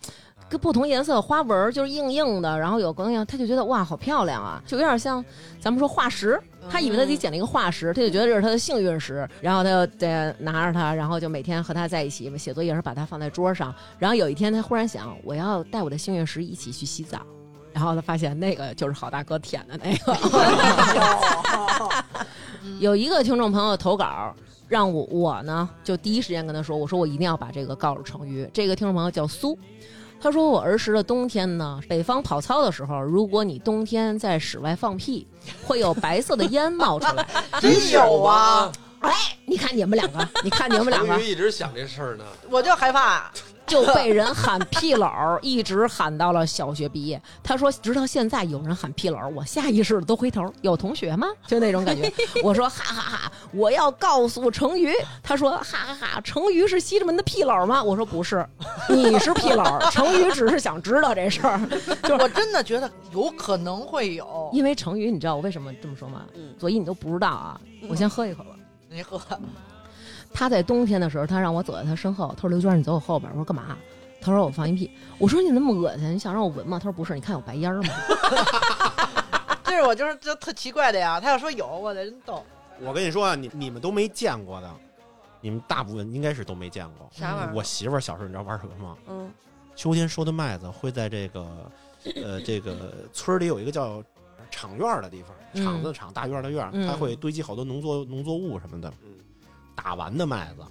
S2: 跟不同颜色的花纹儿，就是硬硬的，然后有各种样，他就觉得哇，好漂亮啊，就有点像咱们说化石。他以为他自己捡了一个化石，他就觉得这是他的幸运石，然后他就得拿着它，然后就每天和它在一起写作业时，把它放在桌上。然后有一天，他忽然想，我要带我的幸运石一起去洗澡。然后他发现那个就是好大哥舔的那个。有一个听众朋友投稿，让我我呢就第一时间跟他说，我说我一定要把这个告诉成瑜。这个听众朋友叫苏，他说我儿时的冬天呢，北方跑操的时候，如果你冬天在室外放屁，会有白色的烟冒出来。
S4: 真有啊！
S2: 哎，你看你们两个，你看你们两个
S3: 成瑜一直想这事儿呢，
S4: 我就害 怕，
S2: 就被人喊屁篓儿，一直喊到了小学毕业。他说，直到现在有人喊屁篓儿，我下意识的都回头，有同学吗？就那种感觉。我说哈哈哈，我要告诉成瑜。他说哈哈哈，成瑜是西直门的屁篓儿吗？我说不是，你是屁篓儿，成瑜只是想知道这事儿。
S4: 我真的觉得有可能会有。
S2: 因为成瑜，你知道我为什么这么说吗？左一，你都不知道啊。我先喝一口吧。
S4: 你喝，
S2: 他在冬天的时候，他让我走在他身后，他说：“哎刘娟，你走我后边。”我说：“干嘛？”他说：“我放一屁。”我说：“你那么恶心，你想让我闻吗？”他说：“不是，你看有白烟儿吗
S4: 这是我就是就特奇怪的呀。他要说有，我的真逗。
S6: 我跟你说啊，你你们都没见过的，你们大部分应该是都没见过。
S1: 啥玩意儿
S6: 我媳妇儿小时候你知道玩什么吗？
S7: 嗯，
S6: 秋天收的麦子会在这个，呃，这个村儿里有一个叫厂院儿的地方，
S2: 嗯
S6: 厂子的厂，大院儿的院儿，
S2: 嗯
S6: 它会堆积好多农作农作物什么的
S3: 嗯，
S6: 打完的麦子，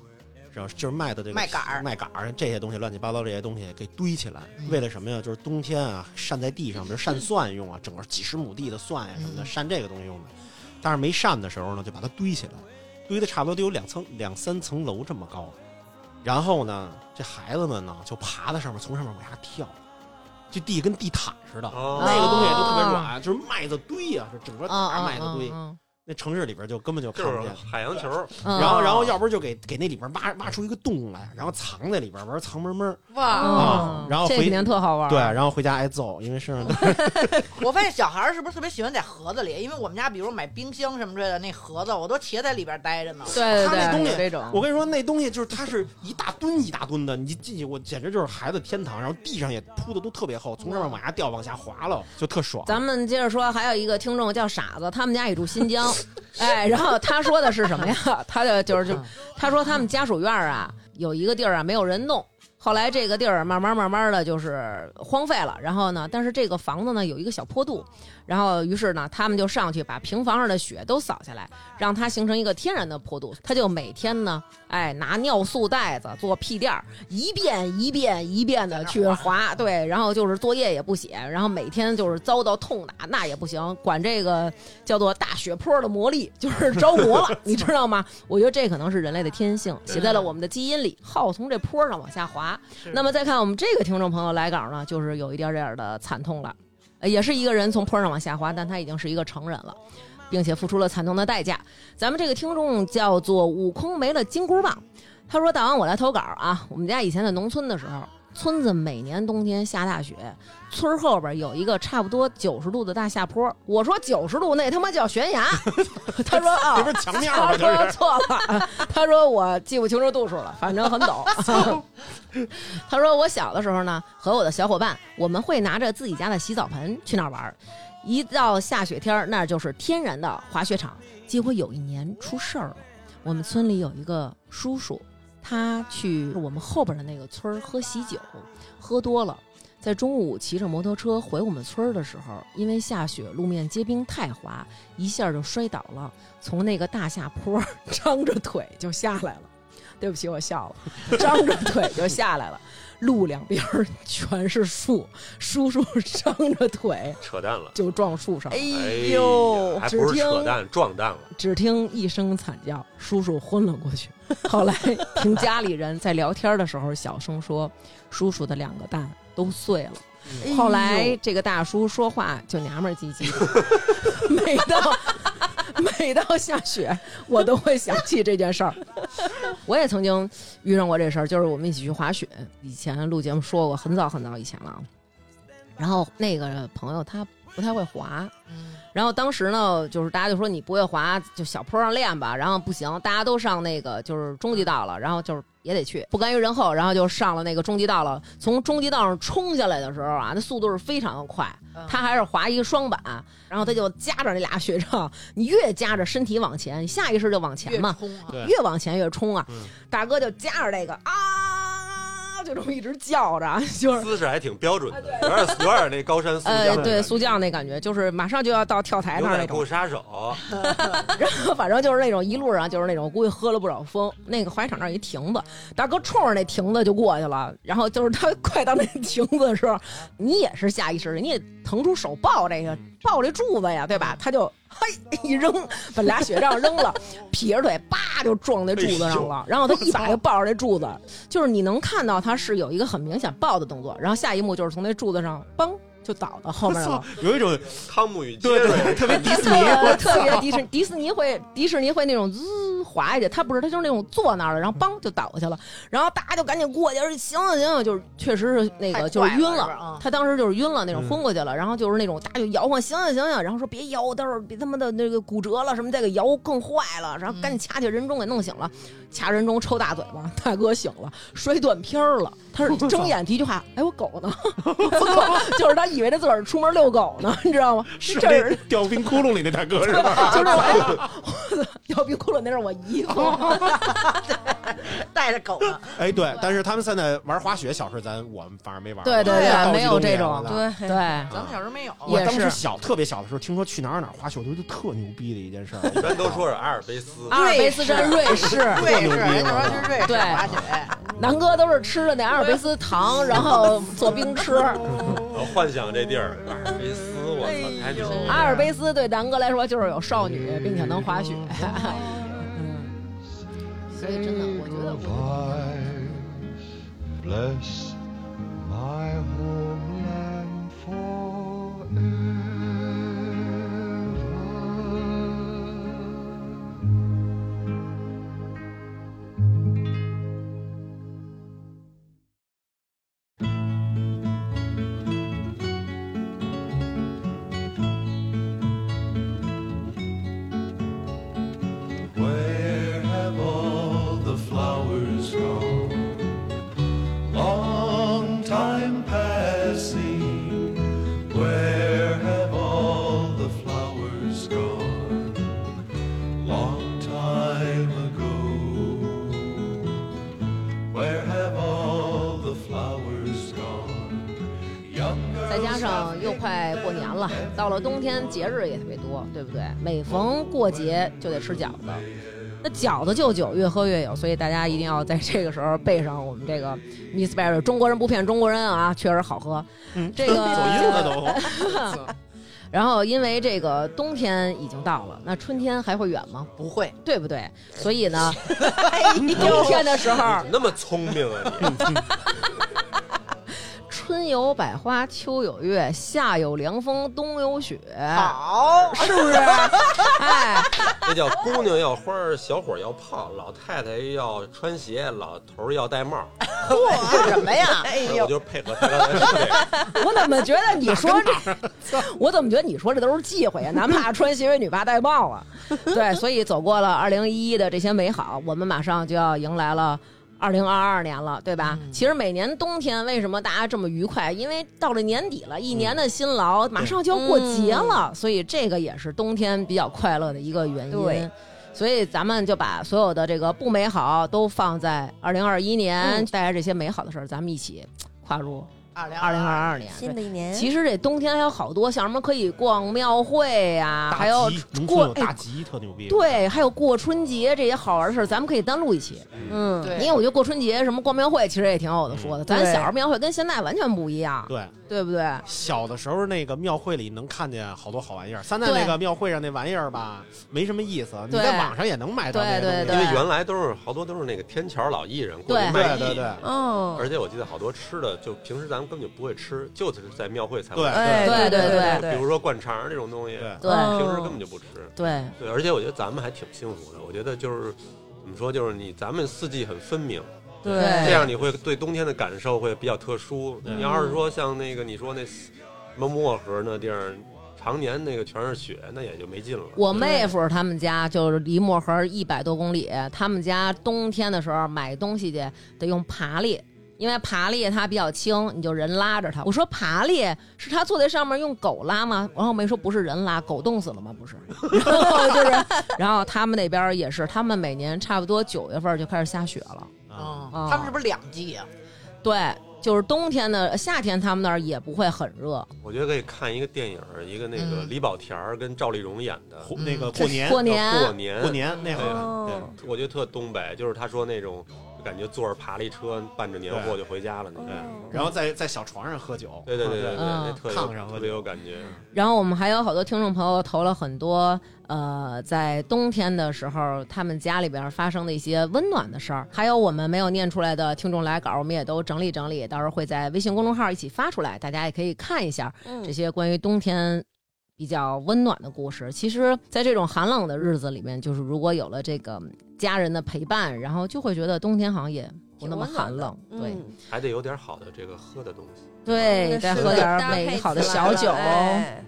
S6: 然后就是麦的这个
S4: 麦秆儿嗯
S6: 麦秆儿这些东西乱七八糟这些东西给堆起来，为了什么呀？就是冬天啊，扇在地上，比如扇蒜用啊，整个几十亩地的蒜呀、什么的，
S4: 嗯
S6: 扇这个东西用的。但是没扇的时候呢，就把它堆起来，堆的差不多得有两层两三层楼这么高。然后呢，这孩子们呢就爬在上面，从上面往下跳，这地跟地毯似的，
S3: 哦
S6: 那个东西也都特别软，就是麦子堆呀、就整个？”大
S2: 啊
S6: 麦子堆，
S2: 啊
S6: 那城市里边就根本就看
S3: 就
S6: 不
S3: 是
S6: 见。
S3: 海洋球，
S2: 啊
S6: 然后，然后要不然就给给那里边挖挖出一个洞来，然后藏在里边玩藏猫猫。
S2: 哦
S4: 哇，
S6: 啊然后
S2: 这
S6: 回
S2: 肯定特好玩。
S6: 对，，然后回家挨揍，因为身上都
S4: 我发现小孩儿是不是特别喜欢在盒子里？因为我们家比如买冰箱什么之类的，那盒子我都且在里边待着呢。
S2: 对对
S6: 他
S2: 对，
S6: 那东西
S2: 有这种，
S6: 我跟你说，那东西就是它是一大吨一大吨的，你进去我简直就是孩子天堂，然后地上也铺的都特别厚，从上面往下掉，往下滑了，就特爽。
S2: 咱们接着说，还有一个听众叫傻子，他们家也住新疆，哎，然后他说的是什么呀？他的就是就他说他们家属院啊，有一个地儿啊没有人弄，后来这个地儿慢慢慢慢的就是荒废了，然后呢，但是这个房子呢有一个小坡度，然后于是呢他们就上去把平房上的雪都扫下来，让它形成一个天然的坡度，他就每天呢，哎，拿尿素袋子做屁垫儿，一遍一遍一遍的去滑，对，然后就是作业也不写，然后每天就是遭到痛打，那也不行，管这个叫做大血坡的魔力，就是着魔了，你知道吗？我觉得这可能是人类的天性，写在了我们的基因里，好从这坡上往下滑。那么再看我们这个听众朋友来稿呢，就是有一点点的惨痛了，呃也是一个人从坡上往下滑，但他已经是一个成人了。并且付出了惨痛的代价。咱们这个听众叫做悟空没了金箍棒，他说：“大王，我来投稿啊！我们家以前在农村的时候，村子每年冬天下大雪，村儿后边有一个差不多九十度的大下坡。我说九十度那他妈叫悬崖。 他说啊，
S6: 这不是墙面
S2: 他
S6: 吗？这
S2: 说
S6: 是
S2: 错了，他说我记不清楚度数了，反正很陡。 他说我小的时候呢，和我的小伙伴，我们会拿着自己家的洗澡盆去那儿玩儿。一到下雪天儿，那就是天然的滑雪场。结果有一年出事儿了，我们村里有一个叔叔，他去我们后边的那个村儿喝喜酒，喝多了。在中午骑着摩托车回我们村儿的时候，因为下雪，路面结冰太滑，一下就摔倒了。从那个大下坡儿 张着腿就下来了。对不起，我笑了，张着腿就下来了。路两边儿全是树，叔叔张着腿
S3: 扯淡了。
S2: 就撞树上了
S7: 哎
S3: 哎
S7: 呦
S3: 呀，，还不是扯淡，撞蛋了。
S2: 只听一声惨叫，叔叔昏了过去。后来听家里人在聊天的时候小声说，叔叔的两个蛋都碎了。
S7: 哎
S2: 后来这个大叔说话就娘们儿唧唧的，每到每到下雪，我都会想起这件事儿。我也曾经遇上过这事儿，就是我们一起去滑雪，以前录节目说过，很早很早以前了啊。然后那个朋友他不太会滑，
S4: 嗯
S2: 然后当时呢，就是大家就说你不会滑，就小坡上练吧。然后不行，大家都上那个就是中级道了，然后就是也得去，不甘于人后，然后就上了那个中级道了。从中级道上冲下来的时候
S4: 嗯
S2: 啊，那速度是非常快。他还是滑一个双板，然后他就夹着那俩雪杖，你越夹着身体往前，下意识就往前
S4: 越
S2: 嘛，
S4: 冲啊，
S6: 对
S2: 越往前越冲啊
S6: 嗯！
S2: 大哥就夹着那个啊，就这么一直叫着， 就是。
S3: 姿势还挺标准的，有点有点那高山速降的感，
S2: 呃
S3: 觉，
S2: 对，速降那感觉，就是马上就要到跳台
S3: 牛
S2: 那儿那
S3: 仔
S2: 种
S3: 裤，杀手，
S2: 然后反正就是那种一路上就是那种，估计喝了不少风。那个滑雪场那儿有一亭子，大哥冲着那亭子就过去了。然后就是他快到那亭子的时候，你也是下意识的，你也腾出手抱这个抱这柱子呀，对
S3: 嗯
S2: 吧？他就嘿一扔，把俩雪杖扔了，撇着腿叭就撞那柱子上
S3: 哎
S2: 了。然后他一把就抱着这柱子，就是你能看到他是有一个很明显抱的动作。然后下一幕就是从那柱子上嘣就倒到 后面了
S6: 操。，有一种
S3: 汤姆与杰
S6: 对
S3: 瑞，
S6: 对特别迪士尼，
S2: 特
S6: 我
S2: 特别
S6: 操，
S2: 迪士迪士尼会迪士尼会那种滋滑下去，他不是他就是那种坐那儿了，
S6: 嗯
S2: 然后梆就倒下去了，然后大家就赶紧过去，说行了行了，就是确实是那
S4: 太
S2: 个就是
S4: 快
S2: 晕
S4: 了是
S2: 了
S4: 吧啊
S2: 他当时就是晕了那种
S6: 嗯
S2: 昏过去了，然后就是那种大家就摇晃，行行行行，然后说别摇，待会儿别他妈的那个骨折了什么，再给摇更坏了，然
S6: 嗯
S2: 后赶紧掐去人中给弄醒了，掐人中抽大嘴巴，大哥醒了，摔断片儿了，他是睁眼第一句话，哎我狗呢？ 就是他以为他自个儿出门遛狗呢，你知道吗？
S6: 是
S2: 这
S6: 那掉冰窟窿里那大哥是 吧？
S2: 就是我哎呦， 我操摇冰窟窿那是我姨夫，
S4: 带着狗呢，
S2: 啊
S6: 哎，对，但是他们现在玩滑雪，小时候咱我们反而没玩过，
S2: 对对对
S6: 到处
S2: 没有
S6: 都
S2: 这
S6: 年
S2: 种
S6: 了
S7: 对
S2: 啊对，
S4: 咱们小时候没有。啊
S6: 我
S2: 也
S6: 当时
S2: 是
S6: 小特别小的时候，听说去哪儿哪儿滑雪，我觉得特牛逼的一件事 儿。
S3: 一般都说是阿尔卑斯，
S2: 阿尔卑斯山瑞士，
S4: 瑞士，人家说是瑞士
S2: 对
S4: 滑雪，
S2: 南哥都是吃的那阿尔卑斯 糖，然后做冰吃。
S3: 我幻想这地儿，阿尔卑斯，我操，太牛了！
S2: 阿尔卑斯对南哥来说就是有少女，并且能滑雪。 所以真的，我觉得我
S9: bless my homeland forever. Where have all the flowers gone? Long time passing. Where have all the flowers gone? Long time ago. Where have all the flowers gone? Young
S2: 再
S9: girls
S2: 加
S9: have
S2: 上又快过年了，到了冬天节日也特别多，对不对？每逢过节就得吃饺子，那饺子就酒，越喝越有，所以大家一定要在这个时候备上我们这个 Miss Berry。中国人不骗中国人啊，确实好喝。这个
S6: 走音了都。
S2: 然后因为这个冬天已经到了，那春天还会远吗？
S4: 不会，
S2: 对不对？所以呢，哎冬天的时候
S3: 你，那么聪明啊你！
S2: 春有百花，秋有月，夏有凉风，冬有雪，
S4: 好，
S2: 哎是 不是？哎。
S3: 那叫姑娘要花儿，小伙儿要胖，老太太要穿鞋，老头儿要戴帽。
S4: 嚯，什么呀？哎
S3: 我
S4: 呦，
S3: 就配合他刚才说这个。
S2: 我怎么觉得你说这， 我怎么觉得你说这都是忌讳啊？男怕穿鞋，女怕戴 帽啊。对，所以走过了二零一一的这些美好，我们马上就要迎来了。二零二二年了，对吧？
S7: 嗯
S2: 其实每年冬天为什么大家这么愉快？因为到了年底了，
S7: 嗯
S2: 一年的辛劳马上就要过节了，所以这个也是冬天比较快乐的一个原因
S7: 对。
S2: 所以咱们就把所有的这个不美好都放在二零二一
S7: 嗯
S2: 年，带着这些美好的事儿，咱们一起跨入
S4: 二零
S2: 二零二二年。
S7: 新的一年，
S2: 其实这冬天还有好多，像什么可以逛庙会呀、还有
S6: 农村
S2: 过
S6: 有大
S2: 哎，
S6: 集特牛逼。
S2: 对，还有过春节这些好玩的事儿，咱们可以单录一期。
S7: 嗯，
S4: 对，
S2: 因为我觉得过春节什么逛庙会其实也挺有的说的，咱
S7: 对
S2: 小时候庙会跟现在完全不一样，
S6: 嗯对，
S2: 对不对？
S6: 小的时候那个庙会里能看见好多好玩意儿。现在那个庙会上那玩意儿吧，没什么意思。你
S2: 对
S6: 在网上也能买到那个
S2: 对
S6: 东
S3: 因
S6: 西。
S3: 为原来都是好多都是那个天桥老艺人过去
S2: 对
S3: 卖艺，
S6: 对对啊
S2: 嗯
S6: 对
S7: 哦，
S3: 而且我记得好多吃的，就平时咱们根本就不会吃，就是在庙会才会
S6: 对
S3: 吃。
S7: 哎，
S2: 对
S7: 对
S2: 对
S3: 比如说灌肠这种东西，
S6: 对
S2: 对
S7: 嗯
S3: 平时根本就不吃。
S2: 对
S3: 对，而且我觉得咱们还挺幸福的。我觉得就是怎么说，就是你咱们四季很分明，
S7: 对，
S3: 这样你会对冬天的感受会比较特殊。
S6: 对
S3: 你要是说像那个你说那什么漠河那地儿，常年那个全是雪，那也就没劲了。
S2: 我妹夫他们家就是离漠河一百多公里，他们家冬天的时候买东西去得用爬犁。因为爬犁它比较轻，你就人拉着它。我说爬犁是他坐在上面用狗拉吗？然后我妹说不是人拉，狗冻死了吗？不是，然后就是，然后他们那边也是，他们每年差不多九月份就开始下雪了。
S7: 哦
S6: 啊，
S4: 嗯他们是不是两季啊？
S2: 对，就是冬天的夏天，他们那儿也不会很热。
S3: 我觉得可以看一个电影儿，一个那个
S2: 嗯
S3: 李保田儿跟赵丽蓉演的
S6: 过那个过年哦
S2: 过
S3: 叫
S2: 年
S3: 过年
S6: 过年那会儿，对
S7: 嗯哦
S3: 我觉得特东北，就是他说那种就感觉坐着爬了一车，伴着年货就回家了那
S6: 对
S3: 种。，
S2: 哦
S7: 哦
S6: 然后在在小床上喝酒，啊
S3: 对对对对对，那
S2: 嗯
S3: 特有
S6: 炕上喝酒
S3: 特别有感觉。
S2: 然后我们还有好多听众朋友投了很多，呃，在冬天的时候他们家里边发生的一些温暖的事儿，还有我们没有念出来的听众来稿，我们也都整理整理，到时候会在微信公众号一起发出来，大家也可以看一下
S7: 嗯
S2: 这些关于冬天。比较温暖的故事，其实，在这种寒冷的日子里面，就是如果有了这个家人的陪伴，然后就会觉得冬天好像也不那么寒冷。对、
S7: 嗯
S3: 还得有点好的这个喝的东西。
S2: 对，再喝点
S1: 搭配
S2: 美好的
S1: 起来
S2: 小
S1: 了
S2: 酒。
S1: 哎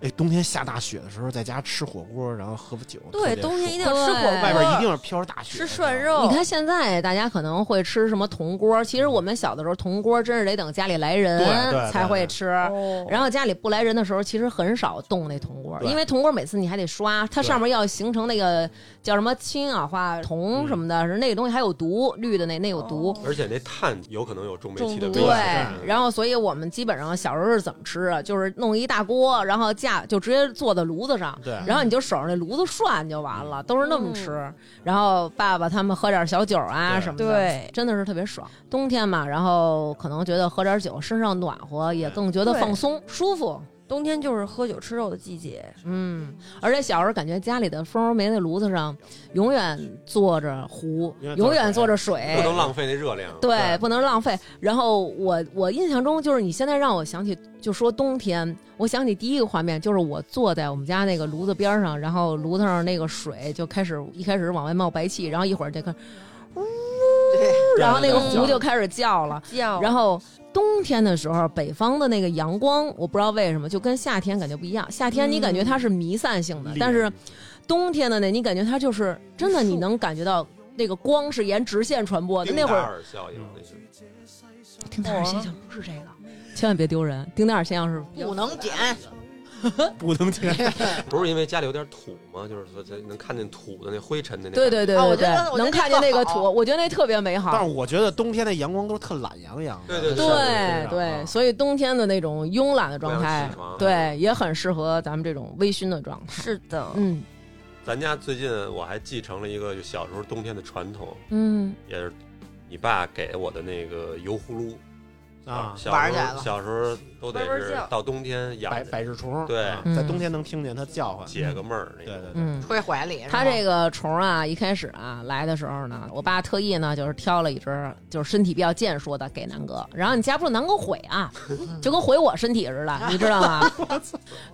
S6: 哎，冬天下大雪的时候，在家吃火锅，然后喝酒，特
S7: 对，
S6: 别
S7: 冬天一定
S6: 爽
S7: 要吃火锅，
S2: 对
S6: 外边一定是飘着大雪，
S7: 吃涮肉。
S6: 哦
S2: 你看现在大家可能会吃什么铜锅，其实我们小的时候铜锅真是得等家里来人
S6: 对对对
S2: 才会吃。
S7: 哦，
S2: 然后家里不来人的时候，其实很少动那铜锅，
S6: 对
S2: 因为铜锅每次你还得刷，它上面要形成那个叫什么氢氧化
S6: 嗯
S2: 铜什么的，是那个东西还有毒，绿的那那有毒。
S3: 而且那碳有可能有重煤气的
S7: 中
S3: 危
S7: 毒
S2: 对
S3: 险。
S6: 对
S2: 然后所以我们基本上小时候是怎么吃啊？就是弄一大锅，然后架就直接坐在炉子上，
S6: 对嗯
S2: 然后你就守着那炉子涮就完了，都是那么吃。然后爸爸他们喝点小酒啊
S6: 对
S2: 什么的，
S7: 对
S2: 真的是特别爽。冬天嘛，然后可能觉得喝点酒，身上暖和，也更觉得
S7: 对
S2: 放松舒服。
S7: 冬天就是喝酒吃肉的季节，
S2: 嗯，而且小时候感觉家里的蜂窝煤那炉子上永远坐着壶，永
S6: 永
S2: 远
S6: 远
S2: 坐
S6: 坐
S2: 着
S6: 着
S2: 水，
S3: 不能浪费那热量。
S2: 对，不能浪费。然后我我印象中就是你现在让我想起，就说冬天，我想起第一个画面就是我坐在我们家那个炉子边上，然后炉子上那个水就开始一开始往外冒白气，然后一会儿就开始呜，然后那个哦壶就开始叫了。
S7: 叫
S2: 然后冬天的时候，北方的那个阳光，我不知道为什么就跟夏天感觉不一样。夏天你感觉它是弥散性的，
S6: 嗯
S2: 但是冬天的那你感觉它就是真的，你能感觉到那个光是沿直线传播的。
S3: 丁
S2: 那会
S3: 达
S2: 儿
S3: 尔效应那是。
S2: 丁达尔现象不是这个，哦千万别丢人。丁达尔现象是比较
S4: 不能点，
S2: 啊
S6: 不能停。
S3: 不是因为家里有点土吗？就是说才能看见土的那灰尘的那。
S2: 对对对
S4: 啊
S2: 对
S4: 我
S2: 对
S4: 觉得我觉，得那
S2: 能看见那
S4: 特
S2: 个
S4: 好
S2: 土，我觉得那特别美
S6: 但
S2: 好
S6: 是。我觉得冬天的阳光都是特懒洋洋的，
S3: 对对
S6: 是啊
S2: 对
S6: 吧
S2: 对，所以冬天的那种慵懒的状态
S3: 不想起床，
S2: 对，也很适合咱们这种微醺的状态。
S7: 是的，
S2: 嗯
S3: 咱家最近我还继承了一个小时候冬天的传统，
S2: 嗯，
S3: 也是你爸给我的那个油葫芦
S6: 啊，
S3: 小
S4: 玩
S3: 时
S4: 起来
S3: 候
S4: 了
S3: 小时候都得
S1: 玩玩
S3: 是
S1: 叫
S3: 到冬天养
S6: 百
S3: 着
S6: 百日虫，
S3: 对
S6: 啊
S2: 嗯
S6: 在冬天能听见它叫唤，
S3: 解个闷儿那
S6: 对
S3: 种。
S6: 对对，
S2: 嗯，
S4: 揣怀里。
S2: 它
S4: 是吧嗯
S2: 这个虫啊，一开始啊来的时候呢，我爸特意呢就是挑了一只，就是身体比较健硕的给南哥，然后你架不住南哥毁 啊，就跟毁我身体似的，你知道吗？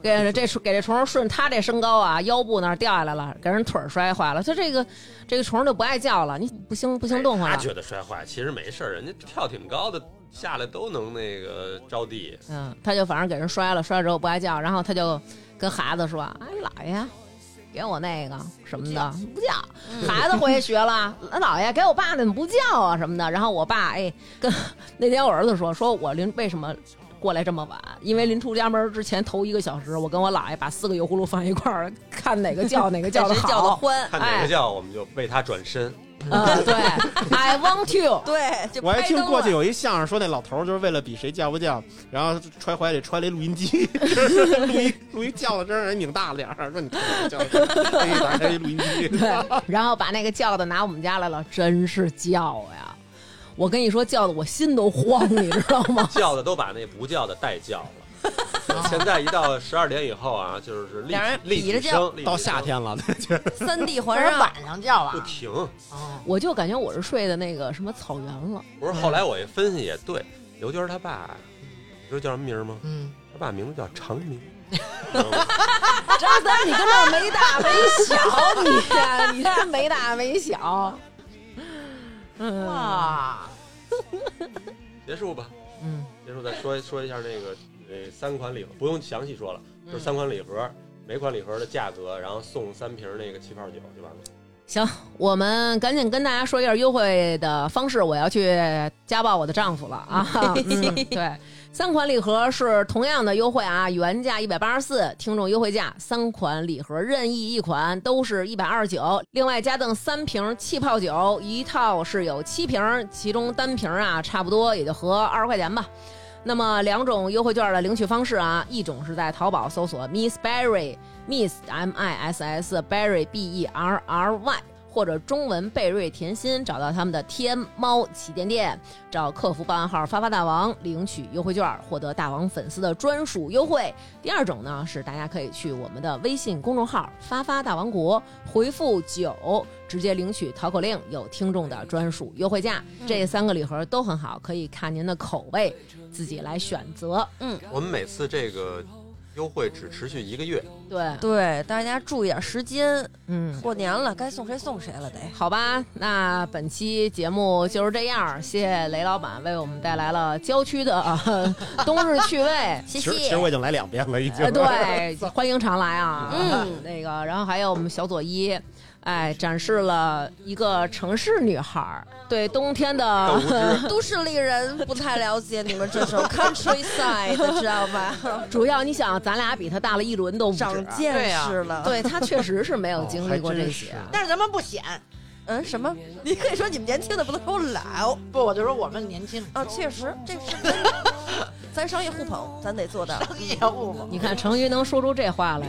S2: 给这给这虫顺他这身高啊，腰部那儿掉下来了，给人腿儿摔坏了，就这个这个虫就不爱叫了，你不行不行动
S3: 哎
S2: 唤
S3: 他
S2: 了，
S3: 觉得摔坏，其实没事儿，人家跳挺高的，下来都能那个着地。
S2: 嗯，他就反正给人摔了，摔了之后不爱叫，然后他就跟孩子说：“哎，姥爷，给我那个什么的不叫。”孩子回去学了，姥爷给我爸那怎么不叫啊什么的。然后我爸哎，跟那天我儿子说，说我临为什么。过来这么晚，因为临出家门之前头一个小时，我跟我姥爷把四个油葫芦放一块儿，看哪个叫哪个叫
S7: 叫
S2: 的
S7: 谁叫的
S2: 好。
S7: 欢，
S3: 看哪个叫，我们就为他转身。
S2: 啊、对，I want you，
S7: 对，就
S6: 我还
S7: 拍
S6: 听
S7: 灯
S6: 过
S7: 了
S6: 去有一相声，说那老头儿就是为了比谁叫不叫，然后揣怀里揣了一录音机，录一录一叫的声儿，人拧大脸儿，说你看我叫的，哎打开一录音机，
S2: 对，然后把那个叫的拿我们家来了，真是叫呀！我跟你说，叫的我心都慌，你知道吗？
S3: 叫的都把那不叫的代叫了。现在一到十二点以后啊，就是立
S7: 两人
S3: 立
S7: 比着
S3: 体
S7: 叫
S3: 声，立体
S6: 到
S3: 声
S6: 夏天了，
S7: 三 D
S4: 不
S7: 环
S4: 是
S7: 绕，
S4: 晚上叫
S3: 不
S4: 啊，
S3: 停。
S4: 哦
S2: 我就感觉我是睡的那个什么草原了，
S3: 不是，后来我一分析也对，刘娟儿她爸，你知道叫什么名儿吗？
S4: 嗯，
S3: 她爸名字叫长明。
S2: 张三，你跟这儿没大没小，你你这没大没小，嗯
S4: 哇，
S3: 结束吧，
S2: 嗯，
S3: 结束再说一说一下那个呃三款礼盒，不用详细说
S4: 嗯
S3: 了，就是三款礼盒，每款礼盒的价格，然后送三瓶那个气泡酒就完了。
S2: 行，我们赶紧跟大家说一下优惠的方式。我要去家暴我的丈夫了啊！嗯、对，三款礼盒是同样的优惠啊，原价一百八十四，听众优惠价三款礼盒任意一款都是一百二十九，另外加赠三瓶气泡酒，一套是有七瓶，其中单瓶啊差不多也就合二十块钱吧。那么两种优惠券的领取方式啊，一种是在淘宝搜索 Miss Berry Miss M I S S Berry B E R R Y，或者中文贝瑞甜心，找到他们的天猫旗舰店，找客服报暗号“发发大王”领取优惠券，获得大王粉丝的专属优惠。第二种呢是大家可以去我们的微信公众号“发发大王国”，回复“九”直接领取淘口令，有听众的专属优惠价。这三个礼盒都很好，可以看您的口味自己来选择。
S3: 我们每次这个优惠只持续一个月，
S2: 对，
S7: 对，大家注意点时间，
S2: 嗯。
S7: 过年了该送谁送谁了得。
S2: 好吧，那本期节目就是这样，谢谢雷老板为我们带来了郊区的、 呃冬日趣味。
S7: 谢
S6: 其实其实
S7: 谢
S6: 我。已经来两遍了，已经。
S2: 呃，对，欢迎常来啊。
S7: 嗯
S2: 那个，然后还有我们小左一，哎，展示了一个城市女孩儿对冬天
S4: 啊
S3: 但无
S2: 的
S3: 知
S7: 都市丽人不太了解你们这 种 countryside，知道吧？
S2: 主要你想，咱俩比她大了一轮都不止啊
S7: 长见识啊了。，
S2: 对她确实是没有经历过这些。
S6: 哦
S4: 但是咱们不显，
S7: 嗯，什么？你可以说你们年轻的不能说我老
S4: 不，我就说我们年轻，
S7: 啊，确实，这是真的。咱商业互捧，咱得做 到。
S4: 业务嘛。
S2: 你看成瑜能说出这话来，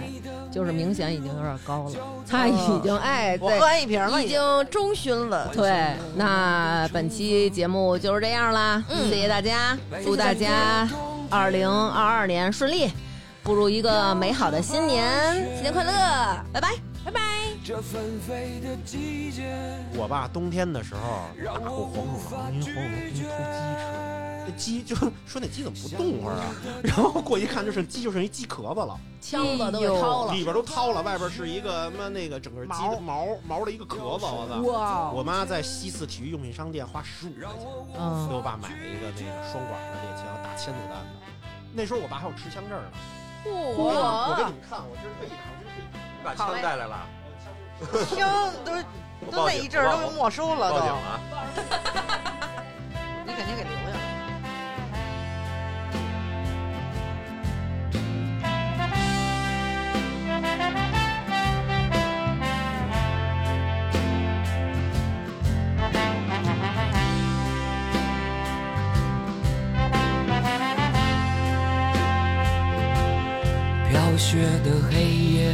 S2: 就是明显已经有点高了，他已经哎
S4: 我
S2: 对。
S4: 喝完一瓶了，
S7: 已经中旬了，
S2: 对，那本期节目就是这样啦，谢谢大家，祝大家二零二二年顺利，步入一个美好的新年，
S7: 新年快乐！
S2: 拜拜。
S8: 这纷飞的季节，
S6: 我爸冬天的时候打过黄鼠狼，因为黄鼠狼东西偷鸡吃。那鸡就说那鸡怎么不动会儿啊？ 然后过一看，就剩鸡就剩一鸡壳子了，
S2: 枪子都给掏了，
S6: 里边都掏了，外边是一个什么那个整个鸡的毛毛的一个壳子。我
S2: 哦
S6: 操！我妈在西四体育用品商店花十五块钱给
S2: 嗯，
S6: 我爸买了一个那个双管的猎枪，打铅子弹的。那时候我爸还有持枪证呢。我给你们看，我这是特意拿，我这是特意拿
S3: 把枪带来了，
S4: 听都
S3: 我
S4: 都
S3: 报
S4: 那
S3: 警
S4: 一阵儿都
S3: 我报
S4: 给没收了，
S3: 报警
S4: 都
S3: 了啊。
S4: 你肯定给留下了。
S8: 飘雪的黑夜，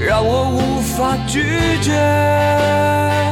S8: 让我无法拒绝。